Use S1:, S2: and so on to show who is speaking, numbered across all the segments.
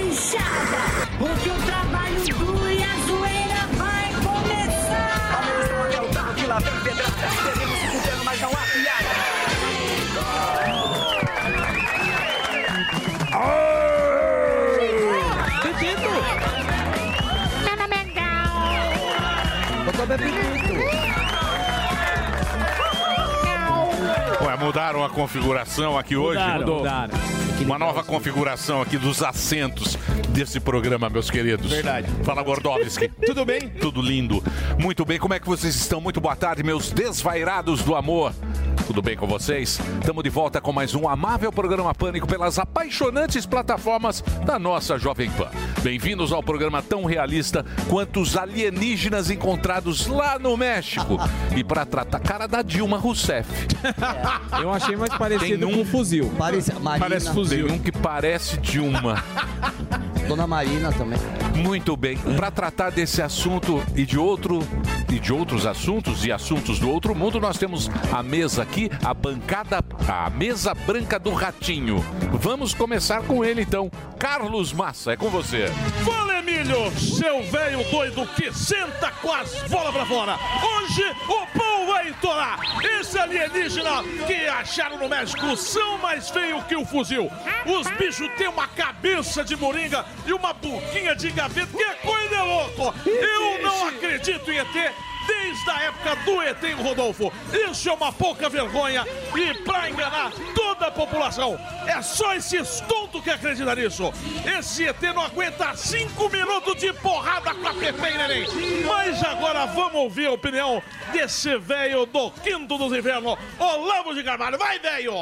S1: relaxada, porque o trabalho duro e a zoeira vai começar.
S2: A munição até o carro que lá vem pedrada. Teremos se fudendo, mas não há piada.
S3: Ué, mudaram a configuração aqui hoje?
S4: Mudaram, mudaram.
S3: Uma nova configuração aqui dos assentos desse programa, meus queridos.
S4: Verdade.
S3: Fala, Gordovski. Tudo bem? Tudo lindo. Muito bem, como é que vocês estão? Muito boa tarde, meus desvairados do amor. Tudo bem com vocês? Estamos de volta com mais um amável programa Pânico pelas apaixonantes plataformas da nossa Jovem Pan. Bem-vindos ao programa tão realista quanto os alienígenas encontrados lá no México. E para tratar a cara da Dilma Rousseff.
S4: Eu achei mais parecido
S3: É. Tem um-
S4: com um fuzil.
S5: Parece, Marina,
S4: Parece fuzil.
S3: Tem um que parece Dilma.
S5: um- Dona Marina também.
S3: Muito bem. Para tratar desse assunto e de outro e de outros assuntos e assuntos do outro mundo, nós temos a mesa aqui, a bancada, a mesa branca do ratinho. Vamos começar com ele então. Carlos Massa, é com você.
S6: Fala, Emílio, seu velho doido que senta com as bolas pra fora. Hoje o pão vai estourar. Esse alienígena que acharam no México são mais feio que o fuzil. Os bichos têm uma cabeça de moringa e uma boquinha de gaveta. Que coisa é louco! Eu não acredito em ET desde a época do ET e o Rodolfo. Isso é uma pouca vergonha e pra enganar toda a população. É só esses tontos que acreditam nisso. Esse ET não aguenta cinco minutos de porrada com a Pepe e Neném. Mas agora vamos ouvir a opinião desse velho do quinto dos infernos, Olavo de Carvalho. Vai, velho!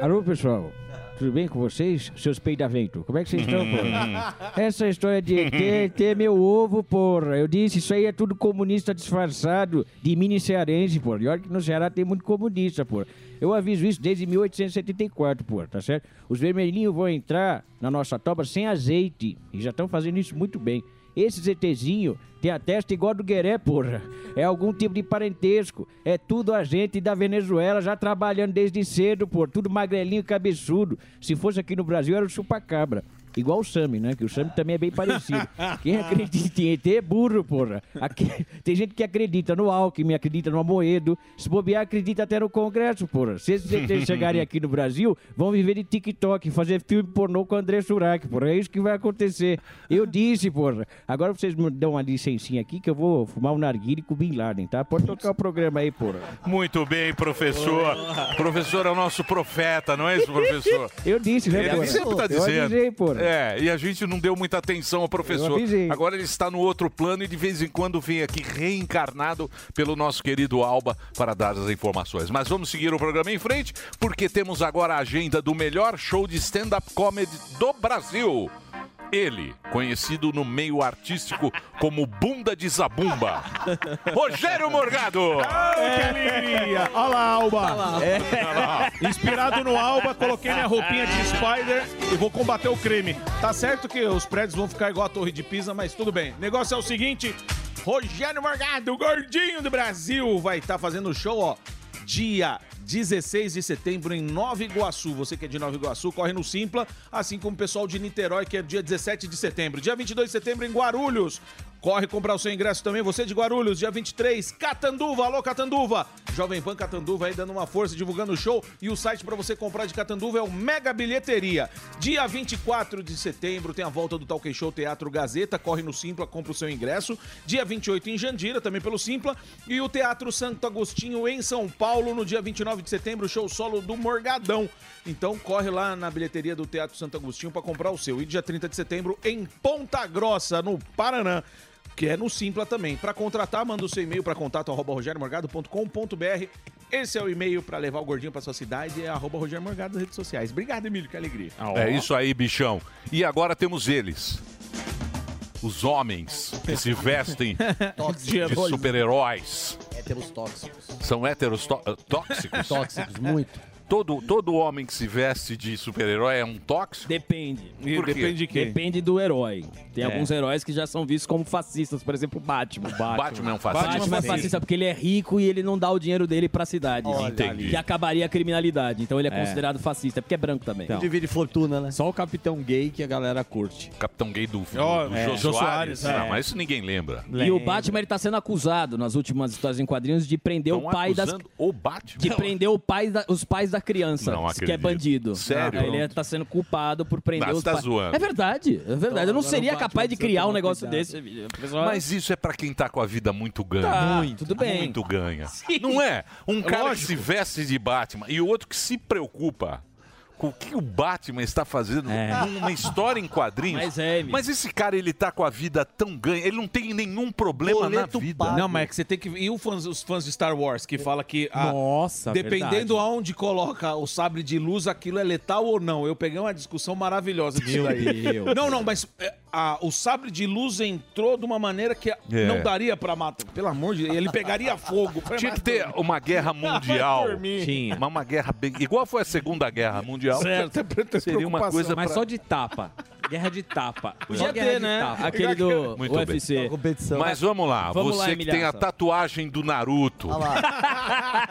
S7: Alô, pessoal. Tudo bem com vocês, seus peidavento? Como é que vocês estão, porra? Essa história de ET, ET é meu ovo, porra. Eu disse, isso aí é tudo comunista disfarçado de mini cearense, porra. E olha que no Ceará tem muito comunista, porra. Eu aviso isso desde 1874, porra, tá certo? Os vermelhinhos vão entrar na nossa toba sem azeite. E já estão fazendo isso muito bem. Esse ETzinho tem a testa igual a do Gueré, porra. É algum tipo de parentesco. É tudo a gente da Venezuela já trabalhando desde cedo, porra. Tudo magrelinho, cabeçudo. Se fosse aqui no Brasil, era o chupacabra. Igual o Sami, né? Que o Sami também é bem parecido. Quem acredita em ET é burro, porra. Aqui- tem gente que acredita no Alckmin, acredita no Amoedo. Se bobear, acredita até no Congresso, porra. Se esses ETs chegarem aqui no Brasil, vão viver de TikTok, fazer filme pornô com o André Surak, porra. É isso que vai acontecer. Eu disse, porra. Agora vocês me dão uma licencinha aqui que eu vou fumar um narguile com o Bin Laden, tá? Pode tocar o programa aí, porra.
S3: Muito bem, professor. Professor é o nosso profeta, não é isso, professor?
S7: Eu disse, né,
S3: Ele
S7: porra?
S3: sempre tá
S7: Eu
S3: dizendo.
S7: avisei, porra.
S3: É, e a gente não deu muita atenção ao
S7: Eu
S3: professor.
S7: avisei.
S3: Agora ele está no outro plano e de vez em quando vem aqui reencarnado pelo nosso querido Alba para dar as informações. Mas vamos seguir o programa em frente, porque temos agora a agenda do melhor show de stand-up comedy do Brasil. Ele, conhecido no meio artístico como Bunda de Zabumba, Rogério Morgado.
S6: Que alegria! Olha lá, Alba! É. Inspirado no Alba, coloquei minha roupinha de Spider e vou combater o crime. Tá certo que os prédios vão ficar igual a Torre de Pisa, mas tudo bem. O negócio é o seguinte: Rogério Morgado, o gordinho do Brasil, vai estar fazendo show, ó, dia. 16 de setembro em Nova Iguaçu. Você que é de Nova Iguaçu, corre no Simpla, assim como o pessoal de Niterói, que é dia 17 de setembro. Dia 22 de setembro em Guarulhos. Corre comprar o seu ingresso também, você de Guarulhos, dia 23, Catanduva, alô Catanduva! Jovem Pan Catanduva aí dando uma força, divulgando o show e o site pra você comprar de Catanduva é o Mega Bilheteria. Dia 24 de setembro tem a volta do Talk Show Teatro Gazeta, corre no Simpla, compra o seu ingresso. Dia 28 em Jandira, também pelo Simpla, e o Teatro Santo Agostinho em São Paulo, no dia 29 de setembro, show solo do Morgadão. Então corre lá na bilheteria do Teatro Santo Agostinho pra comprar o seu. E dia 30 de setembro em Ponta Grossa, no Paraná que é no Simpla também. Para contratar, manda o seu e-mail para contato@rogermorgado.com.br. Esse é o e-mail para levar o gordinho para sua cidade, é arroba Rogério Morgado nas redes sociais. Obrigado, Emílio, que alegria.
S8: Ah,
S3: É isso aí, bichão. E agora temos eles. Os homens que se vestem de super-heróis.
S5: É, Héteros tóxicos.
S3: São héteros tó- eh, tóxicos?
S5: Tóxicos, muito.
S3: todo, todo homem que se veste de super-herói é um tóxico?
S8: Depende.
S3: E Por quê? depende de quem?
S8: Depende do herói. Tem
S3: É.
S8: alguns heróis que já são vistos como fascistas, por exemplo, Batman. Batman,
S3: Batman é um fascista?
S8: Batman é fascista porque ele é rico e ele não dá o dinheiro dele pra cidade.
S3: Olha Entendi.
S8: Que acabaria a criminalidade. Então ele é,
S3: É.
S8: considerado fascista, porque é branco também.
S3: Então.
S8: divide fortuna, né?
S5: Só o Capitão Gay que a galera curte.
S3: Capitão Gay do, do,
S8: Ó,
S3: do
S8: é.
S3: Jô
S8: Jô
S3: Soares.
S8: Soares, é.
S3: Não, mas isso ninguém lembra.
S8: E o Batman ele tá sendo acusado nas últimas histórias em quadrinhos de prender
S3: Tão
S8: o pai das
S3: acusando o Batman
S8: de prender o pai da- os pais da criança,
S3: Não
S8: que é
S3: acredito.
S8: bandido.
S3: Sério?
S8: Aí Ele tá sendo culpado por prender
S3: Não,
S8: os
S3: você tá
S8: pais.
S3: zoando.
S8: É verdade, é verdade.
S3: Então,
S8: eu não
S3: agora o
S8: seria
S3: Batman
S8: capaz de
S3: precisa
S8: criar um
S3: tomar
S8: negócio
S3: cuidado.
S8: desse. pessoal-
S3: Mas isso é pra quem tá com a vida muito ganha.
S8: Tá, Muito. tudo bem.
S3: Muito ganha. Não é? Um cara
S8: Lógico.
S3: que se veste de Batman e o outro que se preocupa com o que o Batman está fazendo
S8: É.
S3: numa história em quadrinhos. Mas, esse cara, ele tá com a vida tão ganha, ele não tem nenhum problema na vida.
S6: Não, mas é que você tem que. E o fãs- os fãs de Star Wars que fala que. ah,
S3: Nossa,
S6: Dependendo aonde coloca o sabre de luz, aquilo é letal ou não. Eu peguei uma discussão maravilhosa disso
S3: Meu
S6: daí.
S3: Deus.
S6: Não, não, mas é, a- o sabre de luz entrou de uma maneira que
S3: É.
S6: não daria pra matar. Pelo amor de Deus, ele pegaria fogo.
S3: Tinha que ter uma guerra
S8: é
S3: mundial.
S6: Vai dormir.
S3: Tinha. Mas uma guerra bem. Igual foi a Segunda Guerra Mundial.
S4: Certo, é pra ter
S3: Seria uma
S4: preocupação.
S3: coisa.
S4: Mas
S3: pra-
S4: só de tapa. Guerra de tapa.
S3: Podia
S4: Só
S3: ter,
S4: guerra de
S8: né?
S4: tapa.
S8: Aquele do
S3: Muito bem.
S8: UFC.
S3: Mas vamos lá,
S8: Vamos lá,
S3: você que
S8: Emiliano.
S3: tem a tatuagem do Naruto. Olha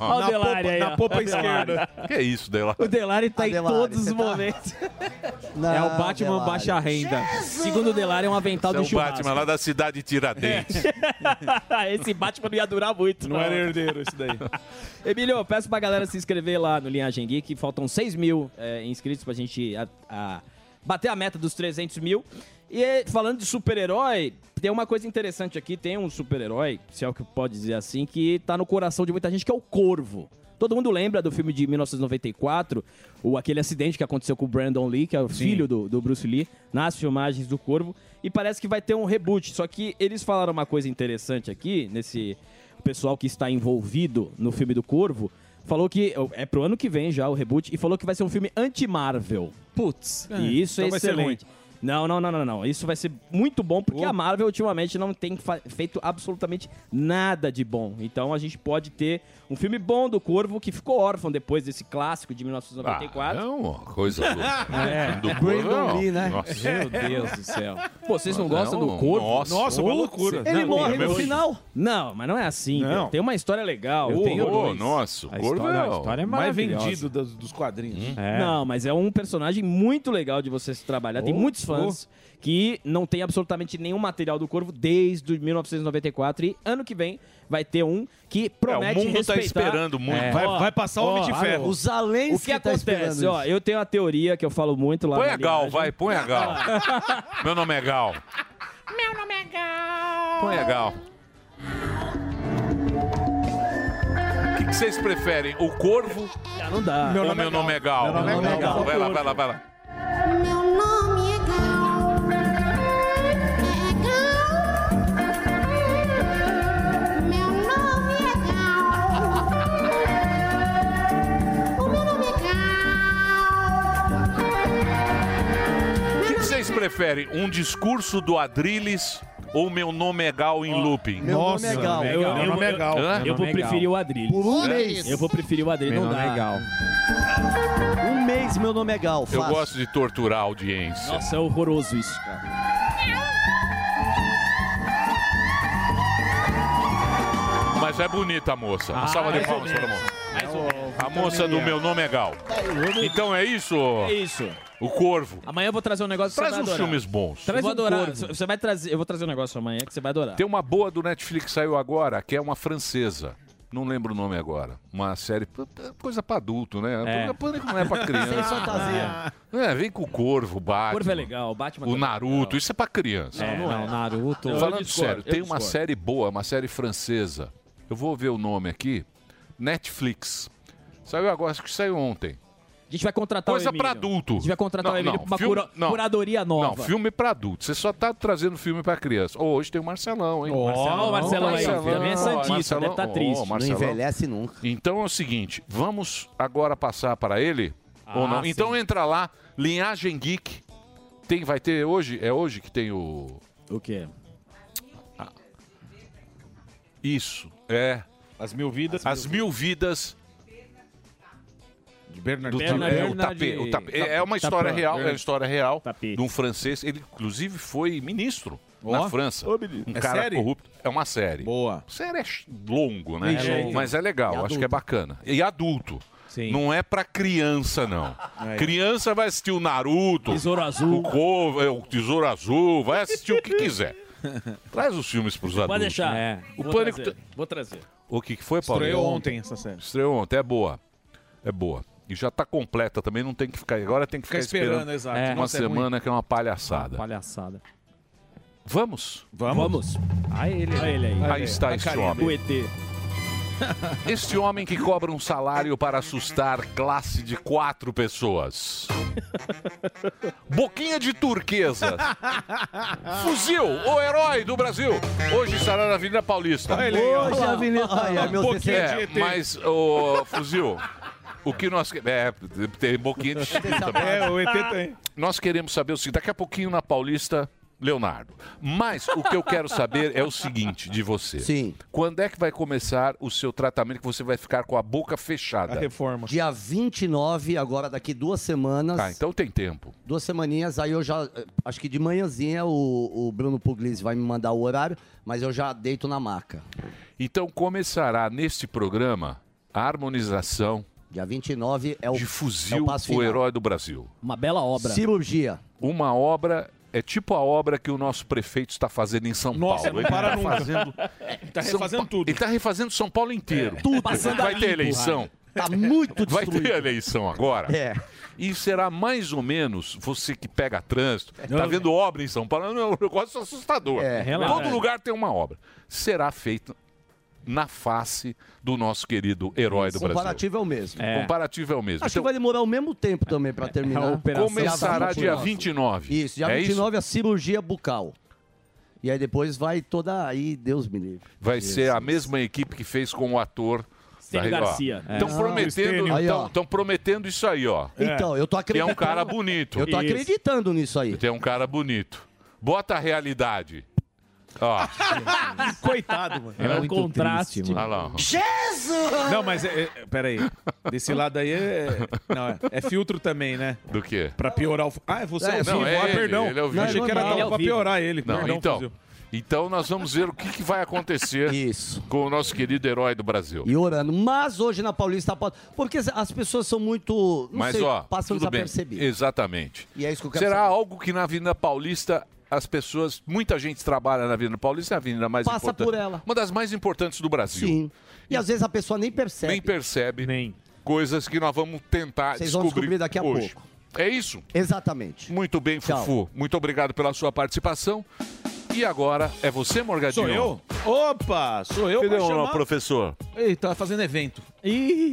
S8: Olha o Delari aí, ó. Olha o Delari.
S3: Que é isso, Delari?
S8: O Delari tá em
S5: Delari,
S8: todos os
S5: você tá-
S8: momentos.
S5: É o Batman Delari. baixa renda.
S8: Segundo o Delari, é um avental
S3: Esse é
S8: do
S3: o
S8: churrasco.
S3: Batman lá da cidade de
S8: É.
S3: Tiradentes.
S8: Esse Batman não ia durar muito.
S6: Não era herdeiro esse daí.
S8: Emílio, eu peço pra galera se inscrever lá no Linhagem Geek. Faltam 6 mil é, inscritos pra gente a- a- bater a meta dos 300 mil. E é, falando de super-herói, tem uma coisa interessante aqui. Tem um super-herói, se é o que pode dizer assim, que tá no coração de muita gente, que é o Corvo. Todo mundo lembra do filme de 1994, o, aquele acidente que aconteceu com o Brandon Lee, que é o filho do, do Bruce Lee, nas filmagens do Corvo. E parece que vai ter um reboot. Só que eles falaram uma coisa interessante aqui, nesse o pessoal que está envolvido no filme do Corvo, falou que é pro ano que vem já o reboot e falou que vai ser um filme anti-Marvel. Putz. E isso
S9: então
S8: é
S9: vai ser
S8: excelente. Não, não, não, não, não. Isso vai ser muito bom porque a Marvel ultimamente não tem fa- feito absolutamente nada de bom. Então a gente pode ter um filme bom do Corvo que ficou órfão depois desse clássico de 1994.
S3: Ah, não, coisa louca.
S8: É.
S3: Do Corvo,
S8: Brandon
S3: não.
S8: Lee, né?
S3: Nossa.
S8: Meu Deus do céu. Pô, vocês não gostam do Corvo?
S3: Nossa,
S8: Nossa, uma loucura. Ele
S3: é
S8: morre no final. Não, mas não é assim.
S6: Não.
S8: cara. Tem uma história legal.
S6: Eu
S8: Ô,
S6: tenho
S8: ô,
S6: dois.
S3: nossa,
S6: A história- a história é
S8: mais
S6: mais
S8: vendido
S6: vendido dos, dos quadrinhos.
S8: Não, mas é um personagem muito legal de você se trabalhar. Tem
S6: Oh,
S8: muitos fãs que não tem absolutamente nenhum material do Corvo desde o 1994 e ano que vem vai ter um que promete
S3: mundo tá
S8: respeitar.
S3: esperando muito. Vai-
S8: Ó,
S3: vai passar o Homem
S8: ó,
S3: de Ferro.
S8: ó,
S3: Os
S8: O
S3: aliens
S8: que,
S3: que tá
S8: acontece?
S3: esperando
S8: ó,
S3: isso.
S8: eu tenho a teoria que eu falo muito lá
S3: Põe
S8: na
S3: a Gal,
S8: linhagem.
S3: vai, põe a Gal. Meu nome é Gal.
S1: Meu nome é Gal.
S3: Põe a Gal. O que que vocês preferem? O corvo?
S8: Ah, não dá.
S3: Meu nome, meu nome é Gal. Meu nome é Gal. Vai lá, vai lá, vai lá.
S1: Meu nome é Gal. É Gal. Meu nome é Gal. O meu nome é Gal.
S3: O que que vocês preferem? Um discurso do Adrilles ou meu nome é Gal em looping?
S8: meu nome é Nossa, Gal. meu nome é Gal. Meu nome é Gal.
S3: Hã?
S8: Eu vou preferir o Adrilles.
S5: Por um mês.
S8: Eu vou preferir o Adrilles,
S5: Meu
S8: não
S5: nome
S8: dá.
S5: é Gal. Um mês meu nome é Gal.
S3: Eu
S5: Fácil.
S3: gosto de torturar a audiência.
S8: Nossa, é horroroso isso, cara.
S3: Mas é bonita a moça. Uma
S8: Ah,
S3: salva de
S8: mais
S3: palmas
S8: ou
S3: para a
S8: menos.
S3: moça. A moça do meu nome é Gal. Então é isso?
S8: É isso.
S3: O Corvo.
S8: Amanhã eu vou trazer um negócio que
S3: Traz
S8: você vai
S3: uns
S8: adorar.
S3: filmes bons.
S8: Traz
S3: Eu vou
S8: um adorar.
S3: Corvo.
S8: Você vai trazer, eu vou trazer um negócio amanhã que você vai adorar.
S3: Tem uma boa do Netflix que saiu agora, que é uma francesa. Não lembro o nome agora. Uma série. puta, Coisa pra adulto, né?
S8: É.
S3: Pânico não é pra criança.
S8: Sem fantasia.
S3: É, vem com o corvo, um Batman.
S8: Corvo é legal, Batman
S3: O
S8: também é
S3: Naruto, isso é pra criança.
S8: É, não é. não, Naruto- Eu
S3: Falando
S8: discordo,
S3: sério,
S8: eu
S3: tem uma
S8: discordo.
S3: série boa, uma série francesa. Eu vou ver o nome aqui. Netflix. Saiu agora, acho que saiu ontem.
S8: A gente vai contratar
S3: Coisa
S8: o Emílio.
S3: pra adulto.
S8: A gente vai contratar o
S3: Não,
S8: Emílio
S3: não,
S8: pra uma
S3: filme-
S8: cura-
S3: não.
S8: curadoria nova.
S3: Não, filme pra adulto. Você só tá trazendo filme pra criança. Ô, hoje tem o Marcelão, hein?
S8: Marcelão, Marcelão aí, filho. É santista, deve tá triste. Não
S5: envelhece nunca.
S3: Então é o seguinte, vamos agora passar pra ele ou
S8: Ah,
S3: não?
S8: sim.
S3: Então entra lá, Linhagem Geek. Tem, vai ter hoje? É hoje que tem o...
S8: O quê?
S3: Isso, é.
S6: As Mil Vidas.
S3: As Mil Vidas
S6: Bernard, Bernard. Tapie.
S3: Do Tapé, o Tapé, o Tapé. É é uma história real, é uma história real de um francês. Ele, inclusive, foi ministro na França. Um
S6: É
S3: cara
S6: série?
S3: corrupto. É uma série. Boa. Série é ch- longo, né?
S6: Ixi,
S3: É
S6: é
S3: longo. Mas é
S6: E
S3: legal, acho
S6: adulto.
S3: que é bacana. E adulto. Não é pra criança, não. Criança vai assistir o Naruto,
S4: Tesouro Azul.
S3: o, Corvo, é, o Tesouro Azul, vai assistir o que quiser. Traz os filmes pros adultos.
S8: Pode deixar.
S3: É. O
S8: Vou
S3: Pânico... tá-
S8: trazer, Vou trazer.
S3: O que, que foi, Paulo?
S6: Estreou ontem essa série.
S3: Estreou ontem, é boa. É boa. E já tá completa também, não tem que ficar. Agora tem que
S6: Fica
S3: ficar
S6: esperando, exato.
S3: Uma
S6: Nossa, é ruim.
S3: semana que é uma palhaçada.
S8: Palhaçada.
S3: Vamos?
S8: Vamos. Ah, ele. Olha ele aí.
S3: Aí está este
S8: O
S3: homem.
S8: ET.
S3: Este homem que cobra um salário para assustar classe de quatro pessoas. Boquinha de turquesa. Fuzil, o herói do Brasil. Hoje estará na Avenida Paulista.
S5: Hoje a Avenida. Olha, meu
S6: Boquinha
S5: CC.
S3: É, mas, ô, Fuzil, o que nós... que- É, tem boquinha de chifre também.
S6: É, o ET tem.
S3: nós queremos saber o seguinte: daqui a pouquinho na Paulista, Leonardo. Mas o que eu quero saber é o seguinte de você.
S5: Sim.
S3: Quando é que vai começar o seu tratamento que você vai ficar com a boca
S6: A
S3: fechada?
S6: reforma.
S5: Dia 29, agora daqui duas semanas.
S3: Ah, então tem tempo.
S5: Duas semaninhas, aí eu já. eh, Acho que de manhãzinha o, o Bruno Puglisi vai me mandar o horário, mas eu já deito na maca.
S3: Então começará neste programa a harmonização
S5: Dia 29 é o.
S3: de
S5: é
S3: fuzil
S5: o passo
S3: o
S5: final.
S3: herói do Brasil.
S8: Uma bela obra.
S5: Cirurgia.
S3: Uma obra. É tipo a obra que o nosso prefeito está fazendo em São
S6: Nossa,
S3: Paulo.
S6: não para
S3: está
S6: nunca.
S3: fazendo,
S6: né? Tá
S3: São
S6: refazendo
S3: Pa-
S6: tudo.
S3: Ele está refazendo São Paulo inteiro.
S8: Passando
S3: Vai
S8: a
S3: ter
S8: limpo,
S3: eleição.
S5: Tá muito
S3: Vai
S5: destruído.
S3: ter eleição agora.
S5: É.
S3: E será mais ou menos você que pega trânsito, tá vendo obra em São Paulo, é um negócio assustador.
S5: É,
S8: relaxa.
S3: Todo lugar tem uma obra. Será feito na face do nosso querido herói do
S5: O
S3: Brasil.
S5: comparativo é o mesmo.
S3: O Comparativo é o mesmo.
S5: Acho que
S3: Então,
S5: vai demorar o mesmo tempo também
S8: É.
S5: pra terminar.
S4: a operação
S8: tá
S3: começará
S5: Dia
S3: dia
S5: 29.
S3: 29.
S5: Isso, dia
S3: é
S5: 29 a cirurgia bucal. E aí depois vai toda. Aí, Deus me livre.
S3: Vai ser a mesma equipe que fez com o ator
S8: Stênio Garcia.
S6: É. Ah,
S3: Estão prometendo,
S6: Estênio.
S5: Aí, ó.
S3: tão- tão prometendo isso aí, ó.
S5: Então, eu tô
S3: Que é
S5: acreditando.
S3: um cara bonito.
S5: Eu tô acreditando nisso aí.
S3: Você é um cara bonito. Bota a realidade. Ó,
S6: Coitado, mano.
S8: É um
S7: muito
S8: contraste.
S7: triste, mano.
S3: olha lá. ó.
S6: Não, mas é, é, peraí. Desse lado aí é. Não, é, é filtro também, né?
S3: Do quê?
S6: Pra piorar o. Ah, é você
S5: É,
S6: ao
S3: não,
S6: vivo.
S3: é
S6: ah,
S3: ele,
S6: perdão.
S3: ele é ao vivo.
S6: Achei que era
S8: Não, ele é ao
S6: pra
S8: vivo.
S6: piorar ele.
S3: Não,
S6: perdão,
S3: então,
S6: fuzil.
S3: então nós vamos ver o que, que vai acontecer
S5: Isso.
S3: com o nosso querido herói do Brasil.
S5: E orando. Mas hoje na Paulista pode. Porque as pessoas são muito. Não
S3: Mas,
S5: sei,
S3: ó,
S5: passam
S3: tudo bem.
S5: desapercebidas.
S3: Exatamente.
S5: E é isso que eu quero
S3: Será
S5: saber.
S3: algo que na Avenida Paulista as pessoas, muita gente trabalha na Avenida Paulista, é a avenida mais
S5: Passa
S3: importante.
S5: por ela.
S3: Uma das mais importantes do Brasil.
S5: Sim. E às vezes a pessoa nem percebe.
S3: Nem percebe
S4: Nem.
S3: coisas que nós vamos tentar
S5: Vocês vão
S3: descobrir,
S5: descobrir daqui a
S3: hoje.
S5: pouco.
S3: É isso?
S5: Exatamente.
S3: Muito bem,
S5: Tchau.
S3: Fufu. Muito obrigado pela sua participação. E agora é você, Morgadinho.
S6: Sou eu? Opa, sou eu
S3: Cadê
S6: pra
S3: o
S6: chamar.
S3: professor?
S6: Ele tá fazendo evento.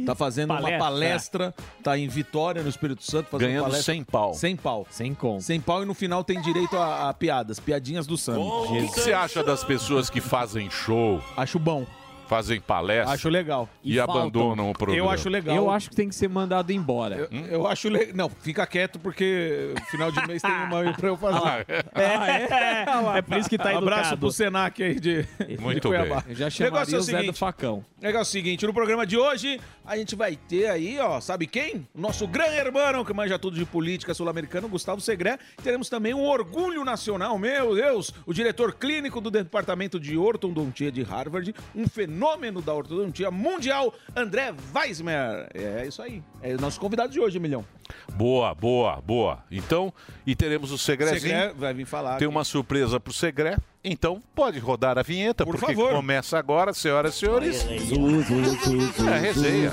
S6: Tá fazendo uma palestra. Tá em Vitória, no Espírito Santo. Fazendo
S3: Ganhando
S6: palestra.
S3: 100 pau.
S6: Sem pau.
S4: Sem conta.
S6: Sem pau e no final tem direito a, a piadas. Piadinhas do Sam.
S3: O que que você acha das pessoas que fazem show,
S6: Acho bom.
S3: fazem palestra
S6: Acho legal.
S3: e, abandonam o programa?
S6: Eu acho legal.
S4: Eu acho que tem que ser mandado embora.
S6: Eu acho legal. Não, fica quieto porque final de mês tem uma aí pra eu fazer.
S8: Ah,
S6: Ah,
S8: É por isso que tá educado.
S6: Abraço pro Senac aí de, de
S3: Muito
S6: Cuiabá.
S3: bem.
S4: Eu já
S6: Negócio
S4: chamaria
S6: é
S4: o
S6: o
S4: Zé do
S6: seguinte,
S4: Facão.
S6: negócio é o seguinte, no programa de hoje a gente vai ter aí, ó, sabe quem? O nosso grande hermano que manja tudo de política sul-americana, o Gustavo Segré. Teremos também um orgulho nacional, meu Deus, o diretor clínico do Departamento de Ortodontia de Harvard, um fenômeno da ortodontia mundial, André Weismer. É isso aí. É o nosso convidado de hoje, Milhão.
S3: Boa, boa, boa. Então, e teremos o Segrezinho.
S6: Segré vai vir falar. aqui.
S3: Tem uma surpresa pro Segré. Então, pode rodar a vinheta,
S6: Por
S3: porque
S6: favor.
S3: começa agora, senhoras e senhores. É a resenha.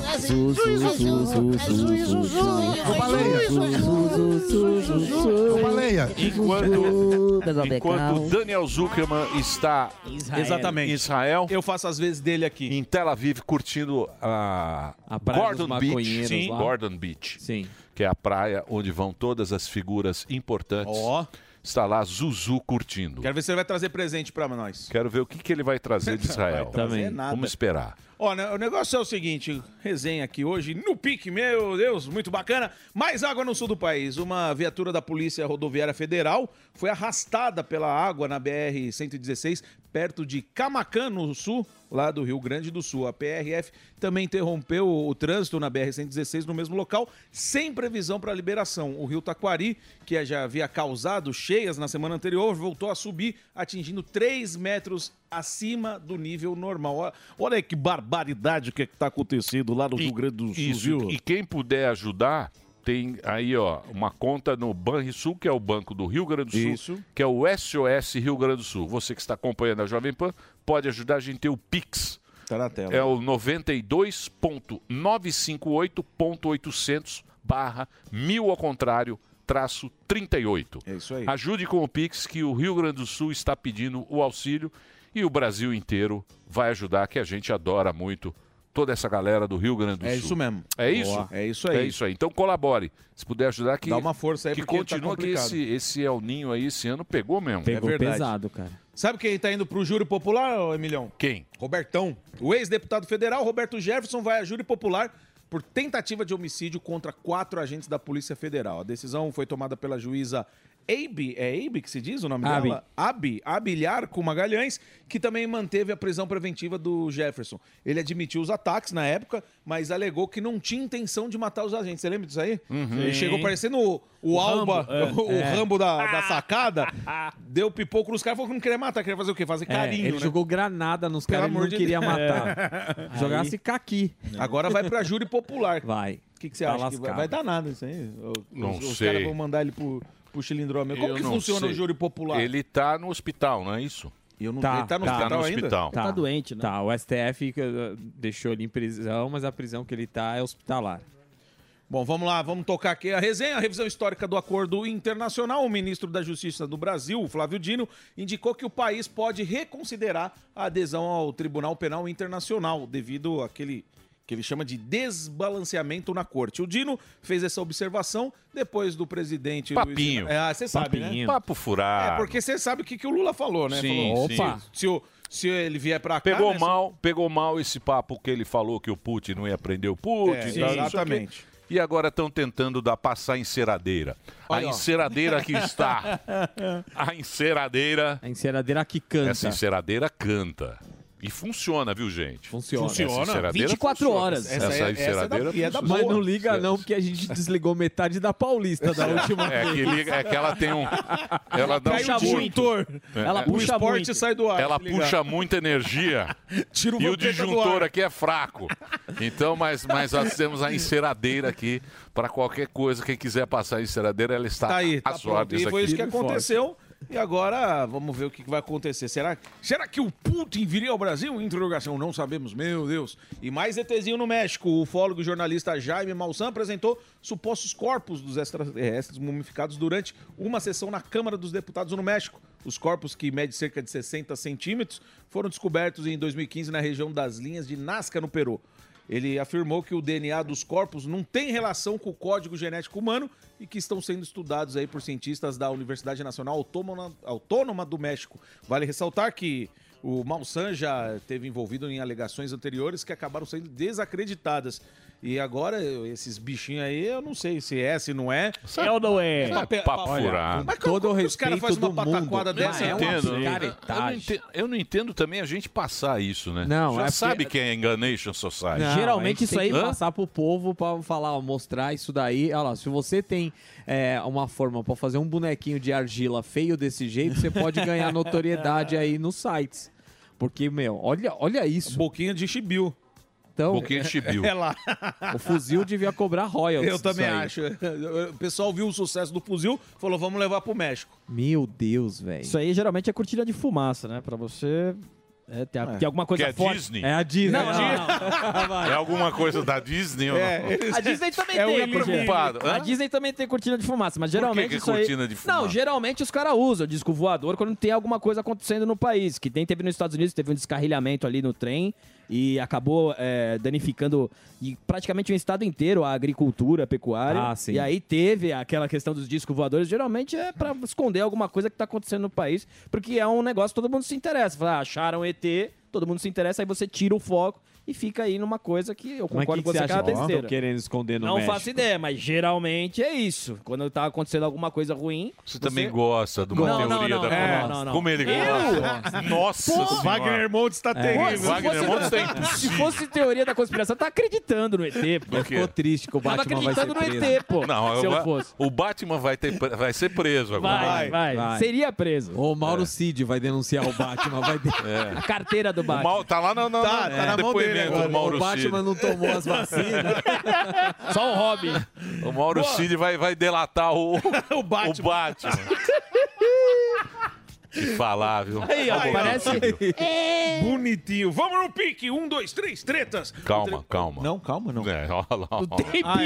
S1: É
S3: Enquanto, enquanto Daniel
S4: Ah,
S3: Zuckerman está em
S6: Exatamente.
S3: Israel,
S6: Eu faço as vezes dele aqui.
S3: em Tel Aviv, curtindo a,
S4: A praia dos
S3: Gordon Beach.
S4: maconheiros
S3: Sim,
S4: lá.
S3: Gordon Beach.
S4: Sim.
S3: que é a praia onde vão todas as figuras importantes.
S6: Ó.
S3: Está lá Zuzu curtindo. Quero,
S6: Quero ver se ele vai trazer presente pra nós.
S3: ver o que, que ele vai trazer de Israel.
S4: Também.
S6: nada.
S3: Vamos esperar.
S6: Ó, né, o negócio é o seguinte, resenha aqui hoje, no pique, meu Deus, muito bacana. Mais água no sul do país. Uma viatura da Polícia Rodoviária Federal foi arrastada pela água na BR-116, perto de Camacan, no sul, lá do Rio Grande do Sul. A PRF também interrompeu o trânsito na BR-116 no mesmo local, sem previsão para liberação. O Rio Taquari, que é, já havia causado cheias na semana anterior, voltou a subir, atingindo 3 metros acima do nível normal. Ó- Olha aí que barbaridade que está acontecendo lá no Rio Grande do Sul,
S3: Isso,
S6: viu?
S3: E quem puder ajudar, tem aí, ó, uma conta no Banrisul, que é o Banco do Rio Grande do Sul,
S6: Isso.
S3: que é o SOS Rio Grande do Sul. Você que está acompanhando a Jovem Pan, pode ajudar a gente ter o Pix.
S6: Tá na tela.
S3: É o 92.958.800 barra mil ao contrário, traço 38.
S6: É isso aí.
S3: Ajude com o Pix que o Rio Grande do Sul está pedindo o auxílio e o Brasil inteiro vai ajudar, que a gente adora muito toda essa galera do Rio Grande do
S6: É
S3: Sul.
S6: isso mesmo.
S3: É
S6: Boa.
S3: isso?
S6: É isso aí.
S3: É isso aí. Então colabore. Se puder ajudar que
S6: Dá uma força aí,
S3: que
S6: porque tá
S3: continua que
S6: complicado.
S3: esse esse El Ninho aí esse ano pegou mesmo.
S6: É verdade.
S7: pesado, cara.
S6: Sabe quem tá indo pro Júri Popular, ô, Emilhão?
S3: Quem?
S6: Robertão. O ex-deputado federal Roberto Jefferson vai a júri popular por tentativa de homicídio contra quatro agentes da Polícia Federal. A decisão foi tomada pela juíza Abe, é Abe que se diz o nome
S7: Abe.
S6: dela? Abe, Abilhar com Magalhães, que também manteve a prisão preventiva do Jefferson. Ele admitiu os ataques na época, mas alegou que não tinha intenção de matar os agentes. Você lembra disso aí? Ele chegou parecendo o, o Alba, o, Rambo é, da, da sacada, deu pipoco nos caras, falou que não queria matar, queria fazer o quê? Fazer
S4: É,
S6: carinho,
S4: ele
S6: né?
S4: jogou granada nos caras, ele
S6: amor
S4: não
S6: de
S4: queria
S6: Deus. É.
S4: matar. Jogasse caqui.
S6: Agora vai pra júri popular.
S4: Vai.
S6: O que, que você
S4: Tá
S6: acha? Que vai,
S4: lascado.
S6: vai dar nada isso aí? Ou-
S3: Não
S6: os, Os
S3: sei.
S6: caras vão mandar ele pro, pro cilindrome. Como
S3: Eu
S6: que
S3: não
S6: funciona
S3: sei.
S6: o júri popular?
S3: Ele tá no hospital, não é isso?
S6: Eu não,
S4: Tá,
S6: ele tá no
S4: tá.
S3: Tá
S6: hospital
S3: no
S6: ainda?
S3: hospital.
S8: Tá doente, né?
S4: Tá, o STF eh, deixou ele em prisão, mas a prisão que ele tá é hospitalar.
S6: Bom, vamos lá, vamos tocar aqui a resenha, a revisão histórica do acordo internacional. O ministro da Justiça do Brasil, o Flávio Dino, indicou que o país pode reconsiderar a adesão ao Tribunal Penal Internacional devido àquele que ele chama de desbalanceamento na corte. O Dino fez essa observação depois do presidente Luiz-
S3: Papinho.
S6: É, Ah, você sabe, né?
S4: Papinho.
S3: Papo furado.
S6: É, porque você sabe o que, que o Lula falou, né?
S3: Sim,
S6: falou,
S3: sim.
S6: "Opa, Se, o- se ele vier pra cá...
S3: Pegou
S6: né,
S3: mal, pegou mal esse papo que ele falou que o Putin não ia prender o Putin.
S6: É,
S3: e tal, não sei o quê.
S6: exatamente.
S3: E agora estão tentando dar passar a enceradeira.
S6: Olha, ó.
S3: a enceradeira que está. A enceradeira.
S4: A enceradeira que canta.
S3: Essa enceradeira canta. E funciona, viu, gente?
S4: Funciona.
S3: Essa enceradeira
S8: 24
S3: né? Assim, funciona.
S8: horas.
S3: Essa,
S6: Essa é- essa é da-
S3: enceradeira
S6: e é da
S3: funciona.
S4: Mas não liga não, porque a gente desligou metade da Paulista da última
S3: É que, liga, é que ela tem um. Ela dá
S6: Caiu
S3: um
S6: o
S3: pulo.
S6: disjuntor.
S8: Ela
S6: É. O
S8: puxa
S6: esporte
S8: muito.
S6: sai do ar.
S3: Ela
S6: se ligar.
S3: puxa muita energia.
S6: Tira
S3: E
S6: vampeta
S3: o
S6: do
S3: disjuntor
S6: ar.
S3: aqui é fraco. Então, mas, mas nós temos a enceradeira aqui para qualquer coisa. Quem quiser passar a enceradeira, ela está
S6: Tá aí,
S3: à
S6: tá
S3: sua
S6: pronto.
S3: ordem.
S6: E foi
S3: aqui.
S6: isso que aconteceu. E agora vamos ver o que que vai acontecer. Será, será que o Putin viria ao Brasil? Interrogação, não sabemos, meu Deus. E mais ETzinho no México. O ufólogo e jornalista Jaime Malsan apresentou supostos corpos dos extraterrestres mumificados durante uma sessão na Câmara dos Deputados no México. Os corpos, que medem cerca de 60 centímetros, foram descobertos em 2015 na região das linhas de Nazca, no Peru. Ele afirmou que o DNA dos corpos não tem relação com o código genético humano e que estão sendo estudados aí por cientistas da Universidade Nacional Autônoma, Autônoma do México. Vale ressaltar que o Malsan já teve envolvido em alegações anteriores que acabaram sendo desacreditadas. E agora, eu- esses bichinhos aí, eu não sei se é, se não é.
S7: Eu não é.
S3: É papo furado.
S6: Mas
S4: todo
S6: como que
S4: o
S6: os caras fazem
S4: respeito
S6: uma
S4: do mundo.
S6: pataquada
S4: Não,
S6: dessa?
S4: é
S3: Eu
S4: um
S6: Tem-
S3: entendo, eu- eu, não
S4: picaretagem.
S3: entendo, eu não entendo também a gente passar isso, né?
S4: Não,
S3: Já
S4: é porque-
S3: sabe quem é Enganation Society.
S4: Não,
S8: Geralmente
S4: a gente
S8: isso
S4: tem
S8: aí-
S4: que
S8: Hã?
S4: passar pro povo pra falar, ó, mostrar isso daí. Olha lá, se você tem é, uma forma pra fazer um bonequinho de argila feio desse jeito, você pode ganhar notoriedade aí nos sites. Porque, meu, olha, olha isso.
S6: Boquinha de chibiu.
S4: Então,
S3: Porque a gente viu.
S6: É lá.
S4: o fuzil devia cobrar royalties.
S6: Eu também
S4: disso aí.
S6: acho. O pessoal viu o sucesso do fuzil, falou, vamos levar pro México.
S4: Meu Deus, velho.
S8: Isso aí geralmente é cortina de fumaça, né? Pra você é, ter, ter alguma
S3: Que
S8: coisa
S3: é
S8: forte.
S3: Disney?
S4: É a Disney.
S8: Não, não, não.
S3: É alguma coisa da Disney ou não?
S8: A Disney também
S6: É o
S8: tem.
S6: Igor
S8: cortina.
S3: Preocupado.
S8: A
S3: Hã?
S8: Disney também tem cortina de fumaça, mas geralmente
S3: que
S8: isso aí-
S3: cortina de fumaça?
S8: Não, geralmente os caras usam disco voador quando tem alguma coisa acontecendo no país. Que tem, teve nos Estados Unidos, teve um descarrilhamento ali no trem e acabou é, danificando e praticamente o estado inteiro, a agricultura, a pecuária.
S4: Ah, sim.
S8: E aí teve aquela questão dos discos voadores. Geralmente é pra esconder alguma coisa que tá acontecendo no país, porque é um negócio que todo mundo se interessa. Fala, ah, acharam ET, todo mundo se interessa, aí você tira o foco e fica aí numa coisa que
S4: Mas
S8: eu
S4: o que,
S8: concordo
S4: que você
S8: com você, que é
S4: acha
S8: uma
S4: que eles estão
S8: besteira.
S4: querendo esconder no
S8: Não
S4: México?
S8: faço ideia, mas geralmente é isso. Quando tá acontecendo alguma coisa ruim.
S3: Você tá também gosta de uma
S8: Não, não,
S3: teoria
S8: não,
S3: da
S8: não,
S3: é.
S8: não, não, não.
S3: Como ele gosta. Nossa senhora.
S6: Wagner Montes tá
S8: É. Pô, se
S6: terrível.
S3: Wagner
S8: fosse-
S3: Montes é
S8: Se
S3: impossível.
S8: fosse teoria da conspiração, tá acreditando no ET, pô.
S3: Por quê?
S4: Ficou triste que o
S8: Tava
S4: Batman vai ser
S8: acreditando no
S4: preso.
S8: ET, pô.
S3: Não,
S8: se
S3: eu-
S8: eu fosse.
S3: o Batman vai, ter, vai ser preso agora.
S8: Vai, vai,
S4: vai.
S8: Seria preso.
S4: Ô, Mauro Cid vai denunciar o Batman. Vai de-
S8: A carteira do
S3: O
S8: Batman.
S3: Mau- tá lá no, no,
S6: Tá,
S3: no
S6: tá na mão dele
S3: É. depoimento
S6: agora.
S3: do
S4: O
S3: Mauro
S4: Batman
S3: Cid.
S4: não tomou as vacinas.
S8: Só o Robin.
S3: O Mauro Cid vai, vai delatar o,
S6: O Batman.
S3: o Batman. Que falar, viu?
S8: Aí, ó, parece.
S10: É.
S6: Bonitinho. Vamos no pique. Um, dois, três, tretas.
S3: Calma, calma.
S6: Não, calma, não.
S3: É, olha lá, ó.
S8: Ah,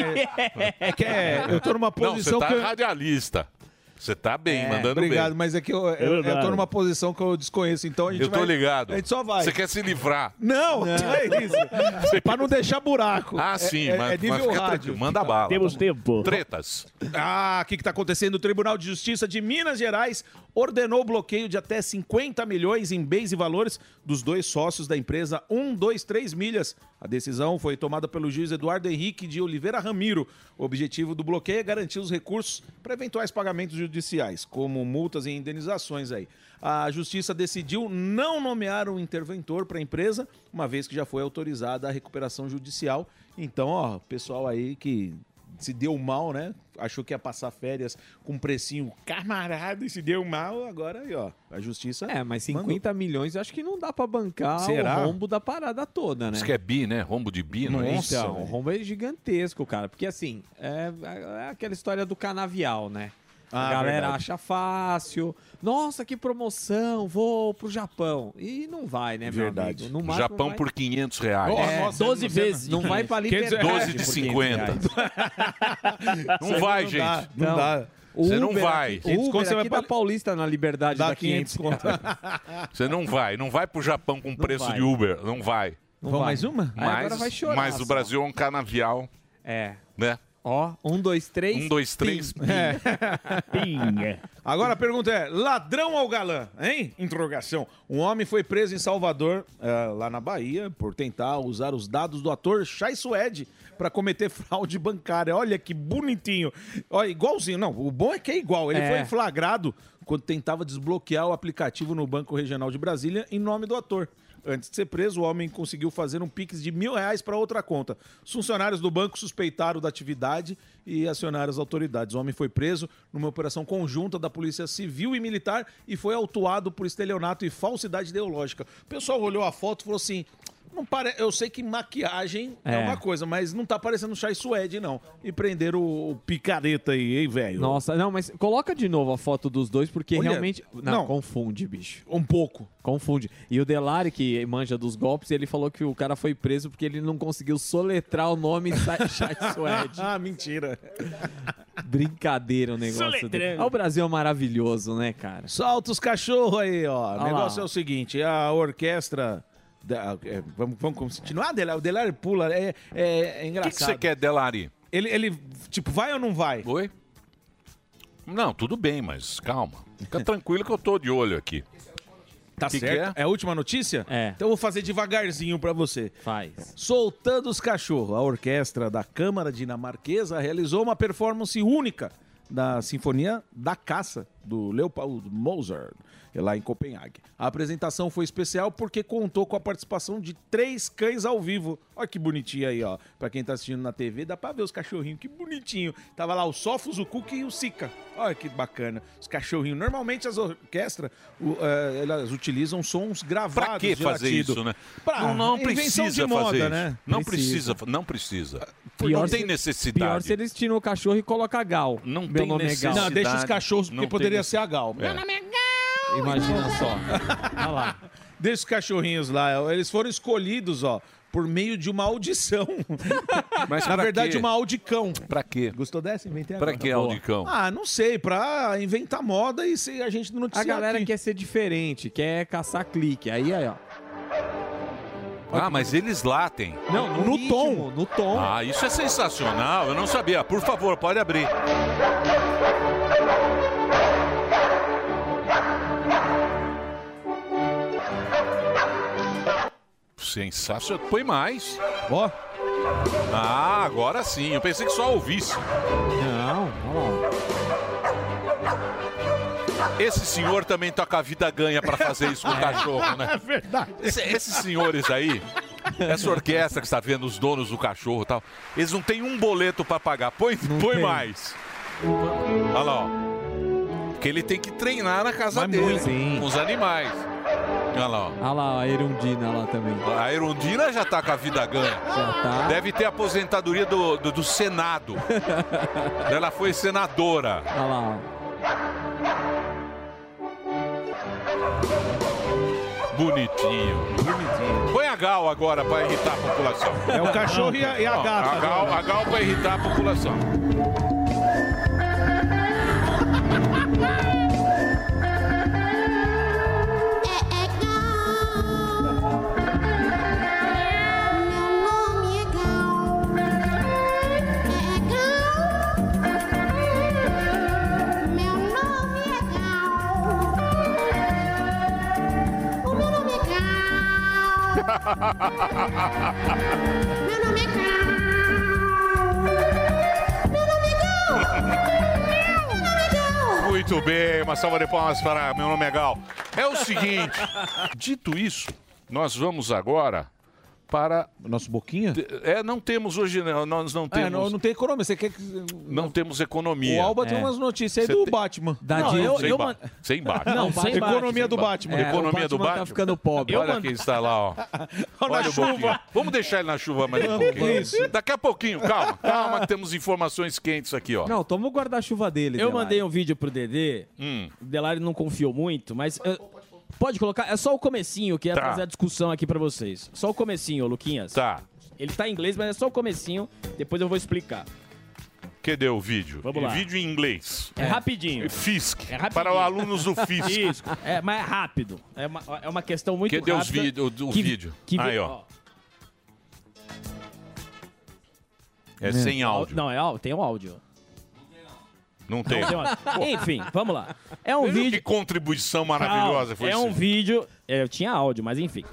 S6: É que é, eu tô numa
S3: Não, você
S6: posição
S3: tá
S6: que eu... É,
S3: radialista. Você tá bem, mandando
S6: Obrigado,
S3: bem.
S6: mas é que eu, eu, eu tô numa posição que eu desconheço, então a gente
S3: Eu tô
S6: vai-
S3: ligado.
S6: A gente só vai.
S3: Você quer se livrar.
S6: Não, não é isso. pra não deixar buraco.
S3: Ah, sim,
S6: é, é
S3: mas, mas
S6: nível
S3: fica
S6: rádio.
S3: tranquilo. Manda bala.
S9: Temos tempo.
S3: Tretas.
S6: Ah, o que, que tá acontecendo? O Tribunal de Justiça de Minas Gerais ordenou o bloqueio de até 50 milhões em bens e valores dos dois sócios da empresa 123 Milhas. A decisão foi tomada pelo juiz Eduardo Henrique de Oliveira Ramiro. O objetivo do bloqueio é garantir os recursos para eventuais pagamentos judiciais, como multas e indenizações aí. A justiça decidiu não nomear um interventor para a empresa, uma vez que já foi autorizada a recuperação judicial. Então, ó, pessoal aí que se deu mal, né? Achou que ia passar férias com um precinho camarada e se deu mal. Agora aí, ó. A justiça.
S4: É, mas
S6: mandou.
S4: 50 milhões eu acho que não dá pra bancar
S6: Será?
S4: o rombo da parada toda, né?
S3: Isso que é bi, né? Rombo de bi, não é isso?
S4: então, o rombo é gigantesco, cara. Porque assim, é, é aquela história do canavial, né?
S6: Ah,
S4: a galera
S6: verdade.
S4: acha fácil. Nossa, que promoção, vou pro Japão. E não vai, né,
S6: Verdade.
S4: meu amigo? No
S3: O
S4: máximo,
S3: Japão
S4: vai-
S3: por 500 reais.
S6: Nossa,
S4: É,
S6: nossa,
S8: 12
S6: você-
S8: vezes.
S4: Não vai pra
S6: Quer dizer,
S4: liberdade.
S3: 12 de
S4: por
S3: 50.
S4: 500 reais.
S3: Não vai, gente.
S6: Não dá. Não
S4: Não.
S6: dá.
S4: O
S3: Você não
S4: Uber
S3: vai.
S4: aqui-
S6: Gente,
S4: O
S6: quando
S4: Uber
S6: você vai
S4: aqui
S6: pra-
S4: da Paulista na liberdade
S6: Dá
S4: dá
S6: 500
S4: 500
S6: conto.
S3: Você não vai. Não vai pro Japão com preço
S4: vai.
S3: de Uber. Não vai.
S4: Não
S6: Vamos
S4: vai.
S6: mais uma?
S4: Aí agora vai chorar.
S3: mas o
S4: só.
S3: Brasil é um canavial,
S4: É.
S3: né?
S4: Ó, um, dois, três. É.
S3: Um, dois, três.
S9: Pinha.
S6: É. Agora a pergunta é: ladrão ou galã? Hein? Interrogação. Um homem foi preso em Salvador, eh, lá na Bahia, por tentar usar os dados do ator Chai Suede para cometer fraude bancária. Olha que bonitinho. Olha, igualzinho. Não, o bom é que é igual. Ele
S4: É.
S6: foi flagrado quando tentava desbloquear o aplicativo no Banco Regional de Brasília em nome do ator. Antes de ser preso, o homem conseguiu fazer um pix de mil reais para outra conta. Os funcionários do banco suspeitaram da atividade e acionaram as autoridades. O homem foi preso numa operação conjunta da Polícia Civil e Militar e foi autuado por estelionato e falsidade ideológica. O pessoal olhou a foto e falou assim. Não pare... Eu sei que maquiagem é.
S4: É.
S6: uma coisa, mas não tá parecendo o Chai Suede, não. E prenderam o o picareta aí, hein, velho?
S4: Nossa, não, mas coloca de novo a foto dos dois, porque
S6: Olha,
S4: realmente. Não,
S6: não.
S4: confunde, bicho.
S6: Um pouco.
S4: Confunde. E o Delari, que manja dos golpes, ele falou que o cara foi preso porque ele não conseguiu soletrar o nome Sa- Chai Suede.
S6: Ah, mentira.
S4: Brincadeira o negócio dele. Ah, o Brasil é maravilhoso, né, cara?
S6: Solta os cachorros aí, ó. O
S4: lá.
S6: negócio é o seguinte: a orquestra. da- é, vamos, vamos continuar, Delar? O Delar pula, é, é, é
S3: O que que
S6: engraçado.
S3: você quer, Delari?
S6: Ele, ele, tipo, vai ou não vai?
S3: Oi? Não, tudo bem, mas calma. Fica tranquilo que eu tô de olho aqui.
S6: Tá
S3: que que
S6: certo?
S3: é?
S6: é? a última notícia?
S4: É.
S6: Então eu vou fazer devagarzinho pra você.
S4: Faz.
S6: Soltando os Cachorros. A orquestra da Câmara Dinamarquesa realizou uma performance única da Sinfonia da Caça, do Leopold Mozart, lá em Copenhague. A apresentação foi especial porque contou com a participação de três cães ao vivo. Olha que bonitinho aí, ó. Pra quem tá assistindo na TV, dá pra ver os cachorrinhos, que bonitinho. Tava lá o Sofos, o Cook e o Sica. Olha que bacana. Os cachorrinhos. Normalmente as orquestras, o, eh, elas utilizam sons gravados
S3: Pra que
S6: de
S3: fazer
S6: latido.
S3: isso, né?
S6: Pra-
S3: não, não
S6: invenção
S3: precisa
S6: de moda,
S3: fazer
S6: né?
S3: isso. Não
S4: Precisa.
S3: precisa, não precisa.
S4: Pior
S3: não
S4: se-
S3: tem necessidade.
S4: Pior se eles tiram o cachorro e colocam Gal.
S3: Não
S4: Meu
S3: tem
S4: nome é Gal.
S3: necessidade.
S6: Não, deixa os cachorros,
S3: Não
S6: porque
S3: tem
S6: poderia
S3: necess-
S6: ser a Gal.
S4: Imagina
S11: então.
S4: só. Olha lá.
S6: Deixa os cachorrinhos lá. Eles foram escolhidos, ó, por meio de uma audição.
S3: Mas
S6: Na
S3: pra
S6: verdade,
S3: quê?
S6: uma audicão.
S3: Pra quê?
S6: Gostou dessa? Inventei agora.
S3: Pra que, Aldicão?
S6: Ah, não sei. Pra inventar moda e se a gente
S4: A
S6: noticiar
S4: galera
S6: aqui.
S4: quer ser diferente, quer caçar clique. Aí, aí, ó.
S3: Ah, mas eles latem.
S4: Não, no,
S6: No tom.
S4: ritmo, No tom.
S3: Ah, isso é sensacional. Eu não sabia. Por favor, pode abrir. Sensacional. Põe mais. Ó. Ah, agora sim. Eu pensei que só ouvisse. Não, Esse senhor também tá com a vida ganha pra fazer isso com o cachorro, né?
S6: É verdade.
S3: Esse- esses senhores aí, essa orquestra que está vendo, os donos do cachorro e tal, eles não têm um boleto para pagar. Põe, põe mais. Olha lá, ó. Porque ele tem que treinar na casa
S4: Mas
S3: dele,
S4: muito. Sim.
S3: com os animais. Olha lá, ó.
S4: Olha lá, a Erundina lá também.
S3: A Erundina já tá com a vida ganha.
S4: tá.
S3: Deve ter a aposentadoria do, do, do Senado. Ela foi senadora.
S4: Olha lá,
S3: Bonitinho. Bonitinho. Põe a Gal agora pra irritar a população.
S6: É o cachorro e a- e a
S3: Ó,
S6: gata
S3: A Gal,
S6: agora. né?
S3: a Gal pra irritar a população. Muito bem, uma salva de palmas para meu nome é Gal. É o seguinte, dito isso, nós vamos agora para
S6: nosso boquinha.
S3: É, não temos hoje não, nós não
S6: É,
S3: temos.
S6: não, não tem economia. Você quer que.
S3: Não temos economia.
S6: O Alba tem umas notícias aí do Batman.
S3: Não, eu, sem, ba- sem Batman.
S6: Não, sem Batman. Economia do Batman. É, o
S3: economia do
S6: Batman tá
S3: Batman.
S6: ficando pobre. Eu
S3: Olha
S6: mando-
S3: quem está lá, ó. Olha o
S6: chuva.
S3: Boquinha. Vamos deixar ele na chuva mais um
S6: Vamos,
S3: pouquinho.
S6: isso.
S3: Daqui a pouquinho, calma. Calma, que temos informações quentes aqui, ó.
S4: Não, toma o guarda-chuva dele.
S8: Eu
S4: Delari.
S8: mandei um vídeo pro Dedê.
S3: Hum.
S8: O Delari não confiou muito, mas. eu- Pode colocar, é só o comecinho que ia
S3: Tá.
S8: trazer a discussão aqui pra vocês. Só o comecinho, ô, Luquinhas.
S3: Tá.
S8: Ele tá em inglês, mas é só o comecinho, depois eu vou explicar.
S3: Cadê o vídeo?
S8: Vamos lá.
S3: Vídeo em inglês.
S8: É rapidinho.
S3: Fisc.
S8: É rapidinho.
S3: Para os alunos do Fisc.
S8: Isso. É, mas é rápido. É uma, é uma questão muito
S3: Cadê os
S8: rápida.
S3: vídeo, o, o
S8: que-
S3: vídeo?
S8: que-
S3: Aí, ó. É sem áudio.
S8: Não, é áudio, tem um áudio.
S3: Não tem.
S8: Tem um áudio.
S3: Pô,
S8: Enfim, vamos lá. É um
S3: veja
S8: vídeo.
S3: Que contribuição maravilhosa foi
S8: é
S3: isso.
S8: um vídeo. é, eu tinha áudio, mas enfim.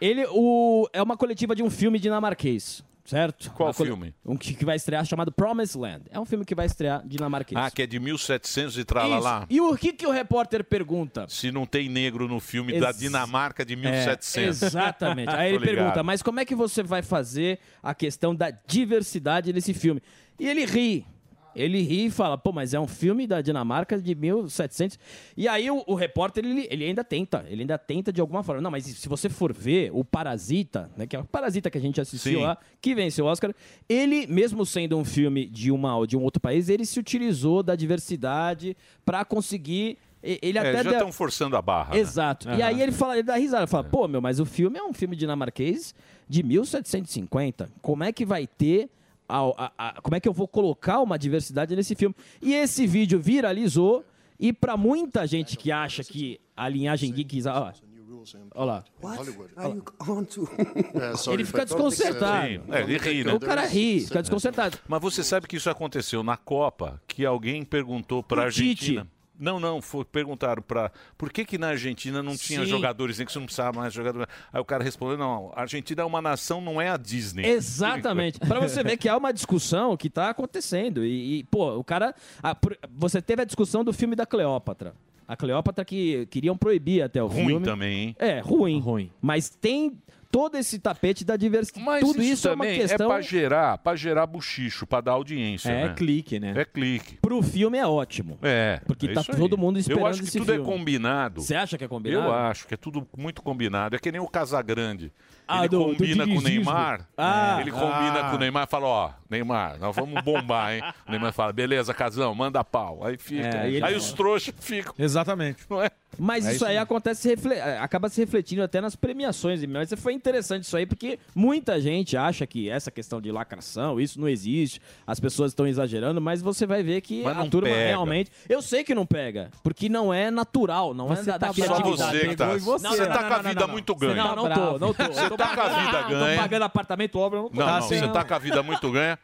S8: Ele o, é uma coletiva de um filme dinamarquês, certo?
S3: Qual
S8: Uma cole-
S3: filme?
S8: Um que, que vai estrear chamado Promised Land. É um filme que vai estrear dinamarquês.
S3: Ah, que é de 1700 e tralalá.
S8: Isso. E o que, que o repórter pergunta?
S3: Se não tem negro no filme da
S8: Ex-
S3: Dinamarca de 1700.
S8: É, exatamente. Aí ele
S3: Tô ligado.
S8: pergunta, mas como é que você vai fazer a questão da diversidade nesse filme? E ele ri. Ele ri e fala, pô, mas é um filme da Dinamarca de 1700. E aí o, o repórter, ele, ele ainda tenta. Ele ainda tenta de alguma forma. Não, mas se você for ver o Parasita, né, que é o Parasita que a gente assistiu
S3: Sim.
S8: lá, que venceu o Oscar, ele, mesmo sendo um filme de, uma, de um outro país, ele se utilizou da diversidade para conseguir... e- Ele
S3: É,
S8: até
S3: já
S8: deu-
S3: estão forçando a barra. né?
S8: Exato. E aí ele fala, ele dá risada, fala: "Pô, meu, mas o filme é um filme dinamarquês de 1750. Como é que vai ter a- a- a- como é que eu vou colocar uma diversidade nesse filme?" E esse vídeo viralizou e pra muita gente que acha que a linhagem geek, ó, ó lá.
S11: Hollywood.
S8: Are you
S11: on to?
S8: Ele fica desconcertado.
S3: É, ele ri, né?
S8: O cara ri, fica desconcertado.
S3: Mas você sabe que isso aconteceu na Copa, que alguém perguntou para a
S8: Pro Tite.
S3: Argentina. Não, não, foi, perguntaram para por que que na Argentina não tinha
S8: Sim.
S3: jogadores, nem que você não precisava mais jogador. Aí o cara respondeu, não, a Argentina é uma nação, não é a Disney.
S8: Exatamente. Pra você ver que há uma discussão que tá acontecendo. E, e, pô, o cara. a- por- você teve a discussão do filme da Cleópatra. A Cleópatra que queriam proibir até o
S3: Ruim
S8: filme.
S3: também, hein?
S8: É, ruim. Ruim. Mas tem todo esse tapete da diversidade.
S3: Mas
S8: Tudo isso, é uma
S3: também
S8: questão.
S3: pra gerar, para gerar buchicho, para dar audiência,
S4: É
S3: né?
S4: clique, né?
S3: É clique.
S8: Pro filme é ótimo.
S3: É.
S8: Porque
S3: é
S8: tá
S3: isso aí.
S8: todo mundo esperando
S3: Eu acho que
S8: esse
S3: tudo
S8: filme.
S3: é combinado.
S8: Você acha que é combinado?
S3: Eu acho que é tudo muito combinado. É que nem o Casagrande.
S8: Ah,
S3: ele
S8: do- do
S3: combina com o
S8: dirigismo.
S3: Neymar.
S8: Ah.
S3: ele combina
S6: Ah.
S3: com o Neymar e fala, ó, Neymar, nós vamos bombar, hein? O Neymar fala, beleza, Casão, manda pau. Aí fica.
S8: É, e
S3: aí
S8: ele-
S3: os trouxas ficam,
S6: Exatamente.
S3: não é?
S8: Mas isso,
S6: isso
S8: aí acontece, refle- é, acaba se refletindo até nas premiações. Mas foi interessante isso aí, porque muita gente acha que essa questão de lacração, isso não existe, as pessoas estão exagerando, mas você vai ver que
S3: Mas
S8: a
S3: não
S8: turma
S3: pega.
S8: realmente. Eu sei que não pega, porque não é natural, não é da, da
S4: bravo.
S3: tá Só
S8: criatividade.
S3: você que tá.
S4: pegou e você.
S3: Você
S8: Não,
S3: tá
S8: não,
S3: com a
S8: não,
S3: vida
S8: não, não.
S3: muito ganha.
S8: Não, não tô, não tô. Você
S3: tá com a vida ganha.
S8: Tô pagando apartamento, obra, eu não tô.
S3: Não,
S8: Tá
S3: não,
S8: sem-
S3: você tá com a vida muito ganha.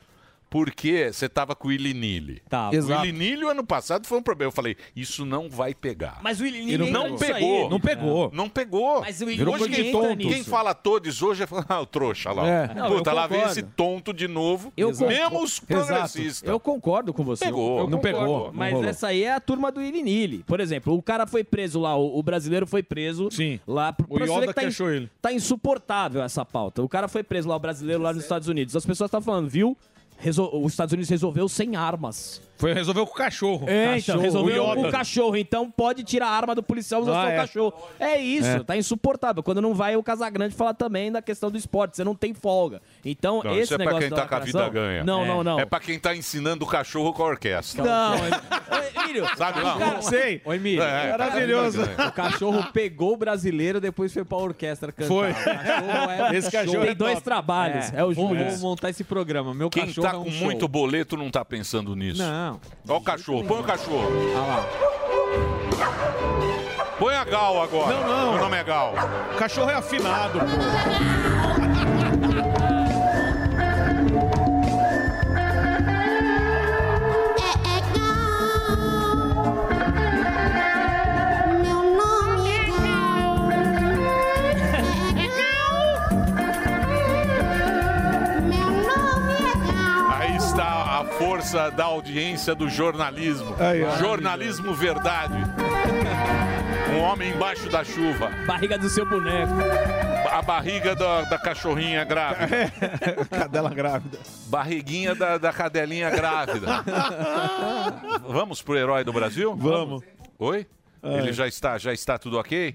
S3: Porque você tava com o Ilinili.
S8: Tava.
S3: O
S8: Tá. Exato.
S3: Ilinili o ano passado foi um problema. Eu falei, isso não vai pegar.
S8: Mas o Ilinili
S3: não,
S8: entra
S3: não
S8: nisso
S3: pegou.
S8: aí. É.
S3: Não
S6: pegou.
S3: Não pegou.
S8: Mas o
S4: um
S8: Virou Ilinili
S3: hoje
S8: coisa de
S3: quem,
S8: tonto
S3: quem
S8: isso.
S3: fala todos hoje é falar, ah, o trouxa lá. ó.
S7: É.
S8: Não,
S3: Puta,
S8: eu
S3: lá vem
S8: concordo.
S3: esse tonto de novo.
S8: Eu
S3: mesmo
S8: concordo.
S3: os
S7: Exato.
S3: progressistas.
S8: Eu concordo com você.
S3: Pegou.
S8: Eu
S3: Não
S8: concordo.
S6: pegou, não
S8: Mas
S6: rolou.
S8: essa aí é a turma do Irinili. Por exemplo, o cara foi preso lá, o, o brasileiro foi preso.
S6: Sim.
S8: Lá, pro-
S6: O
S8: pra você ver
S6: Yoda
S8: que tá, in-
S6: queixou ele.
S8: tá insuportável essa pauta. O cara foi preso lá, o brasileiro lá nos Estados Unidos. As pessoas estavam falando, viu? Resol- Os Estados Unidos resolveu sem armas.
S6: Foi resolver com o cachorro.
S8: É, então, resolveu
S6: o Yoda.
S8: o, cachorro. Então pode tirar a arma do policial e usar
S6: Ah,
S8: só
S6: é.
S8: o cachorro. É isso, tá insuportável. Quando não vai o Casagrande fala também da questão do esporte, você não tem folga. Então,
S3: Não,
S8: esse
S3: isso é pra
S8: negócio
S3: quem
S8: da
S3: tá com a vida
S8: lacração-
S3: ganha.
S8: Não, não, não.
S3: É Então, pra quem tá ensinando o cachorro com a orquestra.
S8: Não, é- Ô, Emílio,
S3: Sabe lá?
S8: cara-
S6: Sei.
S4: Ô, Emílio,
S3: É,
S6: Maravilhoso.
S4: o cachorro pegou o brasileiro, depois foi pra orquestra cantar.
S6: Foi.
S4: O cachorro é
S6: Esse
S4: show.
S6: cachorro é
S8: tem dois trabalhos. É, o
S4: vou,
S8: Júlio.
S4: vou montar esse programa. Meu
S3: Quem
S4: cachorro
S3: tá
S4: é um
S3: com
S4: show.
S3: muito boleto não tá pensando nisso.
S4: Não.
S3: Ó o cachorro, põe o cachorro.
S4: Olha lá.
S3: Põe a Gal agora.
S6: Não, não.
S3: Meu nome é Gal.
S6: O cachorro é afinado, pô.
S11: Meu nome é Gal. É
S3: Ah,
S11: Gal. Meu nome é Gal.
S3: Aí está a força da audiência do jornalismo.
S6: Aí, ó.
S3: jornalismo verdade. Um homem embaixo da chuva.
S8: Barriga do seu boneco.
S3: A barriga da, da cachorrinha grávida.
S6: Cadela grávida.
S3: Barriguinha da, da cadelinha grávida. Vamos pro herói do Brasil?
S6: Vamos. É.
S3: Oi? Ele já está, já está tudo ok?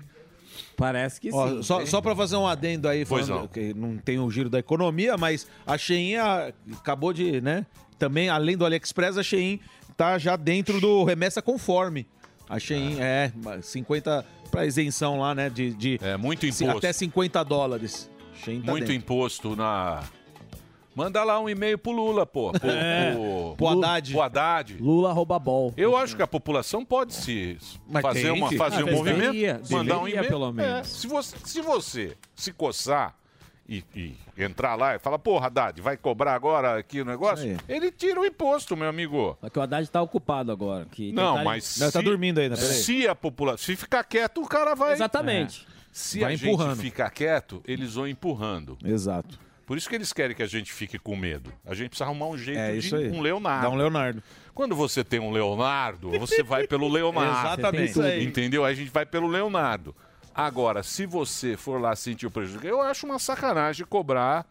S4: Parece que
S6: Ó,
S4: sim.
S6: só, só para fazer um adendo aí,
S3: Pois
S6: falando
S3: não.
S6: que não tem o giro da economia, mas a Shein a- acabou de, né? Também, além do AliExpress, a Shein tá já dentro do remessa conforme. A Shein é, mas 50 para isenção lá, né? De, de
S3: É muito
S6: se-
S3: imposto.
S6: até 50 dólares. Shein tá
S3: muito
S6: dentro.
S3: imposto na. Manda lá um e-mail pro Lula, pô. Pro, pro,
S6: Pro Haddad.
S3: pro Haddad.
S8: Lula rouba bol.
S3: Eu acho que a população pode se
S6: Mas
S3: fazer,
S6: tem
S3: uma,
S6: que-
S3: fazer
S4: Ah,
S3: um
S4: deveria,
S3: movimento,
S4: deveria,
S3: mandar um e-mail.
S4: pelo menos.
S3: É, se, você, se você se coçar e, e entrar lá e falar, porra, Haddad, vai cobrar agora aqui o negócio,
S6: Isso
S3: ele tira o imposto, meu amigo.
S8: Só que o Haddad tá ocupado agora. Que
S3: Não,
S8: tentaram-
S3: mas
S6: Não,
S3: se,
S6: tá dormindo ainda, peraí.
S3: se a população. Se ficar quieto, o cara vai. É.
S8: Exatamente.
S3: Se
S6: Vai
S3: a
S6: empurrando.
S3: gente ficar quieto, eles vão empurrando.
S6: Exato.
S3: Por isso que eles querem que a gente fique com medo. A gente precisa arrumar um jeito
S6: É
S3: de
S6: isso aí.
S3: um Leonardo.
S6: Dá um Leonardo.
S3: Quando você tem um Leonardo, você vai pelo Leonardo.
S6: Exatamente. Você tem tudo.
S3: Entendeu? Aí a gente vai pelo Leonardo. Agora, se você for lá sentir o prejuízo, eu acho uma sacanagem cobrar,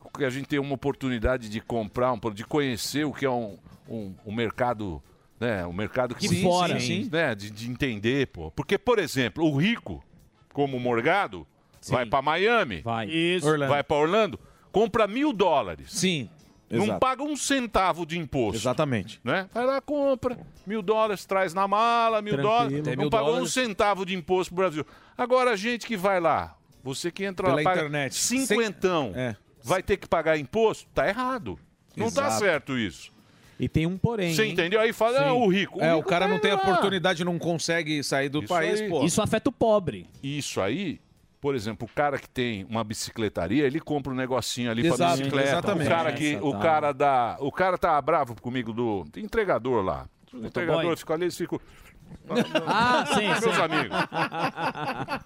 S3: porque a gente tem uma oportunidade de comprar, um produto, de conhecer o que é um, um, um mercado, né? Um mercado que
S8: Que
S3: sim,
S8: fora.
S3: sim, né? De, de entender, pô. Porque, por exemplo, o rico, como o Morgado, vai para Miami,
S8: Vai.
S6: Orlando.
S3: vai para Orlando, compra mil dólares,
S6: Sim.
S3: não
S6: Exato.
S3: paga um centavo de imposto
S6: Exatamente.
S3: né? Vai lá, compra. Mil dólares traz na mala, mil dólares.
S6: Até
S3: Não
S6: mil
S3: pagou um
S6: dólares.
S3: centavo de imposto pro Brasil. Agora a gente que vai lá, você que entra lá,
S6: Pela
S3: paga
S6: internet.
S3: cinquentão,
S6: Sem- é.
S3: então? vai ter que pagar imposto? Tá errado. Não tá
S6: Exato.
S3: certo isso.
S4: E tem um porém.
S3: Você
S4: hein?
S3: entendeu? Aí fala, ah, o rico.
S6: É, o
S3: rico
S6: cara não
S3: tá
S6: tem
S3: indo lá.
S6: oportunidade, não consegue sair do
S3: Isso
S6: país,
S3: aí.
S6: pô.
S8: Isso afeta o pobre.
S3: Isso aí, por exemplo, o cara que tem uma bicicletaria, ele compra um negocinho ali pra
S6: Exato,
S3: bicicleta.
S6: exatamente.
S3: O cara que
S8: Essa,
S3: o
S8: tá.
S3: cara da, o cara tá bravo comigo do entregador lá. O entregador fica ali, eles ficam
S8: Ah, sim,
S3: meus amigos.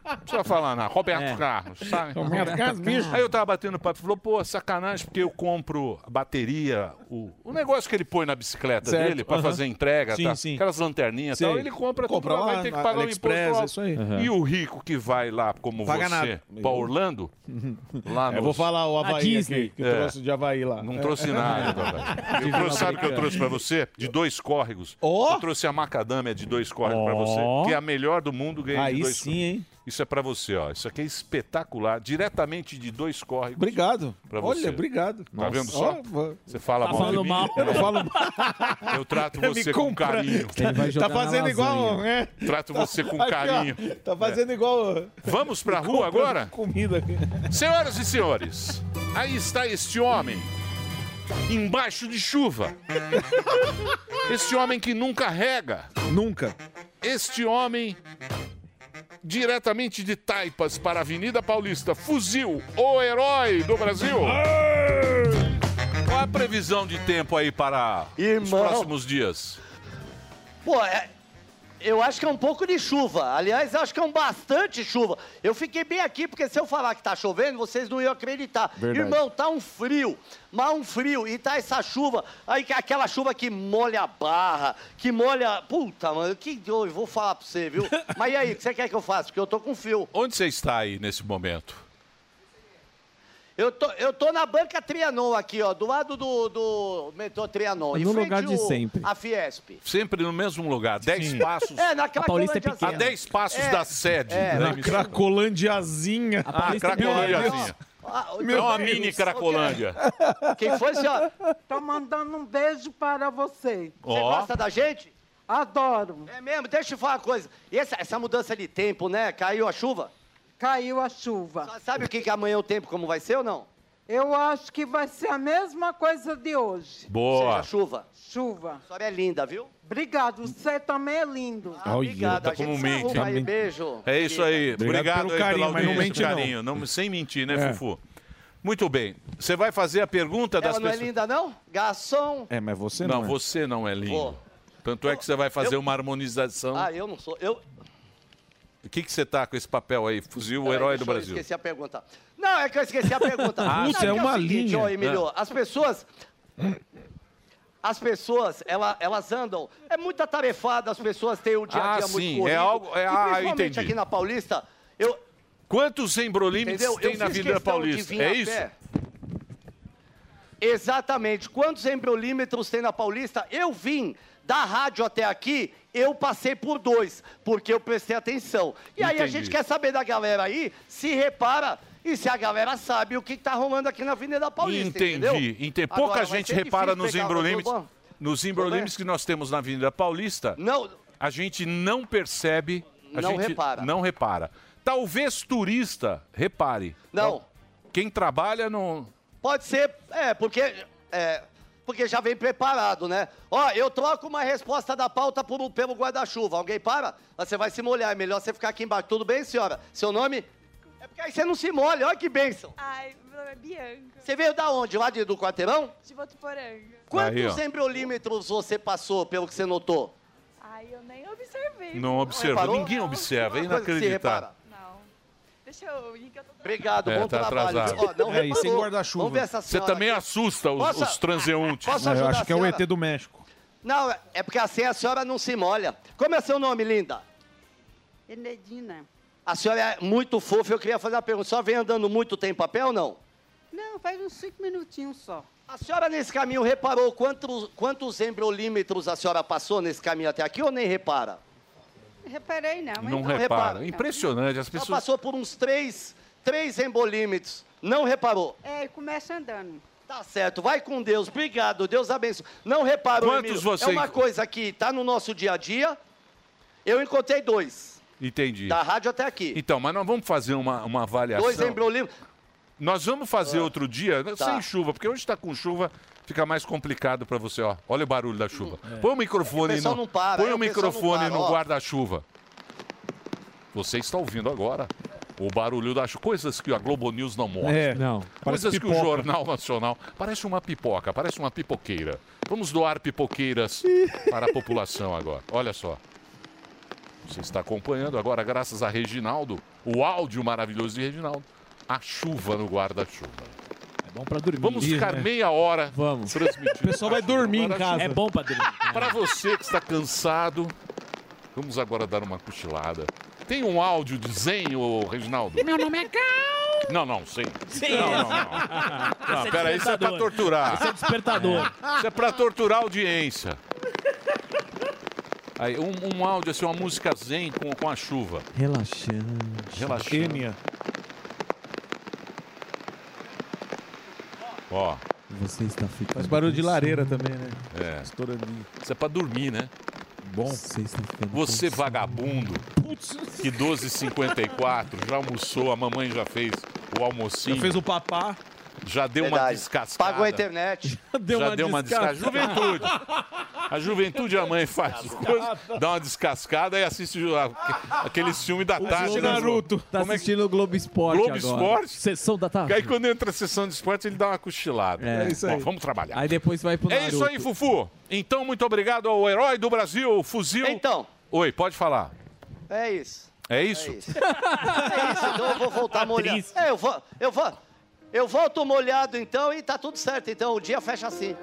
S3: Não precisa falar nada. Roberto Carlos, sabe? Aí eu tava batendo papo, falou, pô, sacanagem, porque eu compro a bateria, o, o Um negócio que ele põe na bicicleta
S6: Certo,
S3: dele pra
S6: aham.
S3: fazer entrega,
S6: Sim,
S3: tá?
S6: sim.
S3: aquelas lanterninhas e
S6: Sei.
S3: tal, ele compra,
S6: Compra
S3: tudo, lá,
S6: lá
S3: vai ter que
S6: na
S3: pagar o
S6: AliExpress,
S3: imposto. lá.
S6: é isso aí.
S3: E o rico que vai lá, como
S6: Paga
S3: você,
S6: nada.
S3: pra Orlando, lá no...
S6: Eu É, vou falar o Havaí
S8: Disney. Tá
S6: aqui, que
S3: É.
S6: eu trouxe de Havaí lá.
S3: Não trouxe nada,
S6: É
S3: Dodói. Eu trouxe, sabe o que eu trouxe pra você? De dois córregos.
S6: Ó!
S3: Eu trouxe a macadâmia de dois córregos pra você, que é a melhor do mundo, ganhei de
S6: Aí
S3: dois
S6: sim, hein?
S3: Isso é pra você, ó. Isso aqui é espetacular, diretamente de dois córregos.
S6: Obrigado.
S3: Pra
S6: Olha,
S3: você.
S6: obrigado.
S3: Tá vendo só? Você fala
S8: Tá
S3: mal, de
S8: falando
S3: mim,
S8: mal.
S3: Eu não falo mal. Eu trato você com
S6: compra.
S3: carinho.
S4: Ele vai
S6: Tá
S4: jogar na
S6: fazendo igual,
S4: lasanha.
S3: é.
S6: né?
S3: Trato você com
S6: Aqui, ó.
S3: carinho. É.
S6: Tá fazendo igual
S3: Vamos pra rua agora?
S6: comida aqui.
S3: Senhoras e senhores, aí está este homem embaixo de chuva. Este homem que nunca rega.
S6: Nunca.
S3: Este homem diretamente de Taipas para a Avenida Paulista, fuzil, o herói do Brasil. Uma a previsão de tempo aí para os
S5: Irmão.
S3: próximos dias?
S5: Pô, é- eu acho que é um pouco de chuva. Aliás, acho que é um bastante chuva. Eu fiquei bem aqui, porque se eu falar que tá chovendo, vocês não iam acreditar.
S12: Verdade.
S5: Irmão, tá um frio, mas um frio, e tá essa chuva, aí que- aquela chuva que molha a barra, que molha... Puta, mano, que... Eu vou falar pra você, viu? Mas e aí, o que você quer que eu faça? Porque eu tô com frio.
S3: Onde você está aí nesse momento?
S5: Eu tô, eu tô na banca Trianon aqui, ó, do lado do, do metrô Trianon. em
S3: No
S5: frente
S3: lugar de
S5: ao-
S3: sempre.
S5: A Fiesp.
S3: Sempre no mesmo lugar, 10
S5: Sim.
S3: passos.
S5: É, naquela A Paulista é Cracolândia
S3: A
S5: pequena.
S3: 10 passos
S5: É,
S3: da sede. Né,
S5: é.
S3: da
S13: Na
S3: emissora.
S13: Cracolândiazinha.
S3: A Paulista é pequena.
S5: Meu
S3: é uma
S5: Deus.
S3: mini Cracolândia.
S5: Quem foi, senhora?
S14: Tô mandando um beijo para você.
S5: Você gosta da gente?
S14: Adoro.
S5: É mesmo, deixa eu falar uma coisa. E Essa, essa mudança de tempo, né? Caiu a chuva?
S14: Caiu a chuva.
S5: Sabe o que, que amanhã é o tempo como vai ser ou não?
S14: Eu acho que vai ser a mesma coisa de hoje.
S3: Boa.
S5: Seja chuva.
S14: Chuva.
S5: A senhora é linda, viu?
S14: Obrigado. Você também é lindo.
S3: Ah,
S5: obrigado,
S3: Tá
S5: a gente
S3: como
S5: se
S3: mente.
S5: arruma aí,
S3: hein?
S5: beijo.
S3: É isso aí.
S13: Obrigado
S3: Obrigado,
S13: pelo
S3: aí
S13: carinho,
S3: pela
S13: mas não
S3: audiência,
S13: mente, não.
S3: carinho. Não. sem mentir, né,
S13: É.
S3: Fufu? Muito bem. Você vai fazer a pergunta das
S5: Ela não é
S3: pessoas.
S5: linda, não? Garçom.
S13: É, mas você
S3: não. você não é lindo.
S5: Vou.
S3: Tanto é que você vai fazer uma harmonização.
S5: Ah, eu não sou. Eu,
S3: O que, que você tá com esse papel aí? Fuzil, o
S5: Peraí,
S3: herói
S5: deixa
S3: do
S5: eu
S3: Brasil.
S5: esqueci a pergunta. Não, é que eu esqueci a pergunta.
S3: Ah,
S5: Não,
S3: isso
S5: que
S3: é uma
S5: o seguinte,
S3: linha.
S5: Ô, Emilio,
S3: É.
S5: as pessoas... As pessoas, ela- elas andam... É muito atarefado, as pessoas têm o dia a
S3: Ah,
S5: dia muito
S3: sim, é
S5: corrido.
S3: algo- é-
S5: e
S3: ah,
S5: principalmente
S3: entendi.
S5: aqui na Paulista, eu...
S3: Quantos embrolimes
S5: Entendeu?
S3: tem
S5: Eu
S3: na
S5: fiz
S3: Avenida
S5: questão de
S3: Paulista?
S5: vir
S3: É
S5: a
S3: isso?
S5: pé. Exatamente. Quantos embriolímetros tem na Paulista? Eu vim da rádio até aqui, eu passei por dois, porque eu prestei atenção. E aí a
S3: Entendi.
S5: gente quer saber da galera aí, se repara e se a galera sabe o que está rolando aqui na Avenida Paulista, entendeu?
S3: Entendi. entendi. Pouca
S5: Agora, vai
S3: gente
S5: ser
S3: repara
S5: difícil
S3: nos
S5: pegar o
S3: embrolimes.
S5: Rodolfo.
S3: Nos embrolimes que nós temos na Avenida Paulista.
S5: Não.
S3: A gente não percebe. A
S5: Não
S3: gente
S5: repara.
S3: Não repara. Talvez turista repare. né?
S5: Não.
S3: Quem trabalha não.
S5: Pode ser, é, porque. É, porque já vem preparado, né? Ó, eu troco uma resposta da pauta por, um- pelo guarda-chuva. Alguém para? Você vai se molhar. É melhor você ficar aqui embaixo. Tudo bem, senhora? Seu nome? É porque aí você não se molha. Olha que bênção.
S15: Ai, meu nome é Bianca,
S5: Você veio da onde? Lá de, do quarteirão?
S15: de Votuporanga.
S5: Quantos
S3: ó.
S5: embriolímetros você passou, pelo que você notou?
S15: Ai, eu nem observei.
S3: Não observa.
S5: reparou?
S3: Ninguém observa. É
S5: Uma coisa que se
S3: inacreditável.
S15: Não. Deixa eu ir que eu tô...
S5: Obrigado,
S3: É,
S5: Ah, bom
S3: tá
S5: trabalho.
S3: atrasado.
S5: Ó, não
S3: É, e sem
S5: reparou.
S3: guarda-chuva.
S5: Vamos ver essa
S3: Você
S5: senhora
S3: também
S5: aqui.
S3: assusta Tá os-
S5: Posso-
S3: os transeuntes.
S5: Posso ajudar a
S16: é
S5: senhora?
S13: do México.
S5: Não, é porque assim a senhora não se molha. Como é seu nome, linda?
S11: Enedina.
S5: A senhora é muito fofa, eu queria fazer uma pergunta. A senhora vem andando muito tempo a pé ou não?
S11: Não, faz uns cinco minutinhos só.
S5: A senhora nesse caminho reparou quantos, quantos embriolímetros a senhora passou nesse caminho até aqui ou nem repara?
S11: Reparei né? não.
S3: Não
S5: Então,
S3: repara.
S5: repara.
S3: Impressionante. As
S5: Ela
S3: pessoas.
S5: passou por uns três, três embolímetros. Não reparou.
S11: É, e começa andando.
S5: Tá certo, vai com Deus. Obrigado, Deus abençoe. Não reparou,
S3: Quantos
S5: Emílio.
S3: você
S5: É uma
S3: enco-
S5: coisa que tá no nosso dia a dia. Eu encontrei dois,
S3: Entendi.
S5: da rádio até aqui.
S3: Então, mas nós vamos fazer uma, uma avaliação.
S5: Dois embriolímetros.
S3: Nós vamos fazer outro dia né,
S5: Tá.
S3: sem chuva, porque hoje está com chuva, fica mais complicado para você. Ó. Olha o barulho da chuva. Põe o
S5: É que o
S3: microfone
S5: pessoal
S3: no,
S5: não para,
S3: põe
S5: é,
S3: o
S5: o pessoal não
S3: microfone
S5: para,
S3: no
S5: ó.
S3: guarda-chuva. Você está ouvindo agora o barulho da chuva. Coisas que a Globo News não mostra.
S13: É, não.
S3: Coisas
S13: Parece
S3: que o
S13: pipoca.
S3: Jornal Nacional. Parece uma pipoca, parece uma pipoqueira. Vamos doar pipoqueiras para a população agora. Olha só. Você está acompanhando agora, graças a Reginaldo, o áudio maravilhoso de Reginaldo, a chuva no guarda-chuva. É bom para dormir. Vamos ficar
S8: É.
S13: né?
S3: meia hora Vamos. transmitindo. O pessoal vai dormir
S13: em casa. É bom
S3: para dormir. Para você que está cansado, vamos agora dar uma cochilada. Tem um áudio de Zen, ô Reginaldo?
S6: Meu nome é Cal.
S3: Não, não, sem.
S6: Sim.
S3: Não, não, não. Não,
S6: Esse é
S3: peraí, isso é pra
S6: despertador.
S3: torturar.
S6: Esse é despertador.
S3: É. Isso é pra torturar a audiência. Aí, um, um áudio, assim, uma música zen com, com a chuva.
S4: Relaxando.
S3: Relaxando. Ó.
S4: Você
S10: Tá
S4: está ficando.
S13: Faz barulho de lareira também, né?
S3: É. Isso é pra dormir, né? Bom.
S4: Você está ficando.
S3: Você vagabundo, que 12h54 já almoçou, a mamãe já fez o almocinho.
S13: Já fez o papá.
S3: Já deu uma
S17: Verdade.
S3: descascada.
S17: Pagou a internet.
S3: Já deu uma descascada. Juventude. A juventude, a mãe faz coisa, dá uma descascada e assiste o- a- aquele filme da tarde. né?
S4: Tá
S3: Como é que-
S4: assistindo o Globo Esporte
S3: Globo
S4: agora.
S3: Esporte?
S4: Sessão da
S3: Porque
S4: tarde.
S3: Aí quando entra a sessão de esporte, ele dá uma cochilada.
S4: É. É isso aí.
S3: Bom, vamos trabalhar.
S4: Aí depois vai pro
S3: É isso aí,
S4: Naruto.
S3: Fufu. Então, muito obrigado ao herói do Brasil, o fuzil.
S17: Então.
S3: Oi, pode falar.
S17: É isso.
S3: É isso?
S17: É isso, então eu vou voltar molhado. É, eu vou, eu vou, eu volto molhado então e tá tudo certo. Então o dia fecha assim.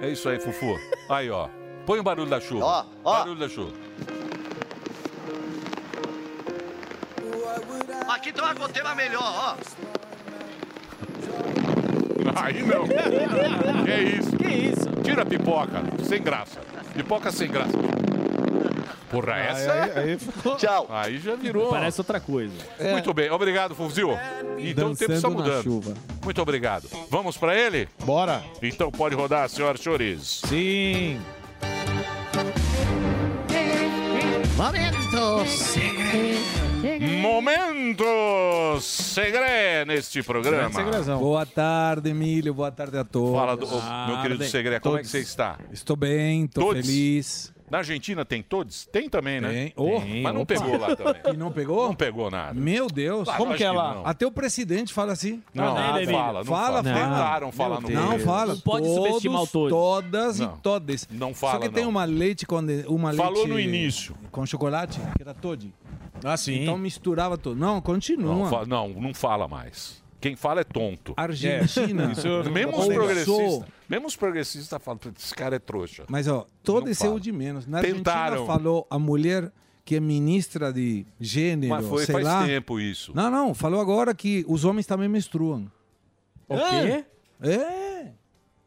S3: É isso aí, Fufu. Aí, ó. Põe o barulho da chuva.
S17: Ó, ó.
S3: Barulho da chuva.
S17: Aqui tem uma goteira melhor, ó.
S3: Aí não. Que isso? Que isso? Tira a pipoca. Sem graça. Pipoca sem graça. Porra, essa?
S6: aí- aí
S17: Tchau.
S3: Aí já virou.
S8: Parece outra coisa.
S3: É, Muito bem, obrigado, Fuzil. Então o
S4: Dançando
S3: tempo está
S4: na
S3: mudando.
S4: chuva.
S3: Muito obrigado. Vamos para ele?
S6: Bora.
S3: Então pode rodar, senhora Choriz.
S6: Sim.
S5: Momento segredo.
S3: Momento Segre neste programa.
S10: Boa tarde, Emílio. Boa tarde a todos.
S3: Fala, do, ô, meu querido Segre, como é que você está?
S10: Estou bem, estou
S3: Todos?
S10: feliz.
S3: Na Argentina tem todos? Tem também, né?
S10: Tem. Oh,
S3: Mas não
S10: opa.
S3: pegou lá também.
S10: E não pegou?
S3: Não pegou nada.
S10: Meu Deus.
S3: Ah, Como acho que é que lá? não.
S10: Até o presidente fala assim.
S3: Não,
S10: Ah,
S3: não fala, não fala. Tentaram falar no
S10: Não
S3: começo.
S10: fala.
S3: Não pode
S10: Todos,
S3: subestimar o todos.
S10: Todas
S3: Não.
S10: e todes.
S3: Não fala,
S10: Só que tem
S3: não.
S10: uma leite com uma
S3: Falou
S10: leite
S3: no início.
S10: com chocolate que era Toddy.
S3: Ah, sim.
S10: Então misturava tudo. Não, continua.
S3: Não, fa- não, não fala mais. Quem fala é tonto.
S10: Argentina. É, isso eu não
S3: mesmo, os
S10: posso
S3: progressistas,
S10: negar.
S3: mesmo os progressistas falam, "Putz, esse cara é trouxa.
S10: Mas ó, todo esse é o de menos. Na
S3: Tentaram.
S10: Argentina falou a mulher que é ministra de gênero,
S3: Mas foi
S10: sei
S3: faz
S10: lá.
S3: tempo isso.
S10: Não, não, falou agora que os homens também menstruam.
S3: O quê?
S10: É.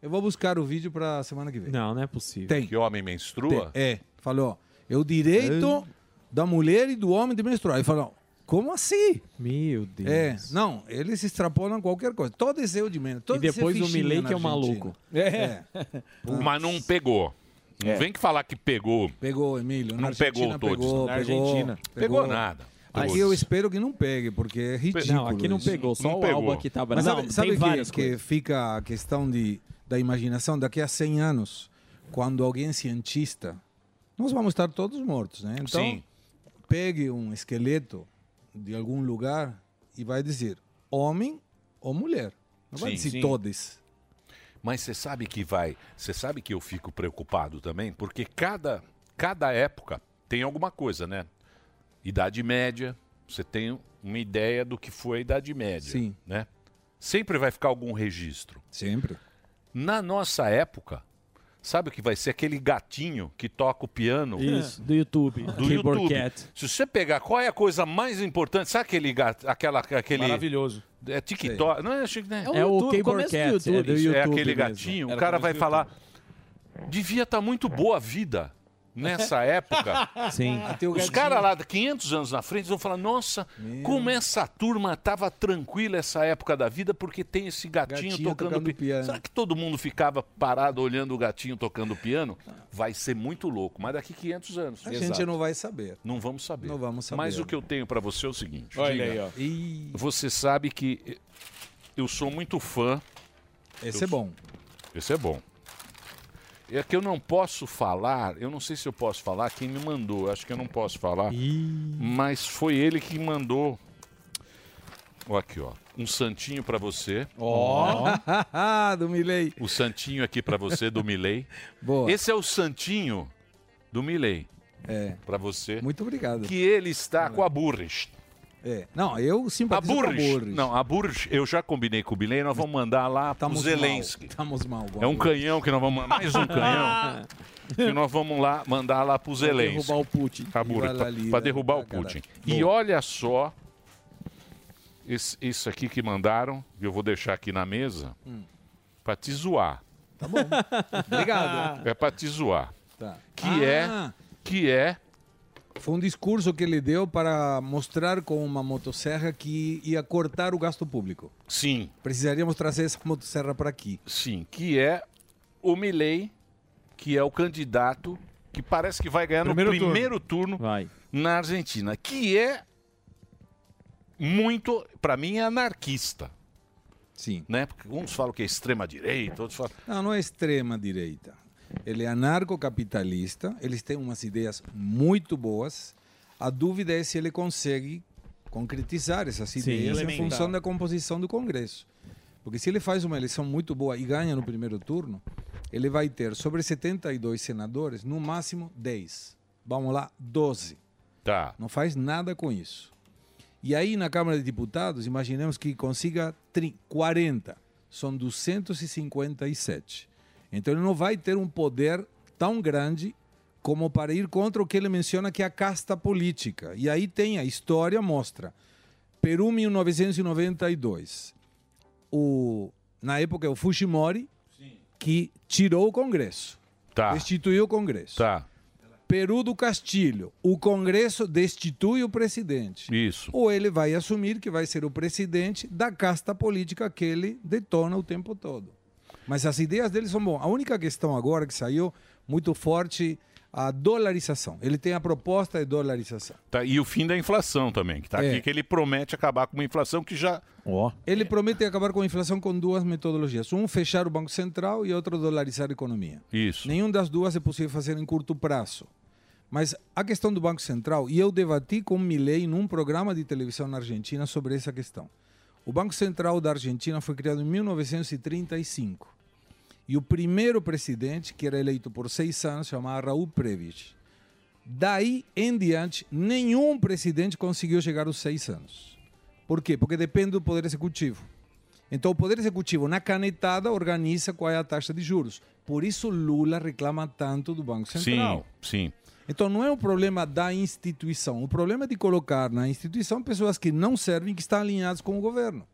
S10: Eu vou buscar o vídeo pra semana que vem.
S4: Não, não é possível.
S10: Tem.
S3: Que homem menstrua?
S10: É, falou, é o direito da mulher e do homem de menstruar. E falou, como assim?
S4: Meu Deus.
S10: É, não, eles extrapolam qualquer coisa. Todo esse é o de menos. todo
S4: E
S10: esse
S4: depois o
S10: fichinha
S4: Milei
S10: na
S4: que é o
S10: Argentina.
S4: maluco.
S10: É.
S3: Mas não pegou. Não
S10: É.
S3: vem que falar que pegou.
S10: Pegou, Emílio.
S3: Não
S10: Na Argentina
S3: pegou todos.
S10: Pegou,
S3: Na
S10: pegou,
S3: Argentina. Pegou nada.
S10: Aqui
S3: Todos.
S10: eu espero que não pegue, porque é ridículo.
S4: Não, aqui não
S10: isso.
S4: pegou, só Não o pegou. Alba que tá bravo.
S10: Mas
S4: Não,
S10: sabe,
S4: tem
S10: sabe
S4: várias
S10: que, que
S4: coisas.
S10: fica a questão de, da imaginação? Daqui a 100 anos, quando alguém é cientista, nós vamos estar todos mortos, né? Então,
S3: Sim.
S10: pegue um esqueleto de algum lugar e vai dizer homem ou mulher. Não vai
S3: Sim,
S10: dizer
S3: sim.
S10: todes.
S3: Mas você sabe que vai. Você sabe que eu fico preocupado também, porque cada, cada época tem alguma coisa, né? Idade Média, você tem uma ideia do que foi a Idade Média.
S10: Sim.
S3: Né? Sempre vai ficar algum registro.
S10: Sempre.
S3: Na nossa época, sabe o que vai ser? Aquele gatinho que toca o piano.
S8: Isso, do YouTube.
S3: Do YouTube. Se você pegar qual é a coisa mais importante, sabe aquele gato, aquela, aquele.
S6: Maravilhoso.
S3: É TikTok. Não é, Chico, né?
S6: É o É o YouTube, Cable começo do Cat, YouTube. é do
S3: Isso, é
S6: YouTube mesmo.
S3: aquele gatinho.
S6: Era
S3: o cara
S6: começo
S3: vai
S6: do
S3: falar. Devia estar muito boa a vida nessa época.
S4: Sim.
S6: Ah,
S10: Até o
S3: Os
S10: gatinho.
S3: caras lá, 500 anos na frente, vão falar: nossa, como essa turma tava tranquila essa época da vida porque tem esse gatinho,
S10: Gatinho
S3: tocando,
S10: tocando
S3: pi-
S10: piano.
S3: Será que todo mundo ficava parado olhando o gatinho tocando piano? Vai ser muito louco, mas daqui 500 anos.
S10: A
S3: Exato.
S10: gente não vai saber.
S3: Não vamos saber.
S10: Não vamos saber.
S3: Mas o que eu tenho pra você é o seguinte.
S10: Olha
S3: diga.
S10: aí, ó. Ih.
S3: Você sabe que eu sou muito fã.
S10: Esse
S3: Eu
S10: é bom.
S3: Esse é bom. É que eu não posso falar, eu não sei se eu posso falar quem me mandou, eu acho que eu não posso falar. Mas foi ele que mandou. Ó aqui, ó. Um santinho pra você.
S10: Ó. do Milei.
S3: O santinho aqui pra você do Milei.
S10: Boa.
S3: Esse é o santinho do Milei.
S10: É.
S3: Para você.
S10: Muito obrigado.
S3: Que ele está com a Burris.
S10: É. Não, eu
S3: A
S10: simpatizo com a
S3: Burris.
S10: Burris.
S3: Não, a Burris, eu já combinei com o Milei, nós vamos mandar lá pro
S10: Estamos
S3: Zelensky.
S10: mal. Estamos mal.
S3: É um canhão que nós vamos. Mais um
S4: Ah.
S3: canhão. que nós vamos lá mandar lá pro Zelensky.
S4: derrubar o Putin.
S3: Tá burro,
S4: Vai lá,
S3: pra-
S4: Lira.
S3: pra derrubar o Putin. E olha só esse- isso aqui que mandaram, eu vou deixar aqui na mesa,
S10: Hum.
S3: pra te zoar.
S10: Obrigado.
S4: Tá
S3: É pra te zoar.
S10: Tá.
S3: Que é.
S4: Ah.
S3: Que é.
S10: Foi um discurso que ele deu para mostrar com uma motosserra que ia cortar o gasto público.
S3: Sim.
S10: Precisaríamos trazer essa motosserra para aqui.
S3: Sim, que é o Milley, que é o candidato que parece que vai ganhar
S6: Primeiro
S3: É no
S6: turno.
S3: primeiro turno, na Argentina, que é muito, pra mim, é anarquista.
S10: Sim.
S3: Né? Porque uns falam que é extrema-direita, outros falam.
S10: Não, não é extrema direita. Ele é anarcocapitalista, eles têm umas ideias muito boas. A dúvida é se ele consegue concretizar essas ideias em
S16: implementar.
S10: função da composição do Congresso. Porque se ele faz uma eleição muito boa e ganha no primeiro turno, ele vai ter sobre 72 senadores, no máximo 10. Vamos lá, 12.
S3: Tá.
S10: Não faz nada com isso. E aí, na Câmara de Deputados, imaginemos que consiga tri- 40, são 257. Então, ele não vai ter um poder tão grande como para ir contra o que ele menciona que é a casta política. E aí tem a história, mostra. Peru, 1992. O, na época, é o Fujimori, que tirou o Congresso. Destituiu o Congresso. Peru do Castilho, o Congresso destitui o presidente.
S3: Isso.
S10: Ou ele vai assumir que vai ser o presidente da casta política que ele detona o tempo todo. Mas as ideias dele são boas. A única questão agora que saiu muito forte, a dolarização. Ele tem a proposta de dolarização.
S3: Tá, e o fim da inflação também, que tá
S10: É.
S3: aqui, que ele promete acabar com uma inflação que já.
S10: Ele promete acabar com a inflação com duas metodologias. Um, fechar o Banco Central e outro, dolarizar a economia.
S3: Isso.
S10: Nenhum das duas é possível fazer em curto prazo. Mas a questão do Banco Central, e eu debati com o Milei num programa de televisão na Argentina sobre essa questão. O Banco Central da Argentina foi criado em 1935. E o primeiro presidente, que era eleito por seis anos, chamava Raul Previch. Daí em diante, nenhum presidente conseguiu chegar aos seis anos. Por quê? Porque depende do Poder Executivo. Então, o Poder Executivo, na canetada, organiza qual é a taxa de juros. Por isso, Lula reclama tanto do Banco Central.
S3: Sim, sim.
S10: Então, não é um problema da instituição. O problema é de colocar na instituição pessoas que não servem, que estão alinhadas com o governo.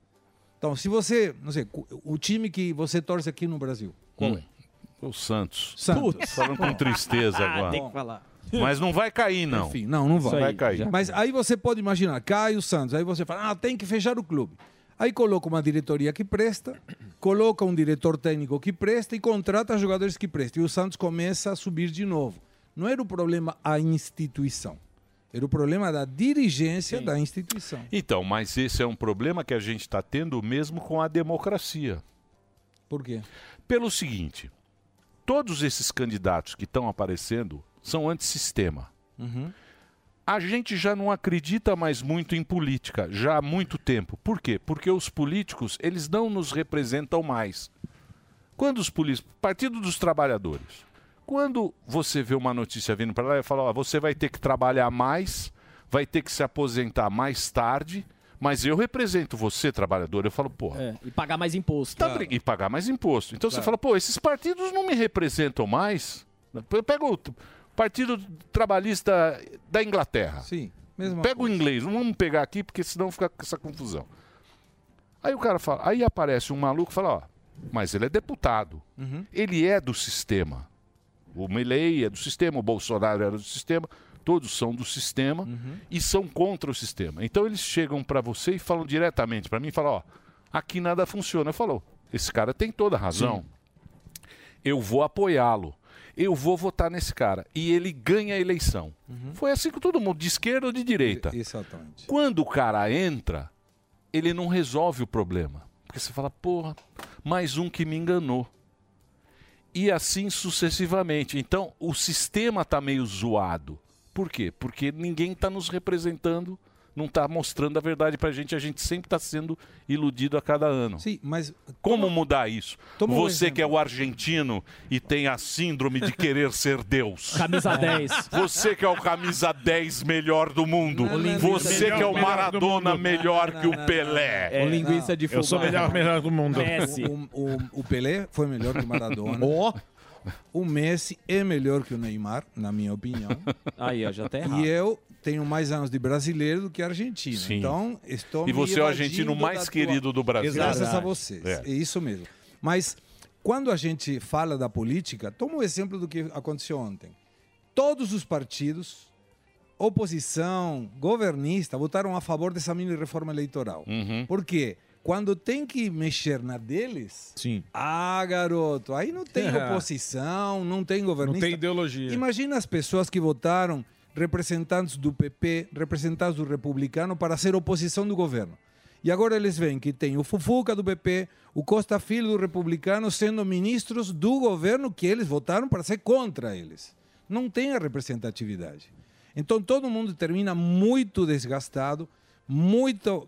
S10: Então, se você, não sei, cu- o time que você torce aqui no Brasil,
S3: Hum. O Santos.
S10: é? Santos.
S3: Putz, Falando com tristeza
S10: Ah,
S3: agora.
S10: tem que falar.
S3: Mas não vai cair, não.
S10: Enfim, não, não vai.
S3: Vai cair.
S10: Mas aí você pode imaginar, cai o Santos, aí você fala, ah, tem que fechar o clube. Aí coloca uma diretoria que presta, coloca um diretor técnico que presta e contrata jogadores que prestam. E o Santos começa a subir de novo. Não era o problema a instituição. Era o problema da dirigência da instituição.
S3: Então, mas esse é um problema que a gente está tendo mesmo com a democracia.
S10: Por quê?
S3: Pelo seguinte: todos esses candidatos que estão aparecendo são antissistema.
S10: Uhum.
S3: A gente já não acredita mais muito em política, já há muito tempo. Por quê? Porque os políticos, eles não nos representam mais. Quando os políticos, Partido dos Trabalhadores, quando você vê uma notícia vindo para lá e fala, ó, você vai ter que trabalhar mais, vai ter que se aposentar mais tarde, mas eu represento você, trabalhador. Eu falo, porra.
S8: É, e pagar mais imposto.
S3: Tá brin- E pagar mais imposto. Então você
S8: Claro.
S3: fala, pô, esses partidos não me representam mais. Eu pego o t- Partido Trabalhista da Inglaterra.
S10: Sim. Mesma
S3: Pega o inglês, não vamos pegar aqui, porque senão fica com essa confusão. Aí o cara fala, aí aparece um maluco e fala, ó, mas ele é deputado.
S10: Uhum.
S3: Ele é do sistema. O Milei é do sistema, o Bolsonaro era do sistema, todos são do sistema e são contra o sistema. Então eles chegam para você e falam diretamente para mim, e falam, ó, aqui nada funciona. Eu falo, esse cara tem toda a razão. Eu vou apoiá-lo. Eu vou votar nesse cara. E ele ganha a eleição. Foi assim com todo mundo, de esquerda ou de direita.
S10: Exatamente.
S3: Quando o cara entra, ele não resolve o problema. Porque você fala, porra, mais um que me enganou. E assim sucessivamente. Então, o sistema tá meio zoado. Por quê? Porque ninguém tá nos representando, não tá mostrando a verdade pra gente. A gente sempre tá sendo iludido a cada ano.
S10: Sim, mas...
S3: Como mudar isso?
S10: Toma um
S3: Você
S10: exemplo.
S3: que é o argentino e tem a síndrome de querer ser Deus. É.
S10: Camisa 10.
S3: Você que é o camisa 10 melhor do mundo. Você
S6: Melhor,
S3: que é o
S6: melhor do
S3: Maradona
S6: mundo.
S3: melhor que
S6: Não, não,
S3: o Pelé.
S6: É, não, não. O linguiça de Eu sou fubá. melhor, melhor do mundo. Messi.
S10: O, o- o Pelé foi melhor que o Maradona. O Messi é melhor que o Neymar, na minha opinião.
S8: Aí, ó, já tá errado.
S10: E eu tenho mais anos de brasileiro do que argentino.
S3: Sim.
S10: Então, estou me
S3: E você é o
S10: evadindo
S3: argentino
S10: da
S3: mais querido do Brasil.
S10: Graças a
S3: Verdade.
S10: vocês.
S3: É.
S10: É. isso mesmo. Mas quando a gente fala da política, toma o exemplo do que aconteceu ontem. Todos os partidos, oposição, governista, votaram a favor dessa mini reforma eleitoral.
S3: Uhum.
S10: Porque quando tem que mexer na deles,
S6: Sim.
S10: ah, garoto, aí não tem
S6: É.
S10: oposição, não tem governista.
S6: Não tem ideologia.
S10: Imagina as pessoas que votaram representantes do PP, representantes do republicano para ser oposição do governo. E agora eles veem que tem o Fufuca do PP, o Costa Filho do Republicano sendo ministros do governo que eles votaram para ser contra eles. Não tem a representatividade. Então todo mundo termina muito desgastado, muito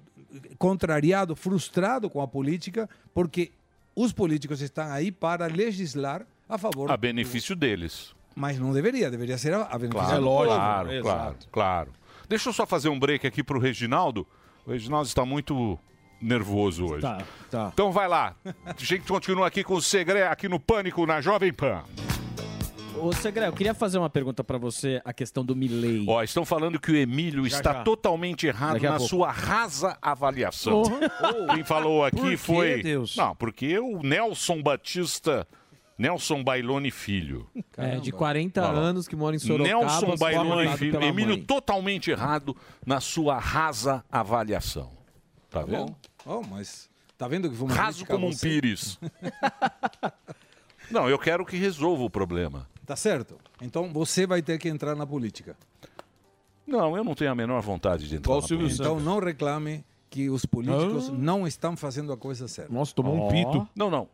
S10: contrariado, frustrado com a política, porque os políticos estão aí para legislar a favor
S3: A benefício deles.
S10: mas não deveria, deveria ser a a benefício
S8: é
S3: Claro, é
S10: do povo.
S3: Claro, claro, claro. Deixa eu só fazer um break aqui pro Reginaldo. O Reginaldo está muito nervoso hoje.
S10: Tá, tá.
S3: Então vai lá. A gente continua aqui com o Segre, aqui no Pânico, na Jovem Pan.
S8: Ô, Segre, eu queria fazer uma pergunta pra você, a questão do Milley.
S3: Ó, estão falando que o Emílio
S8: Já,
S3: está
S8: já.
S3: totalmente errado
S8: Daqui a
S3: na
S8: pouco.
S3: sua rasa avaliação.
S8: Oh.
S3: Quem falou aqui
S8: Por quê,
S3: foi.
S8: Deus?
S3: Não, porque o Nelson Batista. Nelson Bailone Filho.
S4: É, de 40 anos que mora em Sorocaba.
S3: Nelson
S4: foi
S3: Bailone
S4: abandonado
S3: Filho.
S4: pela
S3: Emílio
S4: mãe.
S3: totalmente errado na sua rasa avaliação. Tá vendo?
S10: Oh, mas tá vendo que vamos
S3: Raso
S10: criticar
S3: como um
S10: você?
S3: pires. Não, eu quero que resolva o problema.
S10: Tá certo? Então você vai ter que entrar na política.
S3: Não, eu não tenho a menor vontade de entrar na política.
S10: Então não reclame que os políticos não estão fazendo a coisa certa.
S4: Nossa,
S3: Ah. Ó. Não, não.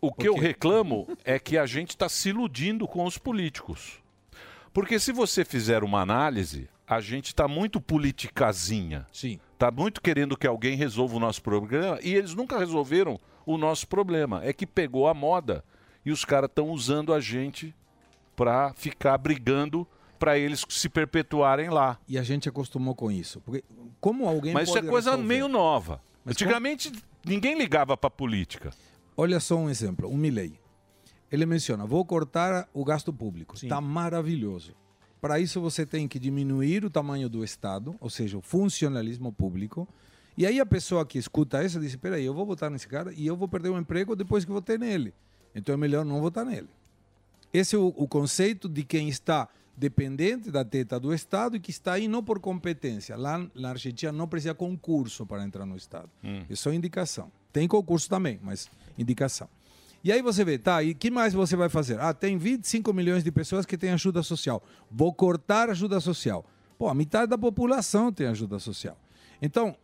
S3: O que eu reclamo é que a gente está se iludindo com os políticos. Porque se você fizer uma análise, a gente está muito politicazinha.
S10: Sim.
S3: Está muito querendo que alguém resolva o nosso problema e eles nunca resolveram o nosso problema. É que pegou a moda e os caras estão usando a gente para ficar brigando para eles se perpetuarem lá.
S10: E a gente acostumou com isso. Porque como alguém
S3: Mas isso é
S10: pode
S3: coisa
S10: resolver?
S3: meio nova.
S10: Mas como-
S3: Antigamente ninguém ligava para política.
S10: Olha só um exemplo, o Milley. Ele menciona, vou cortar o gasto público. Está maravilhoso. Para isso você tem que diminuir o tamanho do Estado, ou seja, o funcionalismo público. E aí a pessoa que escuta isso diz, peraí, eu vou votar nesse cara e eu vou perder o emprego depois que votei nele. Então é melhor não votar nele. Esse é o, o conceito de quem está dependente da teta do Estado e que está aí não por competência. Lá na Argentina não precisa concurso para entrar no Estado. É só indicação. Tem concurso também, mas indicação. E aí você vê, tá, e que mais você vai fazer? Ah, tem 25 milhões de pessoas que têm ajuda social. Vou cortar a ajuda social. Pô, a metade da população tem ajuda social. Então,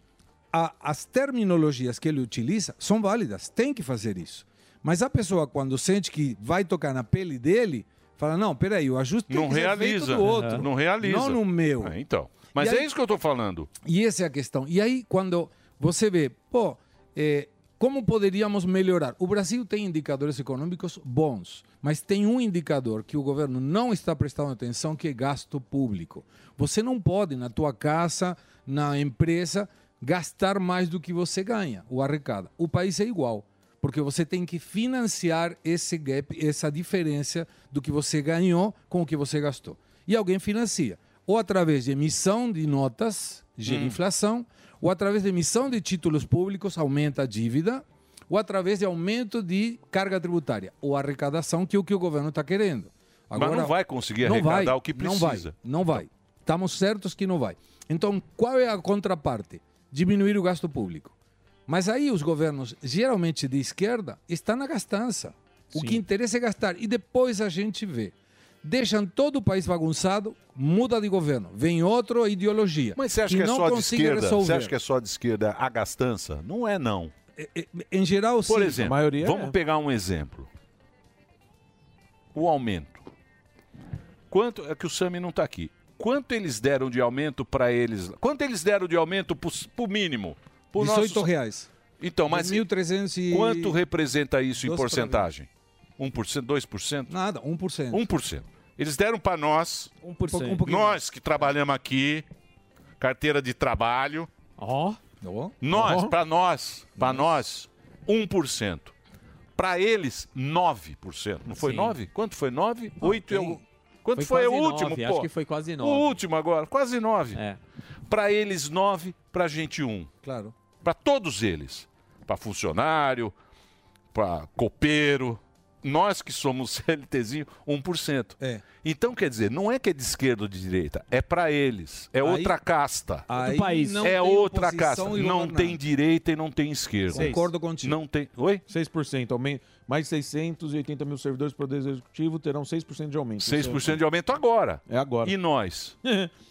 S10: a- as terminologias que ele utiliza são válidas, tem que fazer isso. Mas a pessoa, quando sente que vai tocar na pele dele, fala, não, peraí, o ajuste tem
S3: Não
S10: que ser é feito
S3: realiza.
S10: do outro.
S3: Não realiza.
S10: Não no meu.
S3: Ah, então. Mas
S10: E
S3: é
S10: aí-
S3: isso que eu tô falando.
S10: E essa é a questão. E aí, quando você vê, pô, eh, como poderíamos melhorar? O Brasil tem indicadores econômicos bons, mas tem um indicador que o governo não está prestando atenção, que é gasto público. Você não pode, na tua casa, na empresa, gastar mais do que você ganha, o arrecada. O país é igual, porque você tem que financiar esse gap, essa diferença do que você ganhou com o que você gastou. E alguém financia, ou através de emissão de notas, gera
S16: Hum.
S10: inflação, ou através de emissão de títulos públicos, aumenta a dívida, ou através de aumento de carga tributária, ou arrecadação, que é o que o governo está querendo.
S3: Mas não vai conseguir
S10: não
S3: arrecadar
S10: vai,
S3: o que
S10: Não vai,
S3: precisa.
S10: não vai. Estamos certos que não vai. Então, qual é a contraparte? Diminuir o gasto público. Mas aí os governos, geralmente de esquerda, estão na gastança. O que interessa é gastar. E depois a gente vê. Deixam todo o país bagunçado, muda de governo. Vem outra ideologia.
S3: Mas você acha
S10: E
S3: que é
S10: não
S3: só de
S10: consegue
S3: esquerda?
S10: resolver.
S3: Você acha que é só de esquerda a gastança? Não é, não.
S10: Em geral, sim. é.
S3: Por exemplo, vamos pegar um exemplo. O aumento. Quanto é que o Sami não está aqui? Quanto eles deram de aumento para eles? Quanto eles deram de aumento para o mínimo? Pro
S10: 18
S3: nossos-
S10: reais.
S3: Então, mas
S10: 1.300 e-
S3: quanto representa isso em
S10: Dois pra
S3: porcentagem? 1%, 2%?
S10: Nada, 1%.
S3: 1%. Eles deram para nós,
S10: Um pouquinho
S3: nós que trabalhamos aqui, carteira de trabalho.
S4: Ó.
S3: Nós,
S10: Ó.
S3: para nós, para nós, 1%. Para eles, 9%. Não foi
S4: Sim.
S3: 9? Quanto foi 9? 8 e algum... Quanto foi,
S4: Foi
S3: o
S4: quase
S3: último,
S4: nove,
S3: pô?
S4: acho que foi quase nove. É.
S3: O último agora, quase 9. Para eles, 9, para gente 1.
S10: Claro.
S3: Para todos eles. Para funcionário, para copeiro, nós que somos CLTzinho, 1%.
S10: É.
S3: Então, quer dizer, não é que é de esquerda ou de direita, é para eles, é
S10: Aí-
S3: outra casta.
S10: aí país. não
S3: É
S10: tem
S3: outra
S10: oposição
S3: casta.
S10: e
S3: Não
S10: governar.
S3: tem direita e não tem esquerda.
S16: Concordo
S10: contigo.
S3: Não tem. Oi?
S16: 6%. Aumento. Mais de 680 mil servidores do Poder Executivo terão 6% de aumento.
S3: 6% de aumento agora.
S16: É agora.
S3: E nós?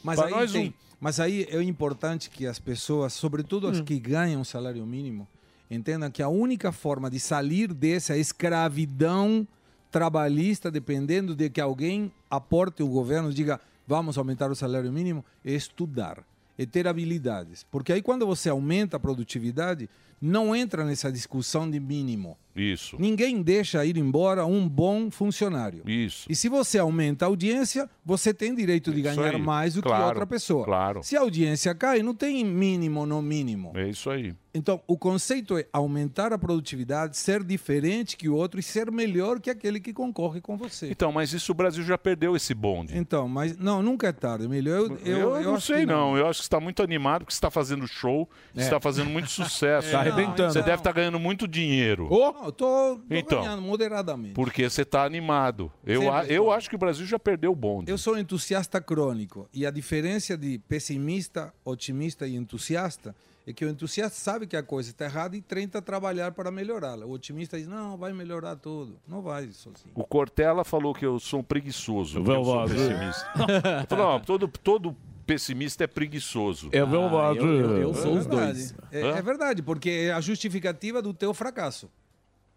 S16: Mas
S3: Pra
S16: aí
S3: nós
S16: tem-
S3: um.
S10: Mas aí é importante que as pessoas, sobretudo
S3: Hum.
S10: as que ganham um salário mínimo, entendam que a única forma de sair dessa escravidão trabalhista, dependendo de que alguém aporte o governo, diga vamos aumentar o salário mínimo, é estudar, é ter habilidades. Porque aí quando você aumenta a produtividade, não entra nessa discussão de mínimo.
S3: Isso.
S10: Ninguém deixa ir embora um bom funcionário.
S3: Isso.
S10: E se você aumenta a audiência, você tem direito de
S3: É Isso
S10: ganhar
S3: aí.
S10: mais do
S3: Claro,
S10: que outra pessoa.
S3: claro.
S10: Se a audiência cai, não tem mínimo no mínimo.
S3: É isso aí.
S10: Então, o conceito é aumentar a produtividade, ser diferente que o outro e ser melhor que aquele que concorre com você.
S3: Então, mas isso o Brasil já perdeu esse bonde.
S10: Então, mas não, nunca é tarde. Melhor eu,
S3: Eu,
S10: eu, eu
S3: não
S10: acho
S3: sei,
S10: que
S3: não. Eu acho que você está muito animado porque você está fazendo show,
S10: É.
S3: você está fazendo muito sucesso.
S10: É, Tá não, arrebentando.
S3: Você
S10: não.
S3: deve estar ganhando muito dinheiro.
S10: Não, eu tô, tô
S3: Então.
S10: ganhando moderadamente.
S3: Porque você está animado. Eu,
S10: Sempre
S3: a- eu acho que o Brasil já perdeu o bonde.
S10: Eu sou um entusiasta crônico e a diferença de pessimista, otimista e entusiasta é que o entusiasta sabe que a coisa está errada e tenta trabalhar para melhorá-la. O otimista diz: não, vai melhorar tudo. Não vai sozinho.
S3: O Cortella falou que eu sou um preguiçoso. que eu
S10: Vamos
S3: sou um
S10: lá, viu?
S3: pessimista. Ele falou, "Não, todo, todo pessimista é preguiçoso.
S10: É verdade.
S3: Ah, Eu,
S10: verdade. É, é verdade, porque é a justificativa do teu fracasso.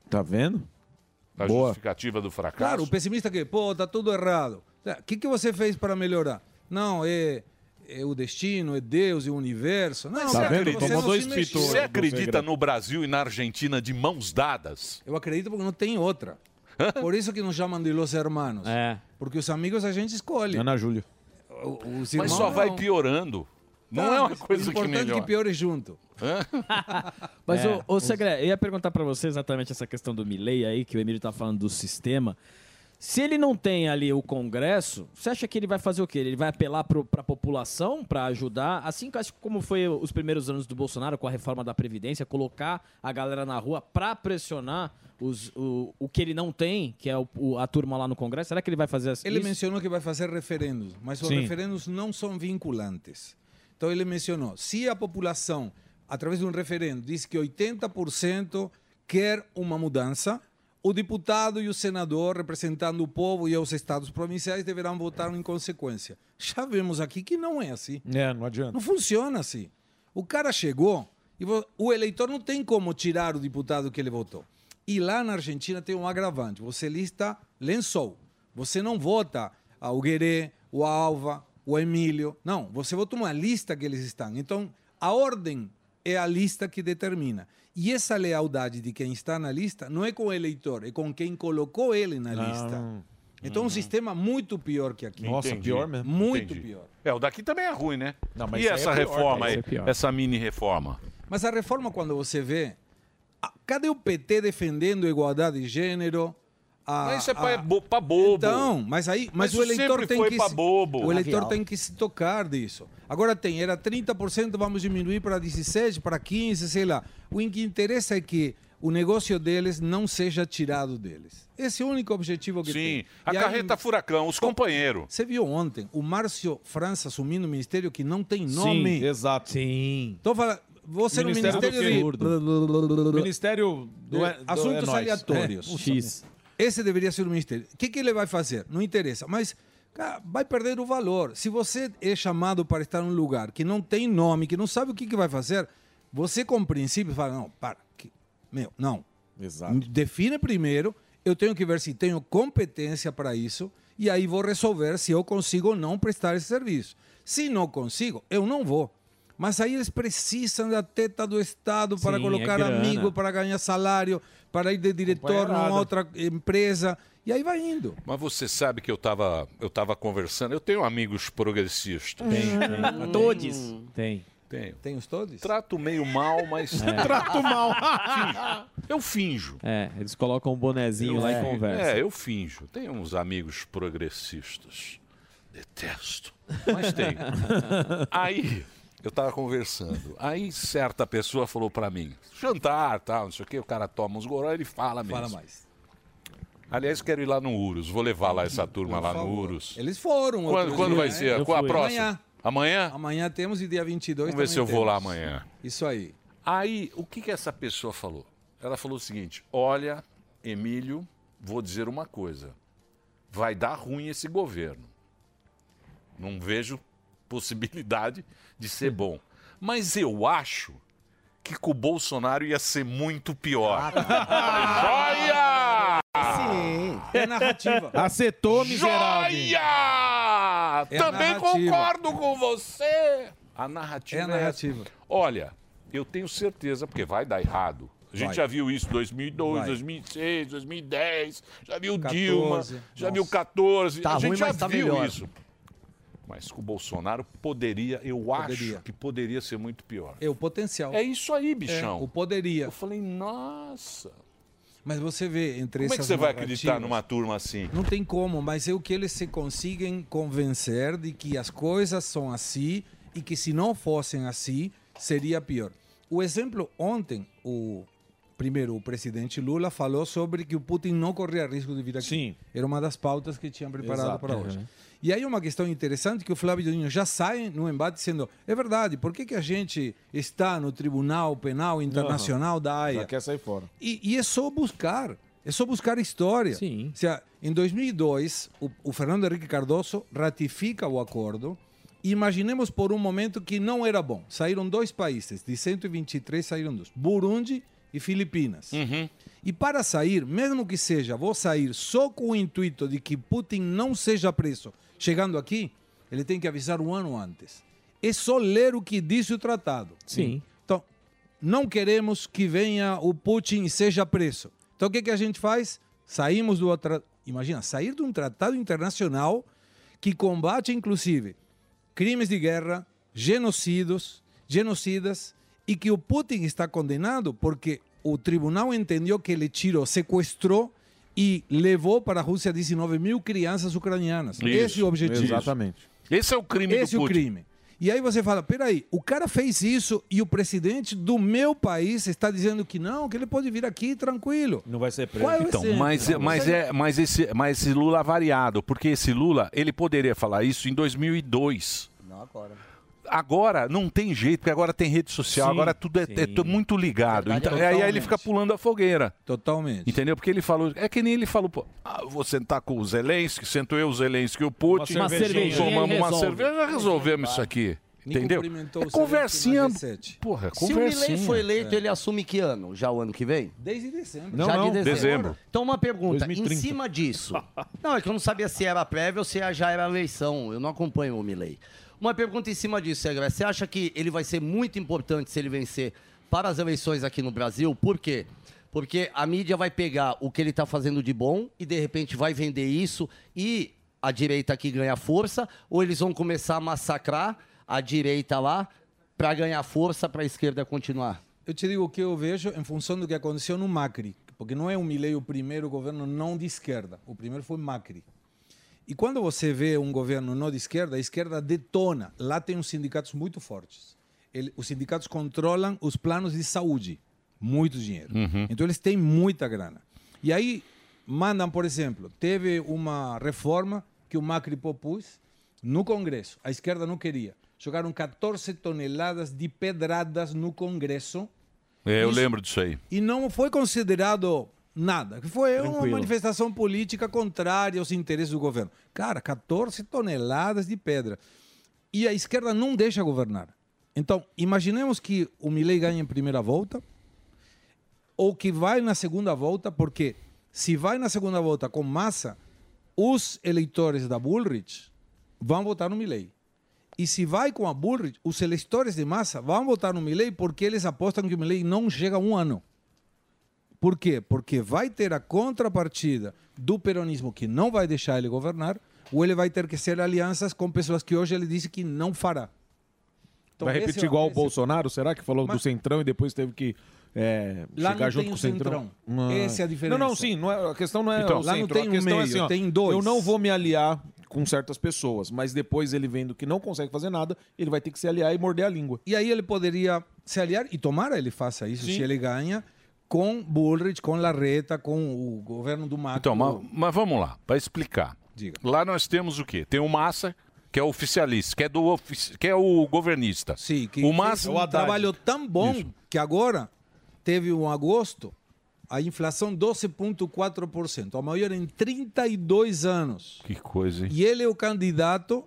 S16: Tá vendo?
S3: A
S16: Boa.
S3: justificativa do fracasso.
S10: Claro, o pessimista que, pô, tá tudo errado. O que, que você fez para melhorar? Não, é, é o destino, é Deus, é o universo. Não, você
S3: Mas você
S10: acredita-
S3: acredita-
S10: você não se mexeu.
S3: Você acredita no Brasil e na Argentina de mãos dadas?
S10: Eu acredito porque não tem outra. Por isso que nos chamam de los hermanos.
S3: É.
S10: Porque os amigos a gente escolhe.
S16: Ana Júlia.
S10: O- os
S3: Mas
S10: irmãos
S3: só vai
S10: não.
S3: piorando. Não
S10: Tá,
S3: é uma
S10: mas
S3: coisa
S10: o
S3: que
S10: importante é
S3: melhora.
S10: que piore junto.
S8: Mas,
S10: É,
S8: ô, ô Segre, eu ia perguntar pra você exatamente essa questão do Milley aí, que o Emílio tá falando do sistema. Se ele não tem ali o Congresso, você acha que ele vai fazer o quê? Ele vai apelar pro, pra população pra ajudar? Assim acho que como foi os primeiros anos do Bolsonaro com a reforma da Previdência, colocar a galera na rua pra pressionar os- o, o que ele não tem, que é o- o- a turma lá no Congresso. Será que ele vai fazer assim?
S10: Ele mencionou que vai fazer referendos, mas os
S8: Sim.
S10: referendos não são vinculantes. Então ele mencionou, se a população, através de um referendo, diz que 80% quer uma mudança, o deputado e o senador, representando o povo e os estados provinciais, deverão votar em consequência. Já vemos aqui que não é assim.
S16: É, não adianta.
S10: Não funciona assim. O cara chegou e vo- o eleitor não tem como tirar o deputado que ele votou. E lá na Argentina tem um agravante. Você lista lençol. Você não vota ao Gueré, o Alva, o Emílio. Não, você vota uma lista que eles estão. Então, a ordem é a lista que determina. E essa lealdade de quem está na lista não é com o eleitor, é com quem colocou ele na lista. Então, é um sistema muito pior que aqui.
S3: Nossa, Entendi. pior mesmo.
S10: Muito
S3: Entendi.
S10: pior.
S3: É, o daqui também é ruim, né?
S10: mas
S3: e
S10: isso aí é
S3: essa
S10: pior,
S3: reforma
S10: né?
S3: aí,
S10: Isso é pior.
S3: essa mini reforma?
S10: Mas a reforma, quando você vê, a- cadê o PT defendendo a igualdade de gênero? A,
S3: Mas isso é pra-
S10: a-
S3: é bo- pra bobo.
S10: Então, mas aí, mas,
S3: Mas
S10: o
S3: isso
S10: eleitor
S3: sempre
S10: tem
S3: foi
S10: que
S3: pra
S10: se,
S3: bobo.
S10: o eleitor
S3: Avial.
S10: tem que se tocar disso. Agora tem, era 30%, vamos diminuir para 17, para 15, sei lá. O que interessa é que o negócio deles não seja tirado deles. Esse é o único objetivo que tem.
S3: Sim, a
S10: E aí-
S3: carreta furacão, os companheiros.
S10: você viu ontem o Márcio França assumindo um ministério que não tem
S3: Sim,
S10: nome.
S16: exato.
S10: Sim. Então fala, você
S16: Ministério
S10: no Ministério
S16: do
S10: de...
S16: quê? Ministério do-
S10: de-
S16: é- do- é
S10: Assuntos
S16: nós.
S10: aleatórios.
S16: É, puta X.
S10: né? Esse deveria ser o Ministério. O que, que ele vai fazer? Não interessa. Mas cara, vai perder o valor. Se você é chamado para estar num lugar que não tem nome, que não sabe o que, que vai fazer, você com princípio fala, não, para. que- meu, não.
S16: Exato.
S10: Define primeiro, eu tenho que ver se tenho competência para isso e aí vou resolver se eu consigo ou não prestar esse serviço. Se não consigo, eu não vou. Mas aí eles precisam da teta do Estado para
S16: Sim, é
S10: colocar
S16: grana.
S10: amigo, para ganhar salário, para ir de diretor numa
S3: Companheirada.
S10: outra empresa. E aí vai indo.
S3: Mas você sabe que eu tava, eu tava conversando, eu tenho amigos progressistas.
S10: tem.
S8: Todes.
S3: Tem. Tenho.
S10: Tem os todos?
S3: Trato meio mal, mas.
S4: É.
S6: Trato mal.
S3: eu finjo.
S4: É, eles colocam um bonezinho lá e
S3: finjo.
S4: conversa.
S3: É, eu finjo. Tenho uns amigos progressistas. Detesto. Mas tenho. Aí, eu tava conversando. Aí, certa pessoa falou pra mim: jantar, tal, não sei o quê. O cara toma uns goró e ele fala mesmo.
S10: Fala mais.
S3: Aliás, quero ir lá no Urus. Vou levar lá essa turma
S10: Por
S3: lá no
S10: favor.
S3: Urus.
S10: Eles foram.
S3: Quando,
S10: outro
S3: quando
S10: dia,
S3: vai
S10: né?
S3: ser? Qual a próxima? Amanhã?
S10: Amanhã temos e dia 22
S3: Vamos ver
S10: também
S3: se eu vou lá
S10: temos.
S3: amanhã.
S10: Isso aí.
S3: Aí, o que, que essa pessoa falou? Ela falou o seguinte: olha, Emílio, vou dizer uma coisa. Vai dar ruim esse governo. Não vejo possibilidade de ser bom. Mas eu acho que com o Bolsonaro ia ser muito pior. Joia! Sim,
S10: é narrativa.
S6: Acertou, miserável.
S3: Joia!
S6: É
S3: Também
S6: narrativa.
S3: concordo com você. A narrativa
S10: É a
S3: essa.
S10: narrativa.
S3: Olha, eu tenho certeza, porque vai dar errado. A gente
S10: Vai.
S3: já viu isso em 2002,
S10: Vai.
S3: 2006, 2010, já viu
S10: 14,
S3: Dilma, já
S10: nossa.
S3: viu 14,
S10: Tá
S3: a gente
S10: ruim,
S3: já
S10: mas tá
S3: viu
S10: melhor.
S3: isso. Mas com o Bolsonaro poderia, eu acho que poderia ser muito pior.
S10: É o potencial.
S3: É isso aí, bichão.
S10: o poderia. Eu
S3: falei, nossa.
S10: Mas você vê, entre
S3: Como é que
S10: essas
S3: você vai acreditar
S10: narrativas-
S3: numa turma assim?
S10: Não tem como, mas é o que eles se conseguem convencer de que as coisas são assim e que se não fossem assim, seria pior. O exemplo ontem, o primeiro, o presidente Lula falou sobre que o Putin não corria risco de vir aqui. Sim. Era uma das pautas que tinham preparado
S6: Exato,
S10: para hoje.
S6: uhum.
S10: E aí uma questão interessante que o Flávio Dino já sai no embate dizendo é verdade, por que, que a gente está no Tribunal Penal Internacional da
S6: Já
S10: Haia?
S6: quer sair fora.
S10: E, e é só buscar. É só buscar história. Sim. em 2002, o, o Fernando Henrique Cardoso ratifica o acordo. E Imaginemos por um momento que não era bom. Saíram dois países, de 123 saíram dois: Burundi e Filipinas. E para sair, mesmo que seja, vou sair só com o intuito de que Putin não seja preso chegando aqui, ele tem que avisar um ano antes. É só ler o que diz o tratado.
S4: Sim.
S10: Então, não queremos que venha o Putin e seja preso. Então, o que, que a gente faz? Saímos do. Tra... Imagina, sair de um tratado internacional que combate, inclusive, crimes de guerra, genocidos, genocidas, e que o Putin está condenado porque o tribunal entendeu que ele tirou, sequestrou e levou para a Rússia 19 mil crianças ucranianas. Esse é o objetivo.
S3: Esse é o crime
S10: Esse é
S3: do
S10: o
S3: Putin.
S10: crime. E aí você fala, peraí, o cara fez isso e o presidente do meu país está dizendo que não, que ele pode vir aqui tranquilo.
S6: Não vai ser
S10: preso. Qual é o
S3: então,
S10: exemplo?
S3: mas,
S10: Não,
S3: mas,
S10: você-
S3: é, mas, esse, mas esse Lula variado, porque esse Lula, ele poderia falar isso em 2002.
S5: Não agora.
S3: Agora não tem jeito, porque agora tem rede social,
S5: Sim,
S3: agora tudo é, é
S5: sim.
S3: tu- muito ligado.
S5: Verdade,
S3: Então, aí, aí ele
S5: totalmente.
S3: fica pulando a fogueira.
S10: Totalmente.
S3: Entendeu? Porque ele falou. É que nem ele falou, pô, ah, eu vou sentar com o Zelensky, sento eu, o Zelensky e o Putin.
S10: Uma cervejinha.
S3: Tomamos uma
S10: Resolve.
S3: cerveja, resolvemos isso aqui.
S10: Nem
S3: Entendeu?
S10: cumprimentou
S3: É
S10: o Zelensky
S3: conversinha.
S10: na G7.
S3: Porra,
S5: Se o
S3: conversinha. É.
S5: Milley foi eleito, ele assume que ano? Já o ano que vem?
S10: Desde dezembro.
S5: Já de dezembro.
S3: Dezembro.
S5: Então, uma pergunta.
S3: 2030.
S5: Em cima disso... Não, é que eu não sabia se era prévia ou se já era eleição. Eu não acompanho o Milley. Uma pergunta em cima disso, Segra. Você acha que ele vai ser muito importante se ele vencer para as eleições aqui no Brasil? Por quê? Porque a mídia vai pegar o que ele está fazendo de bom e, de repente, vai vender isso e a direita aqui ganha força ou eles vão começar a massacrar a direita lá para ganhar força para a esquerda continuar?
S10: Eu te digo o que eu vejo em função do que aconteceu no Macri, porque não é o Milei o primeiro governo não de esquerda, o primeiro foi Macri. E quando você vê um governo não de esquerda, a esquerda detona. Lá tem uns sindicatos muito fortes. Ele- os sindicatos controlam os planos de saúde, muito dinheiro. Então eles têm muita grana. E aí mandam, por exemplo, teve uma reforma que o Macri propôs no Congresso. A esquerda não queria. Jogaram 14 toneladas de pedradas no Congresso
S3: É, eu
S10: Isso-
S3: lembro disso aí.
S10: e não foi considerado nada. que Foi uma
S3: Tranquilo.
S10: manifestação política contrária aos interesses do governo. Cara, 14 toneladas de pedra. E a esquerda não deixa governar. Então, imaginemos que o Milei ganha em primeira volta ou que vai na segunda volta, porque se vai na segunda volta com massa, os eleitores da Bullrich vão votar no Milei. E se vai com a Bullrich, os eleitores de massa vão votar no Milei porque eles apostam que o Milei não chega a um ano. Por quê? Porque vai ter a contrapartida do peronismo que não vai deixar ele governar, ou ele vai ter que ser alianças com pessoas que hoje ele disse que não fará. Então,
S6: vai
S10: esse
S6: repetir
S10: é-
S6: igual o
S10: esse-
S6: Bolsonaro? Será que falou do Centrão e depois teve que é,
S10: Lá
S6: chegar
S10: não
S6: junto
S10: tem
S6: com
S10: o
S6: o Centrão?
S10: Centrão.
S6: Ah.
S10: Essa é a diferença.
S6: Não, não, sim. não é- a questão não é
S10: Então,
S6: o
S10: lá não
S6: Centrão.
S10: tem
S6: a
S10: um
S6: questão é
S10: meio,
S6: assim, ó,
S10: tem dois.
S6: Eu não vou me aliar com certas pessoas, mas depois ele vendo que não consegue fazer nada, ele vai ter que se aliar e morder a língua.
S10: E aí ele poderia se aliar, e tomara ele faça isso,
S6: Sim.
S10: se ele ganha, com Bullrich, com Larreta, com o governo do Macri.
S3: Então, ma- mas, vamos lá, para explicar. Lá nós temos o quê? Tem o Massa, que é o oficialista, que é, do ofici- que é o governista.
S10: Sim, que
S3: é o Massa
S10: fez um trabalho tão bom que agora teve um agosto a inflação 12,4%, a maior em 32 anos.
S3: Que coisa, hein?
S10: E ele é o candidato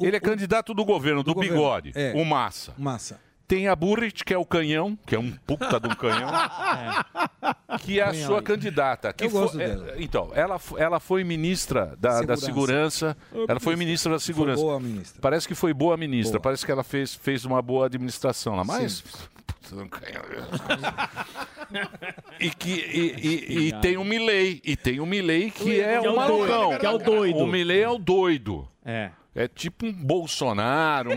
S3: Ele é candidato do governo, do,
S10: governo,
S3: bigode,
S10: é.
S3: o Massa.
S10: Massa.
S3: Tem a Burrit, que é o canhão, que é um puta de um canhão, que é a
S10: Canhão.
S3: sua candidata. Que
S10: Eu gosto
S3: é-
S10: dela.
S3: então, ela, f- ela foi ministra da da segurança.
S10: Segurança.
S3: Ela foi ministra da segurança.
S10: boa ministra.
S3: Parece que foi boa ministra. Parece que ela fez, fez uma boa administração lá. Mas E, que, e, e- e tem o Milley. E tem o Milley que é
S8: Que é
S3: um
S8: o
S3: malucão.
S8: doido. Que é o doido.
S3: O Milley é o doido.
S4: É.
S3: É tipo um Bolsonaro,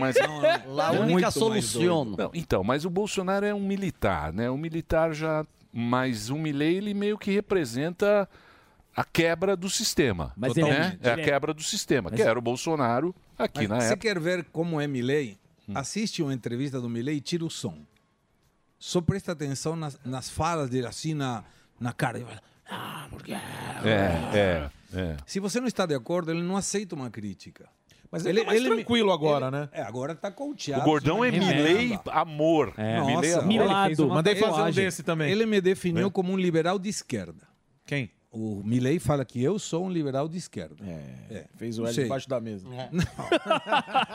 S3: mas...
S5: La
S3: É
S5: única
S3: muito mais
S5: solução.
S3: doido. Não, então, mas o Bolsonaro é um militar, né? O militar já... Mas o Milley, ele meio que representa a quebra do sistema.
S10: Mas ele é-
S3: né? é, a
S10: ele é-
S3: quebra do sistema, que
S10: Mas-
S3: era o Bolsonaro aqui
S10: Mas
S3: na
S10: Você
S3: época. Hum.
S10: quer ver como é Milley? Assiste uma entrevista do Milley e tira o som. Só presta atenção nas, nas falas dele, assim, na, na cara. Ele fala,
S3: É, é, é.
S10: Se você não está de acordo, ele não aceita uma crítica.
S6: Mas ele tá mais tranquilo agora, né?
S10: É, agora tá coacheado.
S3: O gordão é Milley amor.
S10: É,
S3: Milley É.
S10: nossa,
S3: amor.
S6: Mandei fazer um desse também.
S10: Ele me definiu como um liberal de esquerda.
S6: Quem?
S10: O Milley fala que eu sou um liberal de esquerda. É,
S6: Fez o
S10: não
S6: L
S10: sei.
S6: debaixo da mesa.
S10: É.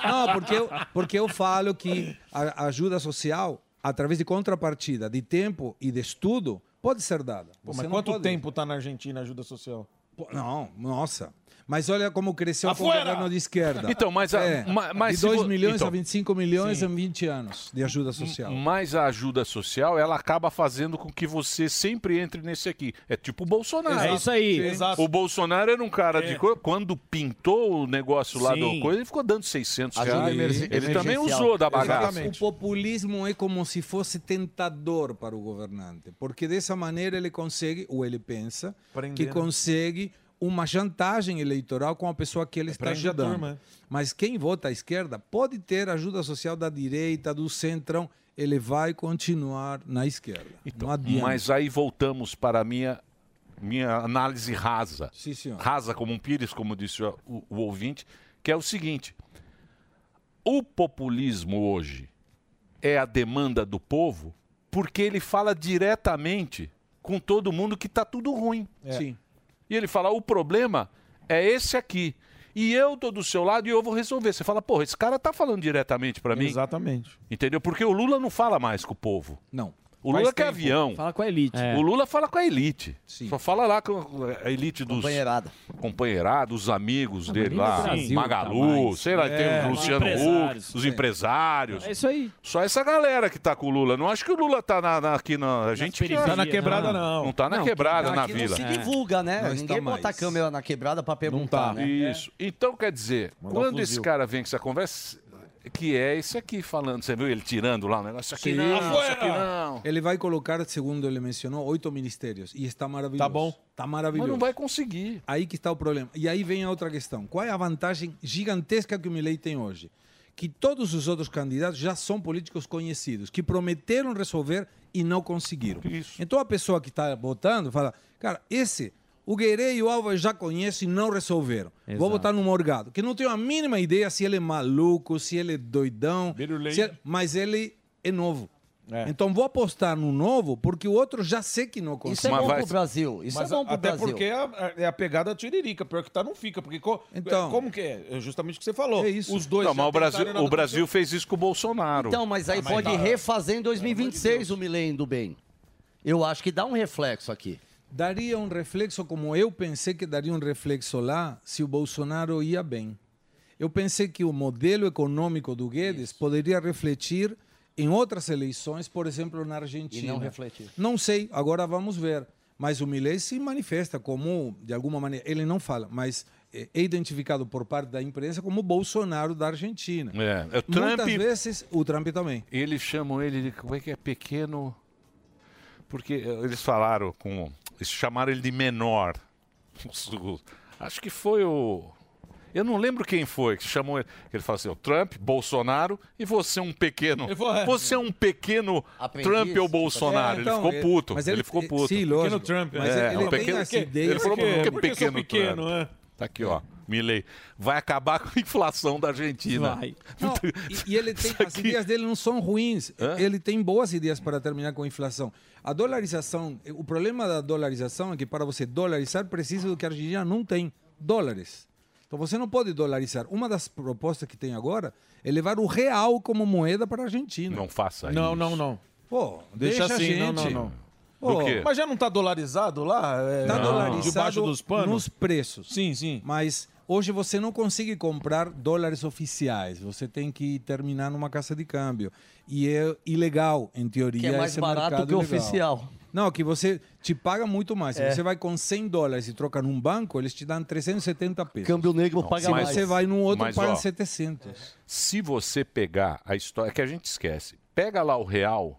S10: Não, porque eu, porque eu falo que a ajuda social, através de contrapartida, de tempo e de estudo, pode ser dada.
S6: Pô,
S10: Você
S6: mas
S10: não
S6: quanto
S10: pode-
S6: tempo tá na Argentina a ajuda social?
S10: Pô, Não, nossa. Mas olha como cresceu com
S6: Afuera!
S10: o governo de esquerda. É.
S3: Então, mas a- ma- mas
S10: de
S3: se
S10: 2
S3: vo-
S10: milhões
S3: então.
S10: a 25 milhões em 20 anos de ajuda social.
S3: Mas a ajuda social, ela acaba fazendo com que você sempre entre nesse aqui. É tipo o Bolsonaro.
S8: É isso aí. Sim. Exato.
S3: O Bolsonaro era um cara
S8: É.
S3: de... co- Quando pintou o negócio lá
S10: Sim.
S3: do coisa, ele ficou dando 600
S10: Ajuda
S3: reais.
S10: emergen-
S3: Ele também
S10: emergencial.
S3: usou da bagaça.
S10: Exatamente. O populismo é como se fosse tentador para o governante, porque dessa maneira ele consegue, ou ele pensa,
S6: Prender,
S10: que
S6: né?
S10: consegue uma chantagem eleitoral com a pessoa que ele está
S6: prende a
S10: ajudando.
S6: turma,
S10: Mas quem vota à esquerda pode ter ajuda social da direita, do centrão, ele vai continuar na esquerda. Não adianta.
S3: Então, Mas aí voltamos para a minha, minha análise rasa.
S10: Sim, senhor.
S3: Rasa como um pires, como disse o, o ouvinte, que é o seguinte. O populismo hoje é a demanda do povo porque ele fala diretamente com todo mundo que está tudo ruim.
S10: Sim.
S3: E ele fala, o problema é esse aqui. E eu tô do seu lado e eu vou resolver. Você fala, porra, esse cara tá falando diretamente para mim.
S6: Exatamente.
S3: Entendeu? Porque o Lula não fala mais com o povo.
S10: Não.
S3: O
S6: Faz
S3: Lula quer
S6: tempo.
S3: avião. É.
S8: Fala com a elite.
S3: O Lula fala com a elite. Só fala lá com a elite dos.
S5: Companheirada.
S3: Companheirada, os amigos
S8: Ah, mas
S3: dele
S8: nem no
S3: lá.
S8: Brasil tá
S3: Magalu,
S8: mais.
S3: sei lá,
S8: É,
S3: tem o
S8: os
S3: Luciano
S8: empresários.
S3: Huck, os empresários.
S8: É isso aí.
S3: Só essa galera que tá com o Lula. Não acho que o Lula tá na, na- aqui na. A gente
S5: periferias,
S3: tá
S5: Tá na quebrada, não.
S3: Não tá na
S5: Não,
S3: quebrada, na
S5: aqui
S3: vila. É.
S5: Não se divulga, né?
S3: Não está
S5: Ninguém bota a
S3: mais. tá.
S5: câmera na quebrada pra perguntar, né?
S3: Isso. Então, quer dizer,
S5: Mandar um
S3: quando esse
S5: fuzil.
S3: cara vem com essa conversa, que é esse aqui falando, você viu ele tirando lá o negócio? Isso aqui
S10: Sim.
S3: não, isso aqui não.
S10: Ele vai colocar, segundo ele mencionou, oito ministérios. E está maravilhoso. Tá bom. Está maravilhoso.
S3: Mas não vai conseguir.
S10: Aí que está o problema. E aí vem a outra questão. Qual é a vantagem gigantesca que o Milei tem hoje? Que todos os outros candidatos já são políticos conhecidos, que prometeram resolver e não conseguiram. Então a pessoa que está votando fala, cara, esse, o Guerreiro e o Alves já conhecem e não resolveram. Vou
S18: Exato.
S10: votar no Morgado, que não tenho a mínima ideia se ele é maluco, se ele é doidão, se ele- mas ele é novo. Então vou apostar no novo, porque o outro já sei que não
S6: é
S10: consegue.
S6: Mas até porque é a, é a pegada da tiririca. Pior que tá, não fica. Porque co-
S10: Então.
S6: é, como que é? É justamente o que você falou. Os dois. já
S3: Não, mas o
S6: tentaram e
S3: Brasil,
S6: nada
S3: o Brasil
S6: aconteceu.
S3: fez isso com o Bolsonaro.
S5: Então, mas aí pode
S3: tá-
S5: refazer em 2026 o Milênio do Bem. Eu acho que dá um reflexo aqui.
S10: Daria um reflexo como eu pensei que daria um reflexo lá se o Bolsonaro ia bem. Eu pensei que o modelo econômico do Guedes poderia refletir em outras eleições, por exemplo, na Argentina.
S5: refletiu.
S10: Não sei, agora vamos ver. Mas o Milei se manifesta como, de alguma maneira, ele não fala, mas é é identificado por parte da imprensa como o Bolsonaro da Argentina.
S3: É, o
S10: Muitas
S3: Trump-
S10: vezes o Trump também.
S3: Eles chamam ele de. Como é que é? Pequeno. Porque eh, eles falaram com. Eles chamaram ele de menor. Os- o- Acho que foi o. Eu não lembro quem foi que chamou ele. Ele falou assim: o Trump, Bolsonaro e você um pequeno.
S6: Ele falou, é.
S3: Você é um pequeno
S6: Aprendiz,
S3: Trump ou
S6: tipo,
S3: Bolsonaro.
S6: é, então,
S3: ele ficou
S6: ele-
S3: puto.
S6: mas
S3: ele,
S6: ele-
S3: ficou
S6: eh,
S3: puto.
S6: sim, lógico. Pequeno Trump,
S3: Mas
S6: mas
S3: é,
S6: ele-
S3: um
S6: ele tem
S3: pequeno,
S6: essa ideia
S3: ele falou
S6: de que-
S3: "Por que é
S6: por que sou
S3: pequeno,
S6: pequeno,
S3: Trump.
S6: é?
S3: Tá aqui, ó. Milley. Vai acabar com a inflação da Argentina.
S10: Vai. E, e ele tem, as ideias dele não são ruins. Ele tem boas ideias para terminar com a inflação. A dolarização, o problema da dolarização é que para você dolarizar precisa do que a Argentina não tem, dólares. Então você não pode dolarizar. Uma das propostas que tem agora é levar o real como moeda para a Argentina.
S3: Não faça isso.
S10: Não, não, não. Pô,
S6: Deixa
S10: deixa,
S6: assim,
S10: a gente.
S6: não, não, não.
S10: Pô,
S6: Mas já não tá dolarizado lá? É,
S10: Está Tá dolarizado
S6: Debaixo dos panos?
S10: nos preços.
S6: Sim, sim.
S10: Mas hoje você não consegue comprar dólares oficiais. Você tem que terminar numa casa de câmbio. E é ilegal, em teoria.
S5: Que é mais
S10: esse
S5: barato
S10: mercado
S5: que o
S10: ilegal.
S5: oficial.
S10: Não, que você te paga muito mais. Se
S5: É.
S10: você vai com 100 dólares e troca num banco, eles te dão 370 pesos.
S5: Câmbio negro
S10: Se
S5: paga mais.
S10: você vai num outro,
S3: Mas,
S10: paga
S3: ó,
S10: 700.
S3: Se você pegar a história, que a gente esquece, pega lá o real,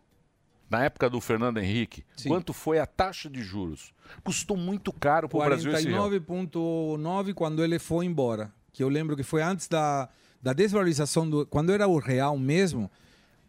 S3: na época do Fernando Henrique, quanto foi a taxa de juros? Custou muito caro para o Brasil esse real.
S10: 49,9 quando ele foi embora. Que eu lembro que foi antes da, da desvalorização do. Quando era o real mesmo,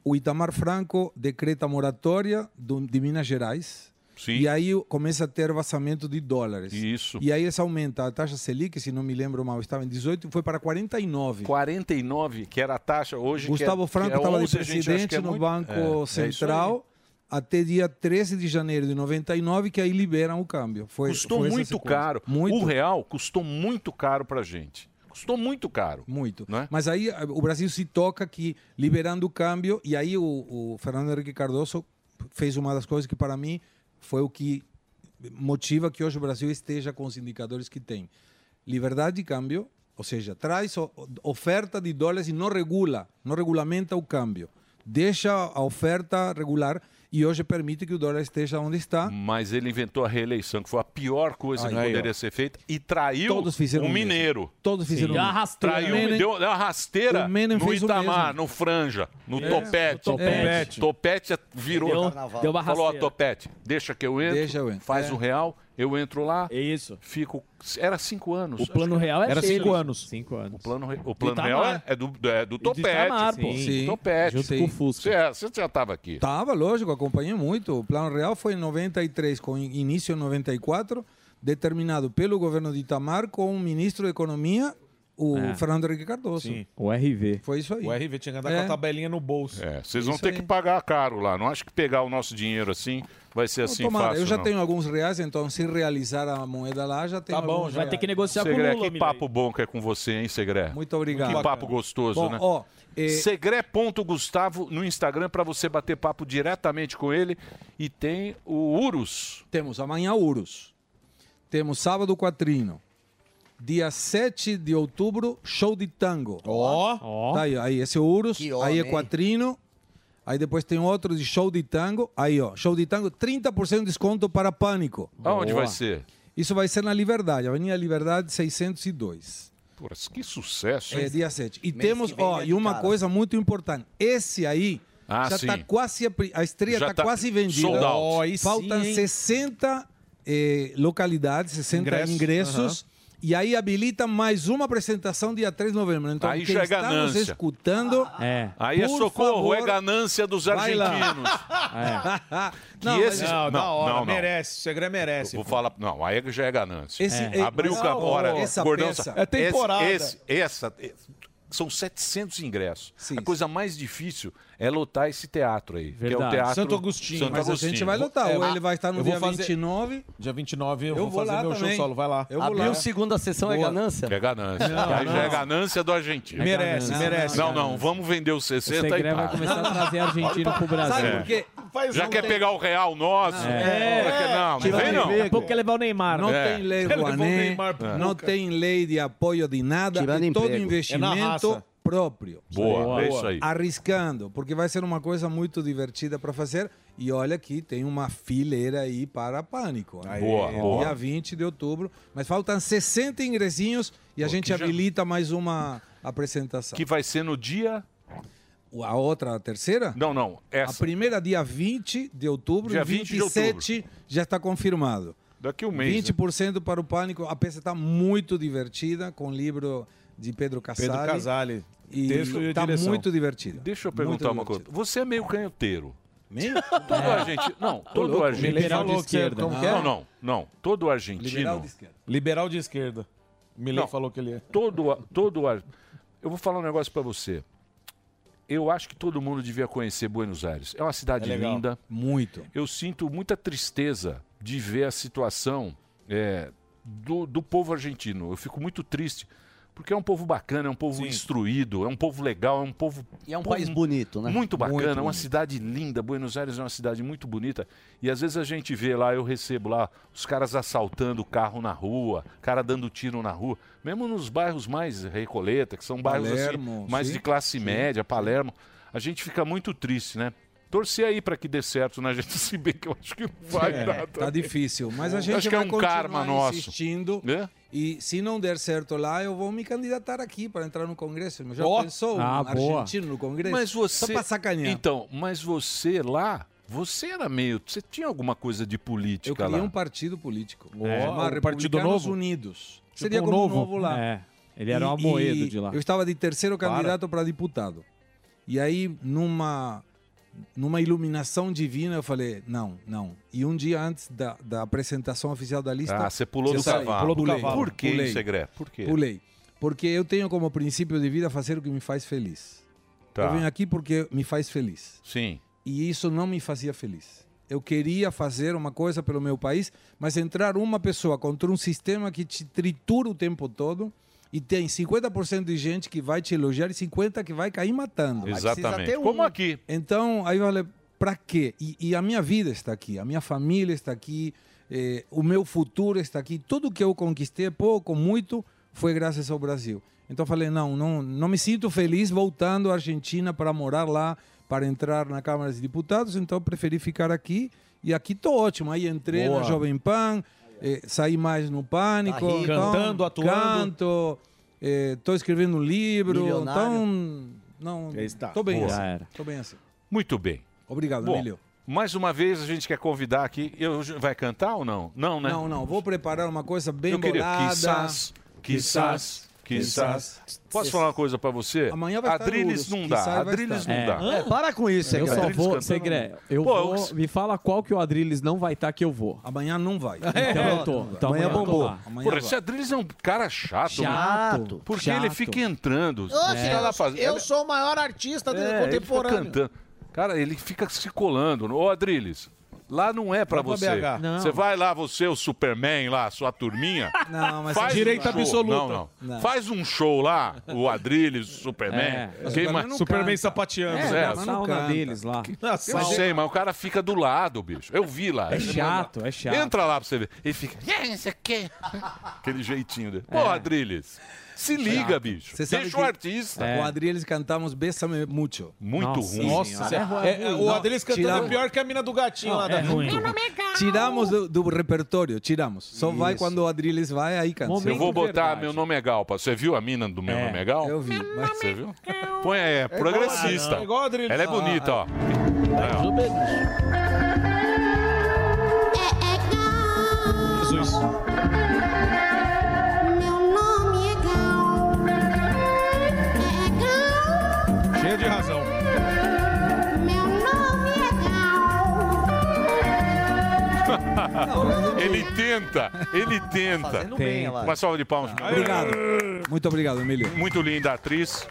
S10: o Itamar Franco decreta a moratória do- de Minas Gerais. E aí o- começa a ter vazamento de dólares.
S3: Isso.
S10: E aí eles aumenta a taxa Selic, se não me lembro mal, estava em 18 e foi para 49.
S3: 49, que era a taxa hoje.
S10: Gustavo
S3: que é,
S10: Franco
S3: que é
S10: estava de
S3: 11, a gente acha
S10: presidente
S3: que é
S10: no
S3: muito.
S10: Banco
S3: É, é isso aí.
S10: Central até dia 13 de janeiro de 99, que aí liberam o câmbio. Foi,
S3: custou
S10: foi essa
S3: muito
S10: sequência.
S3: caro.
S10: Muito.
S3: O real custou muito caro para gente. Custou muito caro. é?
S10: Muito. Mas aí eh, o Brasil se toca que liberando o câmbio, e aí o, o Fernando Henrique Cardoso fez uma das coisas que para mim foi o que motiva que hoje o Brasil esteja com os indicadores que tem. Liberdade de câmbio, ou seja, traz o- oferta de dólares e não regula, não regulamenta o câmbio. Deixa a oferta regular e hoje permite que o dólar esteja onde está.
S3: Mas ele inventou a reeleição, que foi a pior coisa que
S10: Aí,
S3: poderia ser feita, e traiu
S10: Todos fizeram
S3: o
S10: o mesmo.
S3: mineiro.
S10: Todos fizeram o
S3: Sim.
S10: mesmo.
S3: Traiu,
S10: O Menem-
S3: deu uma rasteira
S10: o Menem
S3: no
S10: fez o
S3: Itamar,
S10: mesmo.
S3: no Franja, no
S10: É,
S3: Topete.
S10: no Topete.
S3: É. Topete virou.
S10: Deu- Carnaval. deu uma
S3: Falou, ó,
S10: rasteira.
S3: Topete, deixa que eu entro,
S10: Deixa eu entro.
S3: faz
S10: É.
S3: o real, eu entro lá.
S8: É isso.
S3: Fico... Era cinco anos.
S8: O plano real é
S3: Era
S8: dele.
S3: cinco
S8: anos. Cinco anos.
S3: O plano, re- o plano
S8: Itamar.
S3: real é- é do, é do
S8: do
S3: Topete.
S8: Itamar, pô.
S10: Sim.
S3: Do Topete.
S10: Junto com o Fusca.
S3: Você, é- você já estava aqui.
S10: Tava, lógico, acompanhei muito. O Plano Real foi em 93, com in- início em 94, determinado pelo governo de Itamar com o ministro da Economia, o
S6: É.
S10: Fernando Henrique Cardoso.
S6: Sim.
S4: O RV.
S10: Foi isso aí.
S6: O RV tinha que andar com a
S10: É.
S6: tabelinha no bolso.
S3: É, vocês
S10: É
S3: vão
S10: isso
S3: ter
S10: aí.
S3: que pagar caro lá. Não acho que pegar o nosso dinheiro assim vai ser assim
S10: Tomara,
S3: fácil.
S10: eu já
S3: não.
S10: tenho alguns reais, então se realizar a moeda lá, já
S6: Tá
S10: tenho alguns reais.
S3: Segré, que papo bom que é com você, hein, Segré?
S10: Muito obrigado.
S3: Que
S10: Muito
S3: papo
S10: bacana.
S3: gostoso,
S10: Bom,
S3: né?
S10: ó, eh,
S3: Segré.gustavo no Instagram para você bater papo diretamente com ele. E tem o Urus.
S10: Temos amanhã Urus. Temos sábado Quatrino. Dia 7 de outubro, show de tango. Ó! Tá aí, ó. aí esse é o Urus,
S5: Que
S10: aí é
S5: homem.
S10: Quatrino. Aí depois tem outro de show de tango. Aí, ó, show de tango, 30% de desconto para Pânico.
S3: Aonde
S10: Boa.
S3: vai ser?
S10: Isso vai ser na Liberdade, Avenida Liberdade 602.
S3: Pô, que sucesso.
S10: É
S3: hein?
S10: dia 7. E
S3: Mês
S10: temos,
S3: que vem
S10: ó,
S3: é
S10: e
S3: de
S10: uma
S3: cara.
S10: coisa muito importante. Esse aí
S3: Ah,
S10: já
S3: sim.
S10: tá quase a, pri- a estreia
S3: Já
S10: tá,
S3: tá
S10: quase vendida.
S3: sold out. Ó, Oh, aí sim,
S10: Faltam
S3: hein?
S10: 60 eh, localidades, 60
S3: Ingressos,
S10: ingressos. E aí habilita mais uma apresentação dia 3 de novembro. Então,
S3: Aí
S10: quem
S3: já é
S10: está nos
S3: ganância.
S10: escutando,
S4: É.
S3: Aí é
S10: por
S3: socorro,
S10: favor,
S3: é ganância dos
S10: vai lá.
S3: argentinos. Que
S6: Não,
S3: esses-
S6: mas- não, da hora,
S3: merece,
S6: o Segré merece.
S3: Vou falar, não, aí já é ganância.
S6: Esse-
S3: É.
S6: é-
S3: Abriu o
S6: mas-
S3: campo,
S6: não,
S3: olha,
S6: essa
S3: gordão,
S6: peça-
S3: esse-
S6: É temporada.
S3: Esse, essa, é, são 700 ingressos. a coisa mais difícil é lotar esse teatro aí, que é o
S6: Verdade.
S3: teatro
S6: Santo Agostinho.
S3: Santo
S10: Mas a
S3: Agostinho.
S10: gente vai lotar.
S6: É,
S10: Ou ele vai estar
S6: eu
S10: no
S6: vou
S10: dia
S6: fazer-
S10: 29.
S6: Dia 29 eu,
S10: Eu
S6: vou,
S10: vou
S6: fazer
S10: lá
S6: meu
S10: também.
S6: show solo, vai lá.
S10: Eu vou Abriu lá.
S5: segunda sessão é ganância?
S3: É ganância.
S6: Não,
S3: aí já é
S6: não.
S3: ganância do argentino.
S6: Merece,
S3: não,
S6: merece.
S3: Não, não, vamos vender os 60
S4: O
S3: e
S4: Segré vai
S3: para.
S4: começar a trazer argentino pro Brasil.
S3: Sabe por quê? Ah. Já quer pegar o real nosso?
S10: É.
S3: Porque não,
S10: Tipo
S3: não vem não.
S4: Daqui a É. pouco quer levar o Neymar.
S10: assim, Não
S4: É.
S10: tem lei
S4: Quer levar o
S10: Rouanet,
S4: Neymar pro
S10: não
S4: Boca.
S10: tem lei de apoio de nada,
S4: Tirando
S10: é todo
S4: emprego. É na
S10: investimento
S4: raça.
S10: próprio.
S3: Boa, Boa. é isso aí.
S10: Arriscando, porque vai ser uma coisa muito divertida para fazer. E olha que tem uma fileira aí para pânico. né?
S3: Boa,
S10: É
S3: boa.
S10: Dia 20 de outubro, mas faltam 60 ingressinhos e a gente habilita mais uma apresentação.
S3: Que vai ser no dia...
S10: A outra, a terceira?
S3: Não, não, essa.
S10: A primeira, dia 20 de outubro,
S3: Dia
S10: dia
S3: 20 de
S10: 27 já está confirmado.
S3: Daqui um mês,
S10: 20% para o Pânico. A peça está muito divertida, com o livro de Pedro Casale.
S6: Pedro Casale.
S10: E
S6: Texto e tá
S10: está
S6: direção.
S10: muito divertida.
S3: Deixa eu
S10: Muito
S3: perguntar uma coisa.
S10: divertida.
S3: Você é meio canhoteiro.
S10: Meio?
S3: Todo
S10: É.
S3: argentino. Não,
S10: Ô,
S3: todo
S10: louco,
S3: argentino.
S10: liberal de
S3: Falou que você-
S10: esquerda.
S3: como
S10: Não.
S3: que é? Não, não, não. Todo argentino.
S6: Liberal de esquerda. Liberal de esquerda. Milei
S3: Não.
S6: falou que ele é.
S3: Todo, a- todo ar... Eu vou falar um negócio pra você. Eu acho que todo mundo devia conhecer Buenos Aires. É uma cidade
S6: É legal.
S3: linda.
S10: Muito.
S3: Eu sinto muita tristeza de ver a situação é, do, do povo argentino. Eu fico muito triste Porque é um povo bacana, é um povo instruído, é um povo legal, é um povo.
S5: E é um país bonito, né?
S3: Muito bacana,
S5: Muito
S3: é uma
S5: bonito.
S3: cidade linda. Buenos Aires é uma cidade muito bonita. E às vezes a gente vê lá, eu recebo lá os caras assaltando o carro na rua, cara dando tiro na rua. Mesmo nos bairros mais Recoleta, que são bairros
S10: Palermo,
S3: assim, mais
S10: sim.
S3: de classe média, Palermo. A gente fica muito triste, né? Torcer aí pra que dê certo na gente, se bem que eu acho que não vai
S10: É,
S3: dar.
S10: tá
S3: também.
S10: difícil, mas a
S3: Acho
S10: gente
S3: que é
S10: vai
S3: um
S10: continuar
S3: karma nosso.
S10: insistindo.
S3: É?
S10: E se não der certo lá, eu vou me candidatar aqui para entrar no Congresso. Já
S3: Ó.
S10: pensou um
S3: Ah, boa.
S10: argentino no Congresso?
S3: Mas você.
S10: Só para sacanear.
S3: Então, mas você lá, você era meio. Você tinha alguma coisa de política
S10: eu criei
S3: lá?
S10: um partido político.
S3: É.
S10: chamado
S3: Um partido
S10: Republicanos
S3: novo?
S10: Unidos.
S3: Tipo
S10: Seria
S3: um
S10: como
S3: novo?
S10: novo, novo lá.
S3: É. Ele era um Amoedo de lá.
S10: Eu estava de terceiro
S3: Para.
S10: candidato para deputado. E aí, numa, numa iluminação divina, eu falei, não, não. E um dia antes da, da apresentação oficial da lista...
S3: Ah, você pulou do
S10: saí,
S3: cavalo.
S10: pulei,
S3: Por que,
S10: pulei.
S3: em segredo? Por quê?
S10: Pulei. Porque eu tenho como princípio de vida fazer o que me faz feliz.
S3: Tá.
S10: Eu venho aqui porque me faz feliz.
S3: Sim.
S10: E isso não me fazia feliz. Eu queria fazer uma coisa pelo meu país, mas entrar uma pessoa contra um sistema que te tritura o tempo todo e tem 50% de gente que vai te elogiar e 50% que vai cair matando.
S3: Mas precisa Exatamente. ter um. Como aqui.
S10: Então, aí eu falei, pra quê? E, e a minha vida está aqui, a minha família está aqui, eh, o meu futuro está aqui. Tudo que eu conquistei, pouco, muito, foi graças ao Brasil. Então eu falei, não, não, não me sinto feliz voltando à Argentina para morar lá, para entrar na Câmara dos Deputados, então eu preferi ficar aqui e aqui estou ótimo. Aí entrei
S6: Boa.
S10: na Jovem Pan, eh, saí mais no Pânico.
S6: Tá rico.
S10: então,
S6: Cantando, atuando.
S10: Canto, estou escrevendo um livro,
S6: Milionário.
S10: então... Não,
S3: Está.
S10: estou bem
S3: Boa.
S10: assim.
S3: Já era.
S10: Estou bem assim.
S3: Muito bem.
S10: Obrigado,
S3: Bom,
S10: Emílio.
S3: mais uma vez a gente quer convidar aqui. Eu, vai cantar ou não? Não, né?
S10: Não, não, vou preparar uma coisa bem
S3: Eu queria.
S10: bolada.
S3: Quizás, quizás, quizás. Posso falar uma coisa pra você?
S10: Amanhã vai estar
S3: Adriles
S10: Urus,
S3: não dá,
S10: quizás vai
S3: Adriles
S10: estar.
S3: não
S10: É.
S3: dá.
S10: É, para com isso,
S4: Eu
S10: Segré.
S4: só
S10: Adriles
S4: vou,
S10: cantando,
S4: Segré,
S10: não.
S4: eu
S10: Pô,
S4: vou-
S10: eu-
S4: Me fala qual que o Adrilles não vai estar que eu vou.
S10: Amanhã não vai.
S4: Então eu tô. Então amanhã, Eu tô lá.
S3: Porra, esse Adriles é um cara chato.
S4: Chato,
S3: mano. Porque
S4: chato.
S3: ele fica entrando.
S18: Ô,
S3: ele
S18: filho,
S6: É.
S3: tá lá fazendo-
S18: eu sou o maior artista do
S3: É, ele fica
S18: contemporâneo.
S3: cantando. Cara, ele fica se colando. Ô, Adriles, lá não é pra
S6: Vai pra
S3: você.
S6: BH. Não.
S3: Você vai lá, você, o Superman lá, sua turminha.
S10: Não, mas
S3: faz um
S6: Direita
S3: show.
S6: absoluta.
S3: Não, não,
S6: Não.
S3: Faz um show lá, o Adriles, o Superman.
S6: É.
S3: Quem
S6: Mas o Superman
S3: mais-
S6: não Superman canta. sapateando.
S3: É,
S6: É,
S3: é,
S6: mas não
S3: sauna
S6: canta.
S3: deles lá.
S6: Na
S3: Eu
S6: sauna.
S3: sei, mas o cara fica do lado, bicho. Eu vi lá.
S4: É chato, é chato.
S3: Entra lá pra você ver. Ele fica aquele jeitinho dele. Pô, Adriles, se liga, bicho.
S10: Você sabe
S3: Deixa
S10: que
S3: o artista.
S10: Com o Adriles cantamos Bessame Mucho.
S3: Muito
S6: Nossa ruim. Nossa, é- é- o Adriles cantando é pior que a mina do gatinho lá da
S10: Tiramos do, do repertório, tiramos. Só vai
S3: Isso.
S10: quando o Adriles vai, aí canta.
S3: eu vou botar meu nome é Galpa. Você viu a mina do meu nome é Gal? Eu
S10: vi.
S3: Você viu? Põe aí, é
S6: igual
S3: progressista.
S6: a- é igual a Adriles.
S3: Ela é
S6: Ah,
S3: bonita,
S6: é.
S3: ó.
S6: Jesus.
S11: é
S6: Cheia de razão.
S11: é
S3: ele tenta, ele tenta.
S10: Fazendo bem, Tenta. ela.
S3: Uma salva de palmas. pra ela.
S10: Obrigado. Muito obrigado, Emílio.
S3: Muito linda a atriz.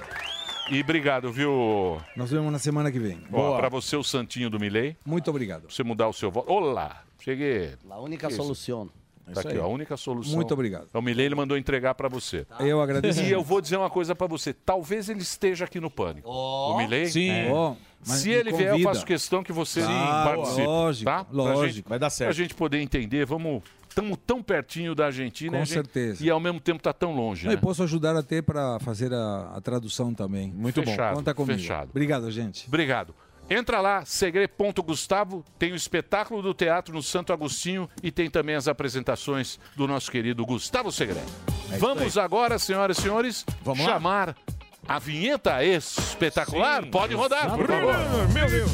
S3: E obrigado, viu?
S10: Nos vemos na semana que vem.
S3: Ó, pra você, o Santinho do Milei.
S10: Muito obrigado.
S3: Pra você mudar o seu voto. Olá, cheguei.
S5: A única
S3: Que isso?
S5: solução.
S6: É
S3: Tá aqui, ó, a única solução.
S10: Muito obrigado.
S3: É O Milei ele mandou entregar pra você.
S6: Tá.
S10: Eu agradeço.
S3: E eu vou dizer uma coisa pra você. Talvez ele esteja aqui no pânico. o Milei?
S6: Sim.
S3: É.
S6: Ó, mas
S3: Se
S6: me
S3: ele vier, eu
S6: convida.
S3: faço questão que você
S6: Sim,
S3: participe.
S6: lógico,
S3: tá? Pra
S6: lógico,
S3: gente-
S6: vai dar certo.
S3: Pra gente poder entender, vamos... Estamos tão pertinho da Argentina.
S10: Com
S3: e a gente-
S10: certeza.
S3: E ao mesmo tempo tá tão longe,
S10: Não,
S3: né?
S10: e posso ajudar até para fazer a, a tradução também. Muito
S3: Fechado,
S10: Conta comigo.
S3: fechado.
S10: Obrigado, gente.
S3: Obrigado. Entra lá, segre.gustavo, tem o espetáculo do teatro no Santo Agostinho e tem também as apresentações do nosso querido Gustavo Segre. Vamos agora, senhoras e senhores, chamar a vinheta espetacular. Pode rodar, por favor.
S6: Meu Deus.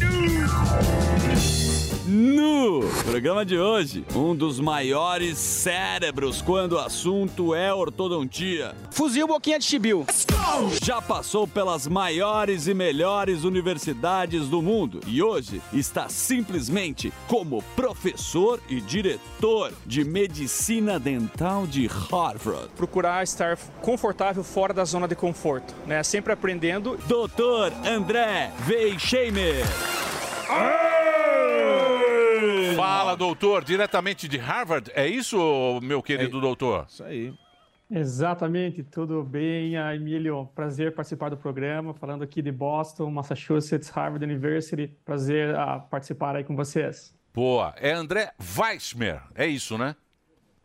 S13: No programa de hoje, um dos maiores cérebros quando o assunto é ortodontia. Fuzil Boquinha de Chibiu. Já passou pelas maiores e melhores universidades do mundo e hoje está simplesmente como professor e diretor de medicina dental de Harvard.
S19: procurar estar confortável fora da zona de conforto, né? Sempre aprendendo.
S13: Doutor André Weichheimer.
S3: Fala, doutor, diretamente de Harvard. É isso, meu querido doutor? Isso
S6: aí.
S20: Exatamente, tudo bem, ah, Emílio? Prazer participar do programa, falando aqui de Boston, Massachusetts, Harvard University. Prazer ah, participar aí com vocês.
S3: Boa. É André Weissmer. É isso, né?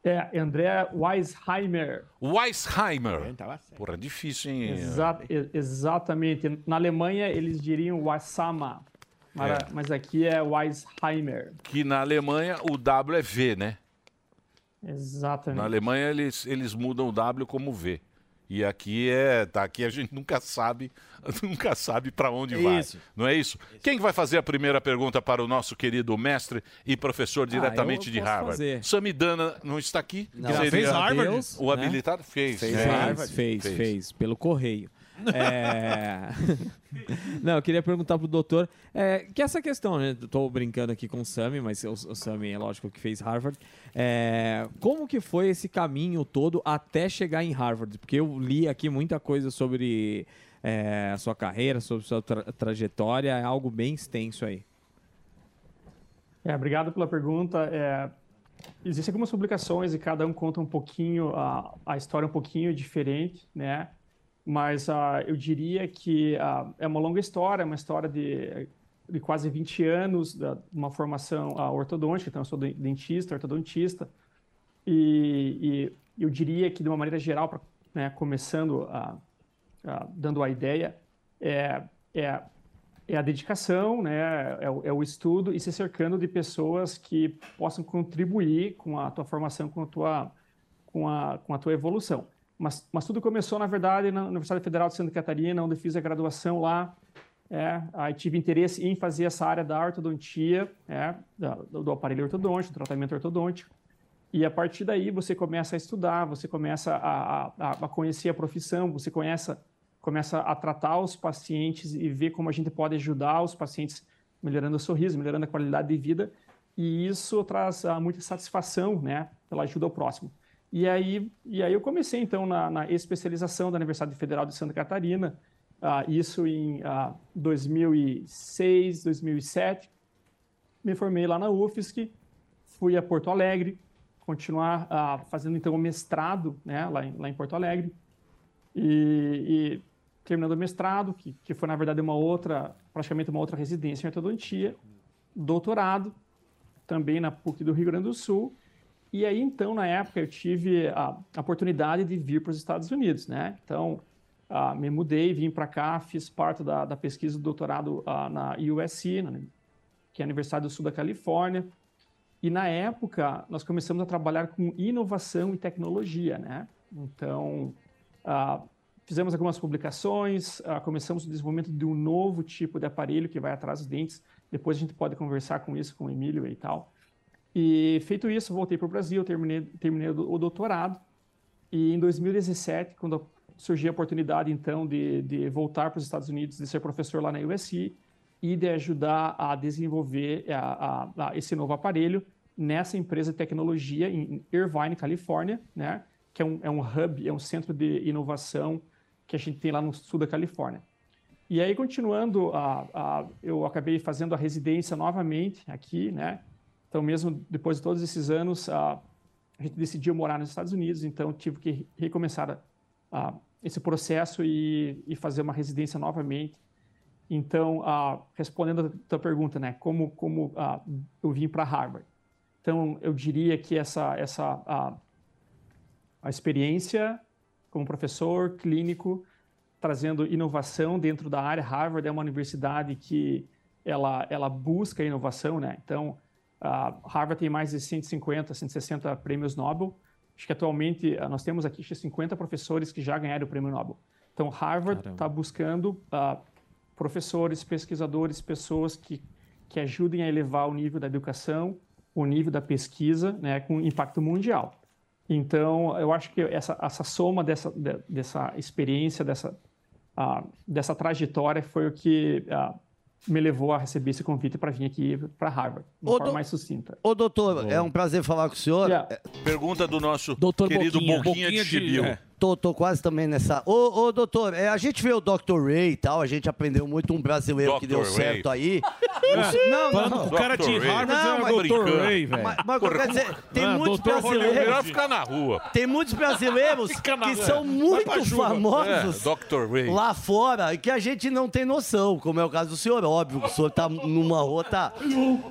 S20: É, André Weisheimer.
S3: Weisheimer. Porra, é difícil, hein?
S20: Exa- e- exatamente. Na Alemanha eles diriam Wasama, mas,
S3: É.
S20: mas aqui é Weisheimer.
S3: Que na Alemanha o W é V, né?
S20: Exatamente.
S3: Na Alemanha eles, eles mudam o W como V. E aqui é, tá aqui a gente nunca sabe, nunca sabe para onde
S20: É
S3: vai.
S20: isso.
S3: Não é isso? Quem vai fazer a primeira pergunta para o nosso querido mestre e
S6: Ah,
S3: professor diretamente
S20: eu
S3: de
S20: posso
S3: Harvard?
S20: fazer.
S3: Samidana não está aqui.
S4: Não. Já fez Harvard? Deus,
S3: o
S4: né?
S3: habilitado fez.
S4: Fez,
S3: né?
S4: fez, fez, fez, pelo correio. É... Não, eu queria perguntar pro doutor é, que essa questão, né? eu Tô brincando aqui com o Sami, mas o, o Sami é lógico que fez Harvard. É, como que foi esse caminho todo até chegar em Harvard? Porque eu li aqui muita coisa sobre é, a sua carreira, sobre sua tra- trajetória, é algo bem extenso aí.
S20: É, obrigado pela pergunta. É, existem algumas publicações e cada um conta um pouquinho a, a história um pouquinho diferente, né? Mas ah, eu diria que ah, é uma longa história, uma história de, de quase 20 anos, da, uma formação ah, ortodôntica, então eu sou de- dentista, ortodontista, e, e eu diria que de uma maneira geral, pra, né, começando a, a- dando a ideia, é, é, é a dedicação, né, é, o- é o estudo e se cercando de pessoas que possam contribuir com a tua formação, com a tua, com a, com a tua evolução. Mas, mas tudo começou, na verdade, na Universidade Federal de Santa Catarina, onde eu fiz a graduação lá. É, aí tive interesse em fazer essa área da ortodontia, é, da- do do aparelho ortodôntico, do tratamento ortodôntico. E a partir daí você começa a estudar, você começa a, a- a, a conhecer a profissão, você começa, começa a tratar os pacientes e ver como a gente pode ajudar os pacientes melhorando o sorriso, melhorando a qualidade de vida. E isso traz ah, muita satisfação, né, pela ajuda ao próximo. E aí, e aí eu comecei então na, na especialização da Universidade Federal de Santa Catarina, ah, isso em ah, 2006, 2007. Me formei lá na UFSC, fui a Porto Alegre, continuar ah, fazendo então o mestrado né, lá, em, lá em Porto Alegre. E, e terminando o mestrado, que, que foi na verdade uma outra, praticamente uma outra residência em ortodontia, doutorado também na PUC do Rio Grande do Sul. E aí então, na época, eu tive a, a oportunidade de vir para os Estados Unidos, né? Então, ah, me mudei, vim para cá, fiz parte da, da pesquisa do doutorado ah, na USC, na- que é a Universidade do Sul da Califórnia. E na época, nós começamos a trabalhar com inovação e tecnologia, né? Então, ah, fizemos algumas publicações, ah, começamos o desenvolvimento de um novo tipo de aparelho que vai atrás dos dentes. Depois a gente pode conversar com isso, com o Emílio e tal. E feito isso, voltei para o Brasil, terminei, terminei o o doutorado. E em 2017, quando surgiu a oportunidade, então, de, de voltar para os Estados Unidos, de ser professor lá na USC e de ajudar a desenvolver a, a- a esse novo aparelho nessa empresa de tecnologia em em Irvine, Califórnia, né? Que é um, é um hub, é um centro de inovação que a gente tem lá no sul da Califórnia. E aí, continuando, a, a, eu acabei fazendo a residência novamente aqui, né? Então, mesmo depois de todos esses anos, a, a gente decidiu morar nos Estados Unidos, então tive que re- recomeçar a, a, esse processo e, e fazer uma residência novamente. Então, ah, respondendo a tua pergunta, né, como, como ah, eu vim para Harvard. Então, eu diria que essa, essa ah, a experiência como professor clínico, trazendo inovação dentro da área. Harvard é uma universidade que ela, ela busca inovação, né? Então, a Harvard tem mais de 150, 160 prêmios Nobel. Acho que atualmente ah, nós temos aqui acho que 50 professores que já ganharam o prêmio Nobel. Então, Harvard
S21: Caramba.
S20: está buscando ah, professores, pesquisadores, pessoas que, que ajudem a elevar o nível da educação, o nível da pesquisa, né, com impacto mundial. Então, eu acho que essa, essa soma dessa, de- dessa experiência, dessa, ah, dessa trajetória, foi o que ah, me levou a receber esse convite para vir aqui para Harvard, de
S5: Ô,
S20: forma
S5: do-
S20: mais sucinta.
S5: Ô, doutor, é um prazer falar com o senhor.
S20: Yeah.
S3: Pergunta do nosso
S20: Doutor
S3: querido
S20: Boquinha.
S3: Boquinha,
S20: Boquinha
S3: de
S20: de-
S3: Chibiu.
S20: é.
S5: tô, tô quase também nessa. Ô, ô doutor, é, a gente vê o Dr. Ray e tal, a gente aprendeu muito um brasileiro que
S17: Dr.
S5: deu
S17: Ray.
S5: certo aí.
S17: É, falando com
S5: o
S17: cara de Dr. Ray. Harvard, é o Dr. Ray, velho.
S5: Mas, mas
S17: Porra,
S5: quer dizer,
S17: como-
S5: tem
S17: Ah,
S5: muitos
S17: Dr. Ray,
S5: brasileiros.
S17: melhor ficar na rua.
S5: Tem muitos brasileiros
S17: Fica na
S5: que
S17: rua.
S5: são
S17: Vai pra
S5: muito
S17: chuva.
S5: famosos
S3: É, Dr. Ray.
S5: lá fora e que a gente não tem noção, como é o caso do senhor, óbvio, que o senhor tá numa rota.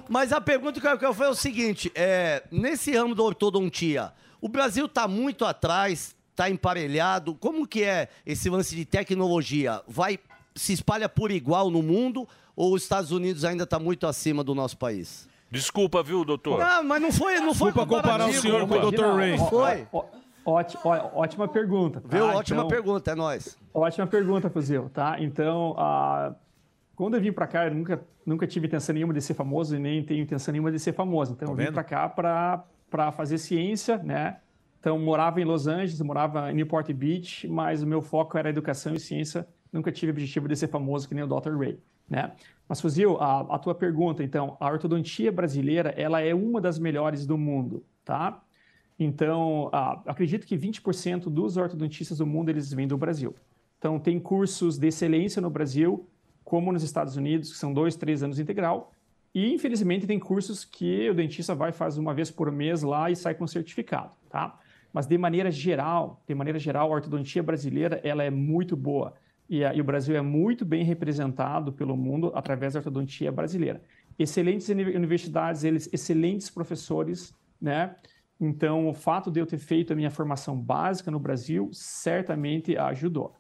S5: Mas a pergunta que eu quero foi o seguinte: é, nesse ramo da ortodontia, o Brasil tá muito atrás, tá emparelhado. Como que é esse lance de tecnologia? Vai se espalha por igual no mundo ou os Estados Unidos ainda está muito acima do nosso país?
S3: Desculpa, viu, doutor?
S5: Não, mas não foi, não foi
S3: Desculpa comparar o
S5: comparativo.
S3: senhor com o Dr. Ray.
S5: Não foi.
S20: Ó- óti- ó- ótima pergunta.
S3: Ah,
S20: tá?
S5: Viu? Ótima
S20: Então-
S5: pergunta, é nóis.
S20: Ótima pergunta, Fuzil, tá? Então, ah, quando eu vim pra cá, eu nunca, nunca tive intenção nenhuma de ser famoso e nem tenho intenção nenhuma de ser famoso. Então, eu vim
S6: vendo?
S20: pra cá pra, pra fazer ciência, né? Então, morava em Los Angeles, morava em Newport Beach, mas o meu foco era educação e ciência. Nunca tive o objetivo de ser famoso que nem o Dr. Ray, né? Mas, Fuzil, a, a tua pergunta, então, a ortodontia brasileira, ela é uma das melhores do mundo, tá? Então, ah, acredito que 20% dos ortodontistas do mundo eles vêm do Brasil. Então, tem cursos de excelência no Brasil, como nos Estados Unidos, que são dois, três anos integral. E, infelizmente, tem cursos que o dentista vai faz uma vez por mês lá e sai com certificado, tá? Mas, de maneira geral, de maneira geral, a ortodontia brasileira ela é muito boa. E, a- e o Brasil é muito bem representado pelo mundo através da ortodontia brasileira. Excelentes uni- universidades, eles, excelentes professores, né? Então, o fato de eu ter feito a minha formação básica no Brasil certamente ajudou.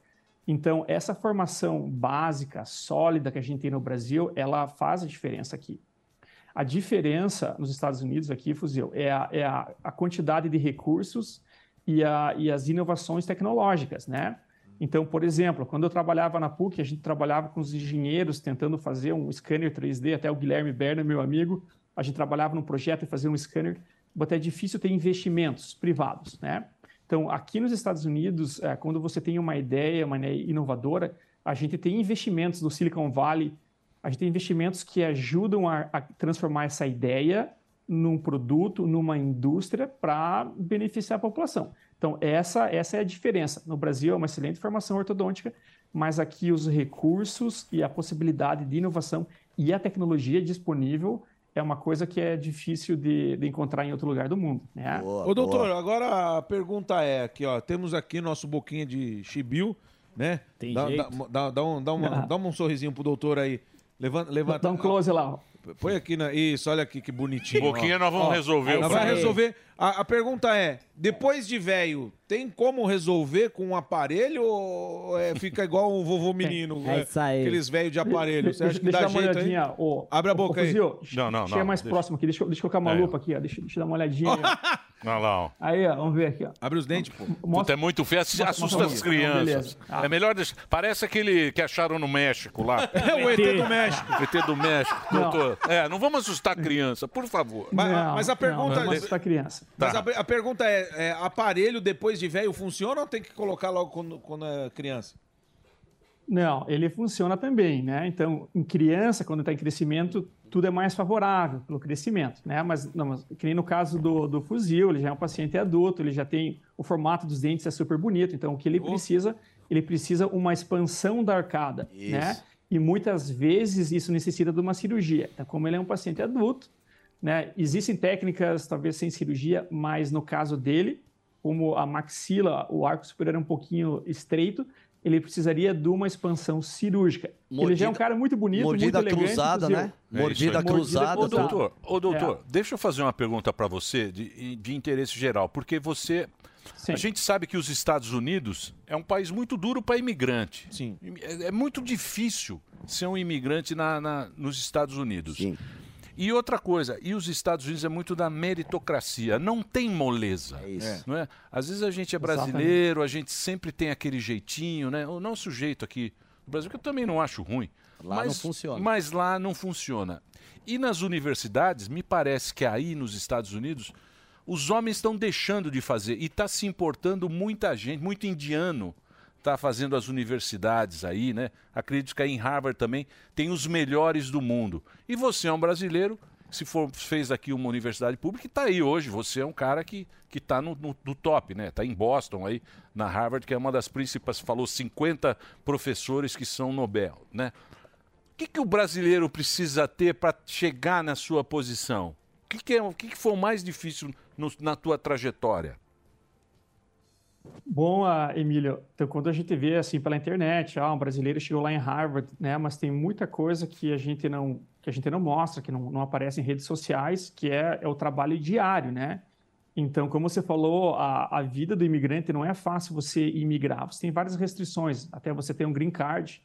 S20: Então, essa formação básica, sólida que a gente tem no Brasil, ela faz a diferença aqui. A diferença nos Estados Unidos aqui, Fuzil, é a, é a, a quantidade de recursos e, a, e as inovações tecnológicas, né? Então, por exemplo, quando eu trabalhava na PUC, a gente trabalhava com os engenheiros tentando fazer um scanner 3D, até o Guilherme Berna, meu amigo, a gente trabalhava num projeto e fazia um scanner, mas é difícil ter investimentos privados, né? Então, aqui nos Estados Unidos, eh, quando você tem uma ideia, uma ideia inovadora, a gente tem investimentos do Silicon Valley a gente tem investimentos que ajudam a, a transformar essa ideia num produto, numa indústria para beneficiar a população. Então, essa, essa é a diferença. No Brasil é uma excelente formação ortodôntica, mas aqui os recursos e a possibilidade de inovação e a tecnologia disponível é uma coisa que é difícil de, de encontrar em outro lugar do mundo. Né?
S6: Ô, doutor, agora a pergunta é aqui, ó. Temos aqui nosso boquinha de chibiu, né? Tem dá,
S20: jeito.
S6: Dá, dá- dá um, dá, uma- dá um sorrisinho pro doutor aí. Levanta, levanta.
S20: Dá um close lá, ó.
S6: Põe aqui na. Isso, olha aqui que bonitinho. ó.
S3: Boquinha nós vamos
S6: Ó,
S3: resolver,
S6: Nós
S3: Fran.
S6: vamos resolver. A, a pergunta é: depois de velho, tem como resolver com um aparelho ou é, fica igual um vovô menino?
S20: É isso aí.
S6: Aqueles velhos de aparelho. Você acha que
S20: Deixa
S6: dá
S20: eu dar uma
S6: jeito aí?
S20: olhadinha, ô-
S6: Abre a
S20: ô,
S6: boca
S20: ô,
S6: aí.
S20: Fuzil,
S6: Não, não,
S20: Chega
S6: não,
S20: mais
S6: deixa.
S20: próximo aqui, deixa, eu- deixa eu colocar uma
S3: É.
S20: lupa aqui, ó. Deixa, deixa eu dar uma olhadinha.
S3: Olha lá, ó.
S20: Aí, ó, vamos ver aqui, ó.
S6: Abre os dentes, pô.
S3: Puta, é muito feio, assusta
S20: mostra- mostra Ah.
S3: as
S20: aqui.
S3: crianças.
S20: Beleza.
S3: É melhor deixar. Parece aquele que acharam no México lá.
S6: É o ET do México.
S3: O ET do México,
S6: Não.
S3: doutor. É, não vamos assustar a criança, por favor.
S6: Mas, mas a pergunta. é Tá.
S20: criança.
S6: Mas a, a pergunta é, é: aparelho depois de velho funciona ou tem que colocar logo quando, quando é criança?
S20: Não, ele funciona também, né? Então, em criança, quando está em crescimento, tudo é mais favorável pelo crescimento, né? Mas, não, mas que nem no caso do, do fuzil, ele já é um paciente adulto, ele já tem o formato dos dentes é super bonito. Então, o que ele precisa, ele precisa uma expansão da arcada, né?
S21: Isso.
S20: E muitas vezes isso necessita de uma cirurgia. Então, como ele é um paciente adulto, né? Existem técnicas, talvez sem cirurgia, mas no caso dele, como a maxila, o arco superior é um pouquinho estreito, ele precisaria de uma expansão cirúrgica. ele já é um
S5: Mordida-
S20: cara muito bonito,
S5: mordida
S20: muito elegante.
S5: cruzada,
S3: É
S20: inclusive.
S5: né? Mordida cruzada,
S3: Ô,
S5: tá?
S3: doutor, ô, doutor
S5: É.
S3: deixa eu fazer uma pergunta para você de, de interesse geral, porque você. A gente sabe que os Estados Unidos é um país muito duro para imigrante.
S6: Sim.
S3: É, é muito difícil ser um imigrante na, na- nos Estados Unidos. Sim. E outra coisa, e os Estados Unidos é muito da meritocracia, não tem moleza. É
S22: isso.
S3: Não é? Às vezes a gente é
S22: Exatamente.
S3: brasileiro, a gente sempre tem aquele jeitinho, né? O nosso jeito aqui no Brasil, que eu também não acho ruim.
S5: Lá não funciona.
S3: Mas lá não funciona. E nas universidades, me parece que aí nos Estados Unidos, os homens estão deixando de fazer e está se importando muita gente, muito indiano está tá fazendo as universidades aí, né? Acredito que aí em Harvard também tem os melhores do mundo. E você é um brasileiro se for, fez aqui uma universidade pública e está aí hoje. Você é um cara que está no, no- no top, né? Está em Boston aí, na Harvard, que é uma das principais, falou 50 professores que são Nobel, né? O que, que o brasileiro precisa ter para chegar na sua posição? O que, que, é, o que, que foi o mais difícil no- na tua trajetória?
S20: Bom, ah, Emílio, então quando a gente vê assim pela internet, ah, um brasileiro chegou lá em Harvard, né? Mas tem muita coisa que a gente não que a gente não mostra, que não, não aparece em redes sociais, que é, é o trabalho diário, né? Então, como você falou, a, a vida do imigrante não é fácil você imigrar. Você tem várias restrições, até você ter um green card,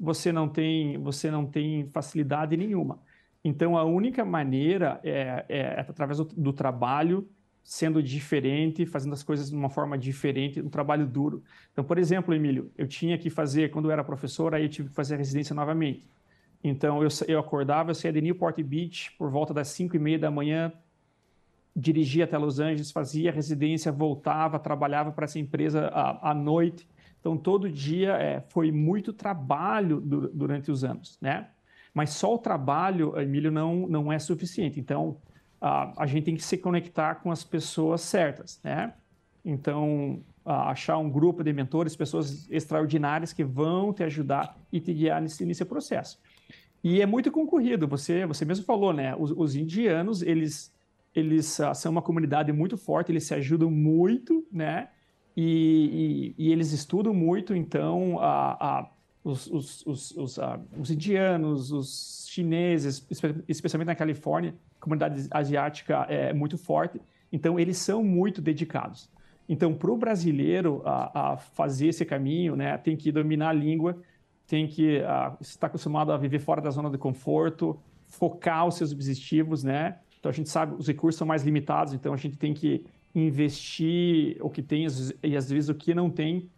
S20: você não tem você não tem facilidade nenhuma. Então, a única maneira é, é através do, do trabalho, sendo diferente, fazendo as coisas de uma forma diferente, um trabalho duro. Então, por exemplo, Emílio, eu tinha que fazer, quando eu era professor, aí eu tive que fazer a residência novamente. Então, eu, sa- eu acordava, eu saía de Newport Beach por volta das 5 e meia da manhã, dirigia até Los Angeles, fazia a residência, voltava, trabalhava para essa empresa à, à noite. Então, todo dia eh, foi muito trabalho du- durante os anos, né? Mas só o trabalho, Emílio, não, não é suficiente. Então, ah, a gente tem que se conectar com as pessoas certas, né? Então, ah, achar um grupo de mentores, pessoas extraordinárias que vão te ajudar e te guiar nesse, nesse processo. E é muito concorrido, você, você mesmo falou, né? Os, os indianos, eles, eles ah, são uma comunidade muito forte, eles se ajudam muito, né? E, e- e eles estudam muito, então a, a- os, os, os, os, ah, os indianos, os chineses, espe- especialmente na Califórnia, a comunidade asiática é muito forte, então eles são muito dedicados. Então, para o brasileiro a, a fazer esse caminho, né, tem que dominar a língua, tem que ah, estar acostumado a viver fora da zona de conforto, focar os seus objetivos, né? Então a gente sabe os recursos são mais limitados, então a gente tem que investir o que tem às- e às vezes o que não tem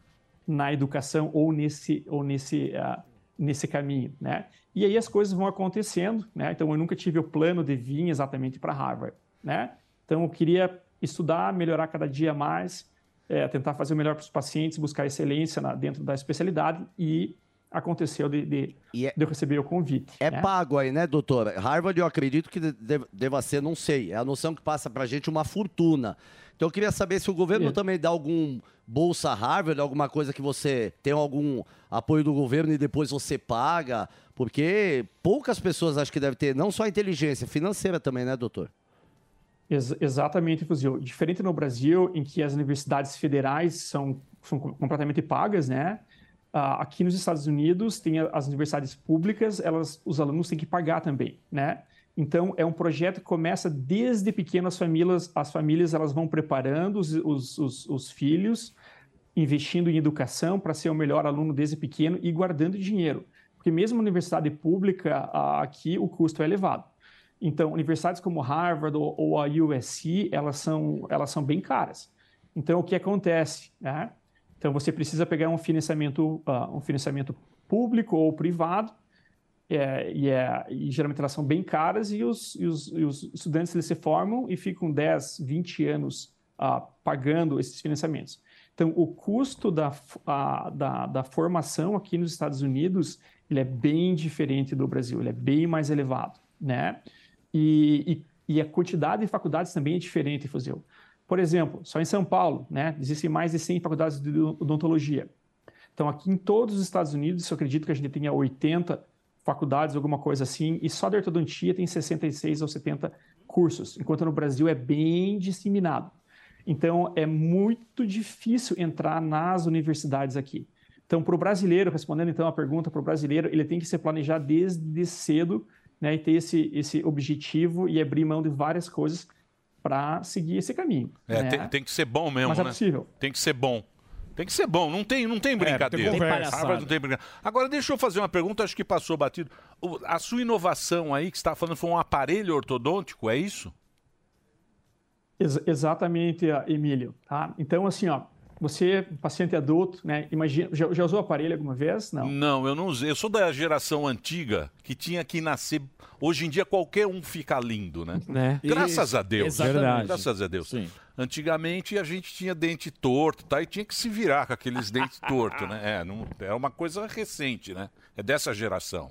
S20: na educação ou nesse ou nesse ah, nesse caminho, né? E aí as coisas vão acontecendo, né? Então eu nunca tive o plano de vir exatamente para Harvard, né? Então eu queria estudar, melhorar cada dia mais, eh, tentar fazer o melhor para os pacientes, buscar excelência na- dentro da especialidade e aconteceu de, de, de eu receber o convite.
S5: É
S20: né?
S5: pago aí, né, doutora? Harvard, eu acredito que de- de- deva ser, não sei. É a noção que passa pra gente uma fortuna. Então, eu queria saber se o governo
S20: É.
S5: também dá algum bolsa Harvard, alguma coisa que você tem algum apoio do governo e depois você paga. Porque poucas pessoas acho que devem ter, não só inteligência financeira também, né, doutor?
S20: Ex- exatamente, Fuzil. Diferente no Brasil, em que as universidades federais são, são com- completamente pagas, né? Ah, aqui nos Estados Unidos, tem a- as universidades públicas, elas, os alunos têm que pagar também, né? Então, é um projeto que começa desde pequeno, as famílias, as famílias elas vão preparando os, os, os, os filhos, investindo em educação para ser o melhor aluno desde pequeno e guardando dinheiro. Porque mesmo na universidade pública, ah, aqui o custo é elevado. Então, universidades como Harvard ou, ou a USC, elas são, elas são bem caras. Então, o que acontece? Né? Então, você precisa pegar um financiamento, ah, um financiamento público ou privado, é, e, é, e geralmente elas são bem caras, e os, e os, e os estudantes eles se formam e ficam 10, 20 anos ah, pagando esses financiamentos. Então, o custo da, f- a- da, da formação aqui nos Estados Unidos ele é bem diferente do Brasil, ele é bem mais elevado, né? E, e, e a quantidade de faculdades também é diferente, Fuzil. Por exemplo, só em São Paulo, né, existem mais de 100 faculdades de odontologia. Então, aqui em todos os Estados Unidos, eu acredito que a gente tenha 80 faculdades, alguma coisa assim, e só de ortodontia tem 66 ou 70 cursos, enquanto no Brasil é bem disseminado. Então, é muito difícil entrar nas universidades aqui. Então, para o brasileiro, respondendo então a pergunta, para o brasileiro, ele tem que se planejar desde cedo né, e ter esse, esse objetivo e abrir mão de várias coisas para seguir esse caminho.
S3: É,
S20: né?
S3: tem, tem que ser bom mesmo,
S20: Mas
S3: né?
S20: é possível.
S3: Tem que ser bom. Tem que ser bom, não tem, É, não tem brincadeira.
S20: tem conversa.
S3: Harvard não tem brincadeira. Agora, deixa eu fazer uma pergunta, acho que passou batido. O- A sua inovação aí, que você está falando, foi um aparelho ortodôntico, é isso?
S20: Ex- exatamente, ah, Emílio. Tá? Então, assim, ó, você, paciente adulto, né? Imagina, já, já usou aparelho alguma vez? Não.
S3: Não, eu não usei. Eu sou da geração antiga que tinha que nascer. Hoje em dia qualquer um fica lindo, né?
S4: Né?
S3: Graças
S4: Isso,
S3: a Deus.
S4: exatamente. Verdade.
S3: Graças a Deus. Antigamente a gente tinha dente torto, tá? E tinha que se virar com aqueles dentes tortos, né? É, não, é uma coisa recente, né? É dessa geração.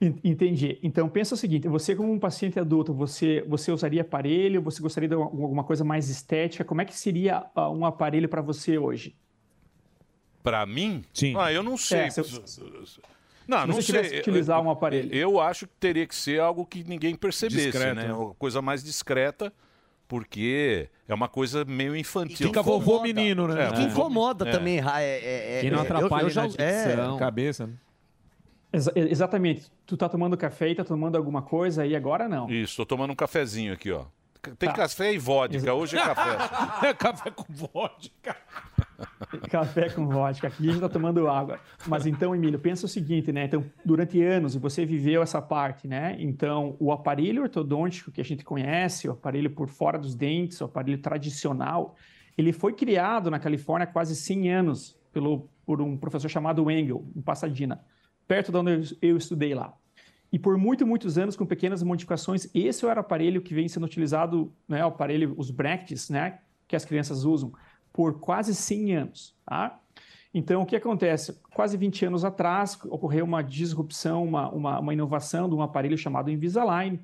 S20: En- Entendi. Então pensa o seguinte: você como um paciente adulto, você você usaria aparelho? Você gostaria de alguma alguma coisa mais estética? Como é que seria ah, um aparelho para você hoje?
S3: Pra mim? Sim. Ah, eu não sei.
S20: É, se eu-
S3: Não,
S20: se
S3: não
S20: você
S3: sei.
S20: tivesse que utilizar um aparelho.
S3: Eu acho que teria que ser algo que ninguém percebesse,
S6: Discreto,
S3: né?
S6: né?
S3: Uma coisa mais discreta, porque é uma coisa meio infantil.
S6: Fica vovô menino, né?
S3: É,
S6: Que
S3: vovô-
S5: incomoda
S3: é.
S5: também, Ra, é- é-
S6: Que não atrapalha na dicção. né?
S20: cabeça. exatamente. Tu tá tomando café e tá tomando alguma coisa e agora não.
S3: Isso, tô tomando um cafezinho aqui, ó. Tem
S20: Tá.
S3: café e vodka, hoje é café.
S6: café com vodka.
S20: Café com vodka. Aqui a gente tá tomando água. Mas então, Emílio, pensa o seguinte, né? Então, durante anos você viveu essa parte, né? Então, o aparelho ortodôntico que a gente conhece, o aparelho por fora dos dentes, o aparelho tradicional, ele foi criado na Califórnia há quase 100 anos pelo, por um professor chamado Engel, em Pasadena, perto de onde eu- eu estudei lá. E por muito, muitos anos, com pequenas modificações, esse era o aparelho que vem sendo utilizado, né, o aparelho, os brackets, né, que as crianças usam, por quase 100 anos. Tá? Então, o que acontece? Quase 20 anos atrás, ocorreu uma disrupção, uma, uma, uma inovação de um aparelho chamado Invisalign,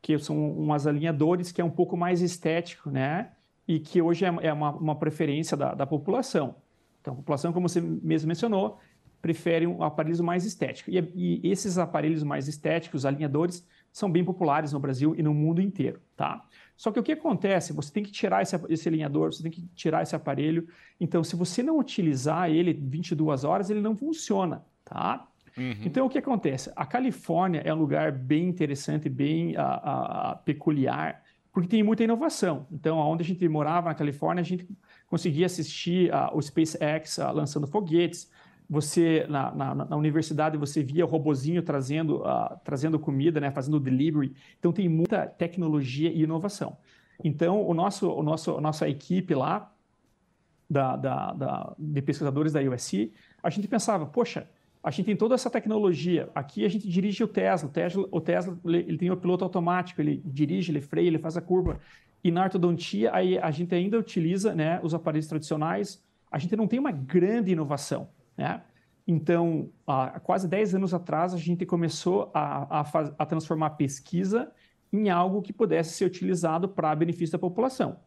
S20: que são umas alinhadores que é um pouco mais estético, né? E que hoje é é uma, uma preferência da, da população. Então, a população, como você mesmo mencionou, prefere um aparelho mais estético. E, e esses aparelhos mais estéticos, alinhadores, são bem populares no Brasil e no mundo inteiro, tá? Só que o que acontece? Você tem que tirar esse, esse alinhador, você tem que tirar esse aparelho. Então, se você não utilizar ele 22 horas, ele não funciona, tá? Então, o que acontece? A Califórnia é um lugar bem interessante, bem ah, ah, ah, peculiar, porque tem muita inovação. Então, onde a gente morava na Califórnia, a gente conseguia assistir ah, o SpaceX ah, lançando foguetes. Você, na, na- na universidade, você via o robozinho trazendo, ah, trazendo comida, né, fazendo delivery. Então, tem muita tecnologia e inovação. Então, o nosso, o nosso, a nossa equipe lá, da, da- da- de pesquisadores da USC, a gente pensava, poxa, a gente tem toda essa tecnologia. Aqui a gente dirige o Tesla. O Tesla, o Tesla, ele ele tem o piloto automático, ele dirige, ele freia, ele faz a curva. E na ortodontia, aí a gente ainda utiliza né, os aparelhos tradicionais. A gente não tem uma grande inovação. Né? Então, há quase 10 anos atrás, a gente começou a, a faz- a transformar a pesquisa em algo que pudesse ser utilizado para benefício da população.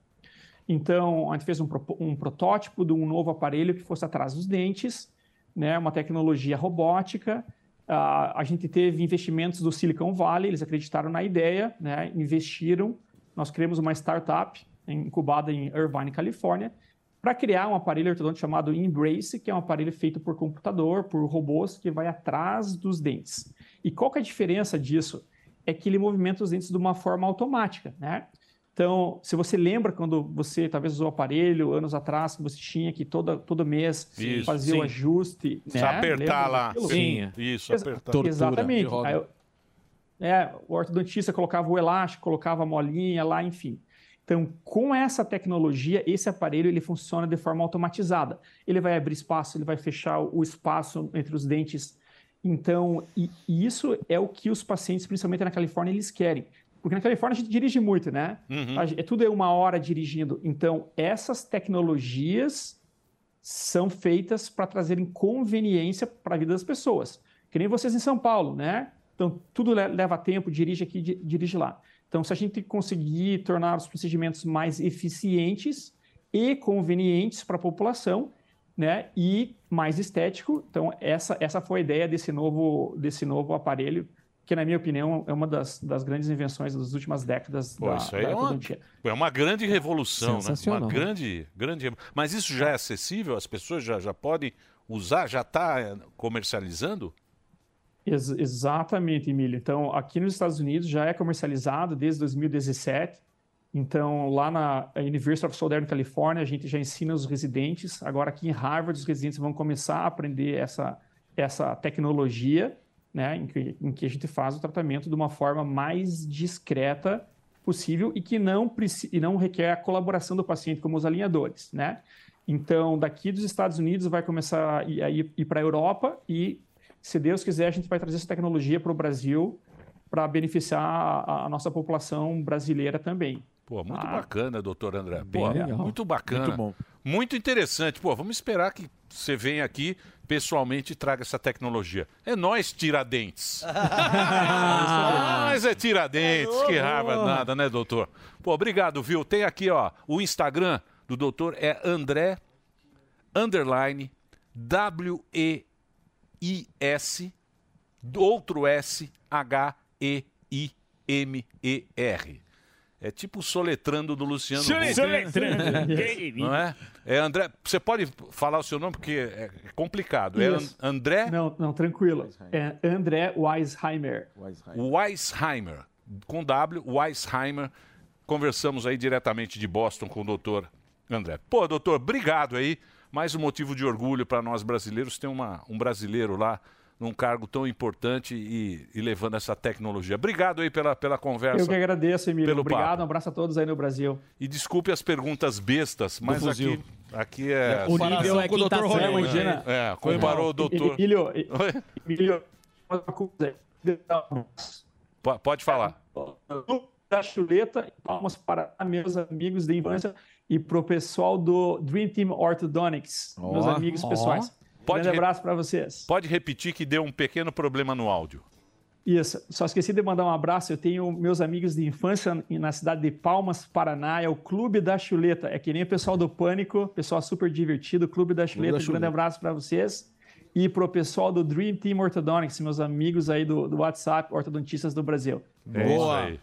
S20: Então, a gente fez um, propo- um protótipo de um novo aparelho que fosse atrás dos dentes, né, uma tecnologia robótica. Ah, a gente teve investimentos do Silicon Valley, eles acreditaram na ideia, né, investiram. Nós criamos uma startup incubada em Irvine, Califórnia, para criar um aparelho ortodôntico chamado Embrace, que é um aparelho feito por computador, por robôs, que vai atrás dos dentes. E qual que é a diferença disso? É que ele movimenta os dentes de uma forma automática, né? Então, se você lembra quando você talvez usou o aparelho anos atrás, que você tinha que toda, todo mês
S3: Isso,
S20: fazer
S3: sim.
S20: o ajuste.
S3: Se
S20: né?
S3: apertar
S20: Lembra
S3: lá.
S20: daquilo?
S3: Sim, isso,
S20: Exa-
S3: apertar. Tortura de
S20: Exatamente.
S3: roda.
S20: Aí eu- é, o ortodontista colocava o elástico, colocava a molinha lá, enfim. Então, com essa tecnologia, esse aparelho ele funciona de forma automatizada. Ele vai abrir espaço, ele vai fechar o espaço entre os dentes. Então, e, e isso é o que os pacientes, principalmente na Califórnia, eles querem. Porque na Califórnia a gente dirige muito, né?
S3: Uhum.
S20: A gen- é tudo é uma hora dirigindo. Então, essas tecnologias são feitas para trazerem conveniência para a vida das pessoas. Que nem vocês em São Paulo, né? Então, tudo le- leva tempo, dirige aqui, di- dirige lá. Então, se a gente conseguir tornar os procedimentos mais eficientes e convenientes para a população, né? E mais estético. Então, essa, essa foi a ideia desse novo, desse novo aparelho, que, na minha opinião, é uma das, das grandes invenções das últimas décadas
S3: Pô,
S20: da,
S3: isso aí
S20: da
S3: é uma,
S20: ortodontia.
S3: é uma grande revolução, né? Uma
S20: Sensacional.
S3: grande, grande. revo- Mas isso já é acessível? As pessoas já, já podem usar? Já está comercializando?
S20: Ex- exatamente, Emílio. Então, aqui nos Estados Unidos já é comercializado desde 2017. Então, lá na University of Southern California, a gente já ensina os residentes. Agora, aqui em Harvard, os residentes vão começar a aprender essa, essa tecnologia, né, em que, em que a gente faz o tratamento de uma forma mais discreta possível e que não, preci- e não requer a colaboração do paciente, como os alinhadores, né? Então, daqui dos Estados Unidos vai começar a ir, a ir- ir para a Europa e, se Deus quiser, a gente vai trazer essa tecnologia para o Brasil para beneficiar a, a nossa população brasileira também.
S3: Pô, muito
S20: Ah.
S3: bacana, doutor André.
S20: Bem
S3: Pô,
S20: legal.
S3: muito bacana.
S20: Muito
S3: Muito
S20: bom.
S3: interessante. Pô, vamos esperar que você venha aqui pessoalmente e traga essa tecnologia. É nós, Tiradentes. Mas é Tiradentes, que raiva nada, né, doutor? Pô, obrigado, viu? Tem aqui, ó, o Instagram do doutor é André underline W E I S do outro S H E I M E R. É tipo o soletrando do Luciano. Huck.
S9: Soletrando.
S3: Não é? É André, você pode falar o seu nome porque é complicado. É
S20: Isso.
S3: An- André
S20: Não, não, tranquilo. É André Weisheimer.
S3: Weisheimer, com W, Weisheimer. Conversamos aí diretamente de Boston com o doutor André. Pô, doutor, obrigado aí. Mais um motivo de orgulho para nós brasileiros ter uma, um brasileiro lá num cargo tão importante e, e levando essa tecnologia. Obrigado aí pela, pela conversa.
S20: Eu que agradeço, Emílio.
S3: Pelo
S20: Obrigado,
S3: papo.
S20: um abraço a todos aí no Brasil.
S3: E desculpe as perguntas bestas, mas aqui,
S20: fuzil.
S3: aqui é...
S20: O nível é quinta série, imagina.
S3: É, é, comparou o doutor...
S20: Emílio,
S3: Oi?
S20: Emílio, uma coisa.
S3: Po- Pode falar.
S20: da chuleta, palmas para meus amigos de infância e pro pessoal do Dream Team Orthodontics, meus
S3: Ó,
S20: amigos
S3: ó.
S20: pessoais.
S3: Pode
S20: Grande
S3: re-
S20: abraço para vocês.
S3: Pode repetir que deu um pequeno problema no áudio.
S20: Isso, só esqueci de mandar um abraço. Eu tenho meus amigos de infância na cidade de Palmas, Paraná. É o Clube da Chuleta. É que nem o pessoal do Pânico, pessoal super divertido. Clube da Chuleta.
S16: da
S20: Um grande
S16: Chuleta.
S20: abraço para vocês. E pro pessoal do Dream Team Orthodontics, meus amigos aí do, do WhatsApp, ortodontistas do Brasil.
S3: É isso aí.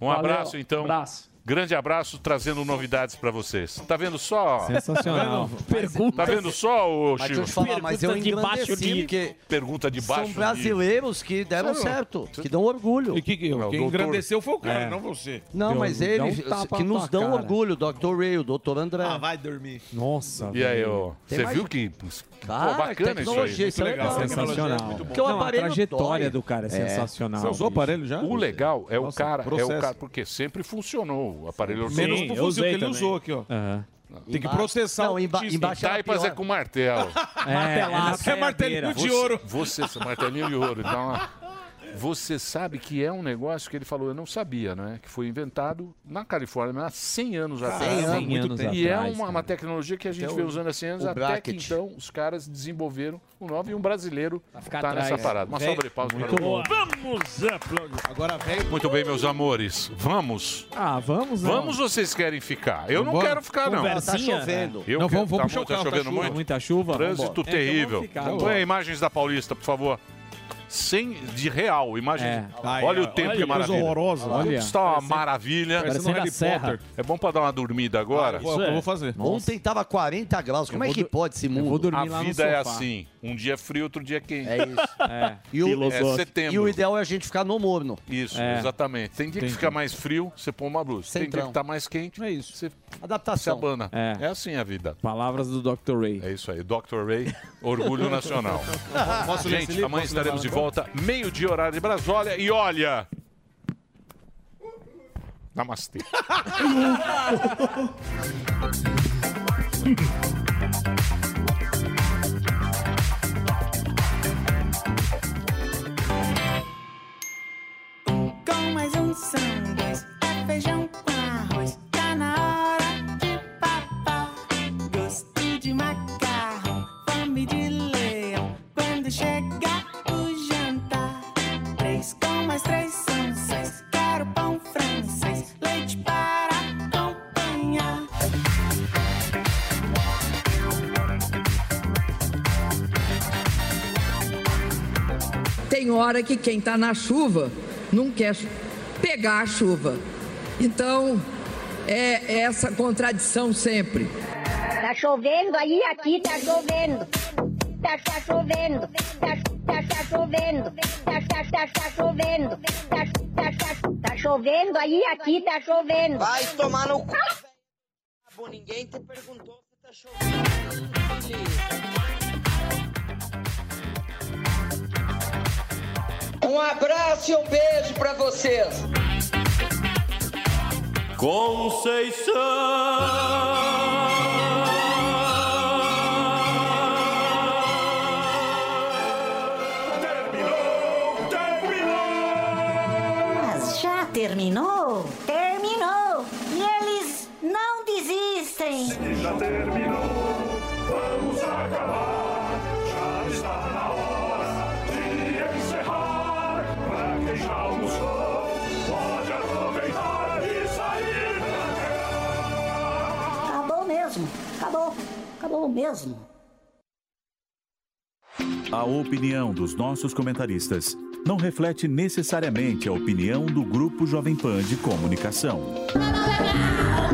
S3: Um
S20: Valeu,
S3: abraço, então.
S20: abraço.
S3: Grande abraço, trazendo novidades pra vocês. Tá vendo só?
S5: Sensacional.
S3: Pergunta. Tá vendo só, ô
S5: Mas
S3: Chico?
S5: deixa eu te falar, mas eu Pergunta de baixo engrandeci, nível. porque
S3: Pergunta de baixo
S5: São brasileiros que deram
S3: São-
S5: certo, que dão orgulho.
S3: quem doutor- engrandeceu foi É, o cara,
S5: É.
S3: não você.
S5: Não,
S3: Deu-
S5: mas
S3: dá um
S5: eles
S3: tapa
S5: que
S3: na
S5: nos
S3: tua
S5: dão
S3: cara.
S5: orgulho, o Dr. Ray, o Dr. André. Ah,
S6: vai dormir.
S4: Nossa,
S3: E aí, ô,
S5: Tem
S3: você
S5: mais-
S3: viu que. Pô, bacana isso aí. né?
S5: tecnologia, isso é
S3: muito legal.
S5: legal.
S4: Sensacional.
S3: Muito bom.
S4: Porque o Não, a aparelho trajetória dói. do cara é sensacional, Você usou bicho. aparelho já?
S3: O legal é
S4: Nossa,
S3: o cara, é
S4: processo.
S3: o cara, porque sempre funcionou o aparelho
S4: Menos pro Sim, eu fuzil usei que ele também. usou
S6: aqui, ó.
S3: Tem que processar
S5: o tisco. embaixo era
S3: Taipas
S5: pior.
S3: é com martelo.
S5: É, Martelaço, é na
S6: martelinho
S5: de
S3: Você-
S5: ouro.
S3: Você, martelinho de ouro. dá uma- Você sabe que é um negócio que ele falou, eu não sabia, né? Que foi inventado na Califórnia há 100 anos atrás.
S5: 100 anos,
S3: Muito
S5: anos
S3: tempo. E é
S5: atrás,
S3: uma, uma tecnologia que a gente
S5: Até
S3: vem
S5: o-
S3: usando há 100 anos,
S5: o
S3: até
S5: bracket.
S3: que então os caras desenvolveram o 9 e um brasileiro
S9: ficar
S3: está
S9: atrás.
S3: nessa parada. Uma
S9: Vem-
S3: salva de palmas.
S9: Muito
S3: para o-
S9: boa. Vamos aplaudir.
S6: Agora vem.
S3: Muito bem, meus amores. Vamos.
S4: Ah, vamos, né?
S3: Vamos ou vocês querem ficar? Eu não
S4: Vambora.
S3: quero ficar, não.
S5: Tá
S4: Conversinha, né?
S3: Eu
S4: Não,
S3: quero-
S4: vamos- vamos
S3: tá
S4: puxar o
S3: muito- tá
S4: carro, tá
S3: chovendo
S4: chuva.
S3: muito.
S4: Muita chuva,
S3: Trânsito
S4: vambora. É, então
S3: terrível.
S4: vamos ficar,
S3: Põe
S4: vambora.
S3: imagens da Paulista, por favor. Sem, de real, imagem.
S4: É.
S3: Olha,
S4: Ai,
S3: o
S4: ai,
S3: tempo
S4: olha,
S3: que
S4: coisa
S3: maravilha.
S4: horrorosa.
S3: Olha,
S4: Olha.
S3: está uma maravilha.
S4: parecendo Ah, Harry Potter.
S3: É bom para dar uma dormida agora.
S5: é.
S4: é.
S5: Ontem tava 40 graus. Como é que pode esse mundo?
S3: a vida é assim. Um dia é frio, outro dia é quente.
S5: É isso.
S3: É,
S5: E o,
S3: setembro.
S5: e o ideal é a gente ficar no morno.
S3: Isso,
S5: É.
S3: exatamente. Tem dia que fica mais frio, você põe uma blusa. Tem dia
S5: Centrão.
S3: que tá mais quente, é isso. você
S5: Adaptação.
S3: se abana. É. assim a vida. Palavras do Dr. Ray. É isso aí, Dr. Ray, orgulho nacional.
S6: Posso ler esse
S3: Gente,
S6: livro?
S3: amanhã
S6: Posso
S3: estaremos de
S6: levar?
S3: volta, meio-dia, horário de Brasólia. E olha... Namastê.
S11: Com mais um sanduíche, é feijão com arroz. Tá na hora de papar. Gosto de macarrão, fome de leão. Quando chega o jantar, três com mais três são seis. Quero pão francês, leite para acompanhar.
S21: Tem hora que quem está na chuva não quer chu- pegar a chuva. Então, é é essa contradição sempre.
S11: Tá chovendo aí, aqui tá chovendo. Tá, tá chovendo. Tá, tá, tá chovendo. Tá, tá, tá, tá chovendo. Tá, tá, tá, tá chovendo aí, aqui tá chovendo. Vai tomar no cu.
S22: Ninguém te perguntou. tá
S23: Um abraço e um beijo pra vocês.
S11: Mas já terminou? Terminou! E eles não desistem.
S13: Já terminou, vamos acabar. Já está na hora de encerrar. Pra quem já almoçou, pode aproveitar e sair
S11: Acabou mesmo, acabou, acabou mesmo.
S3: A opinião dos nossos comentaristas não reflete necessariamente a opinião do Grupo Jovem Pan de Comunicação.
S24: tá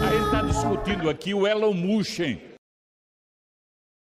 S24: A gente está discutindo aqui o Elon Musk,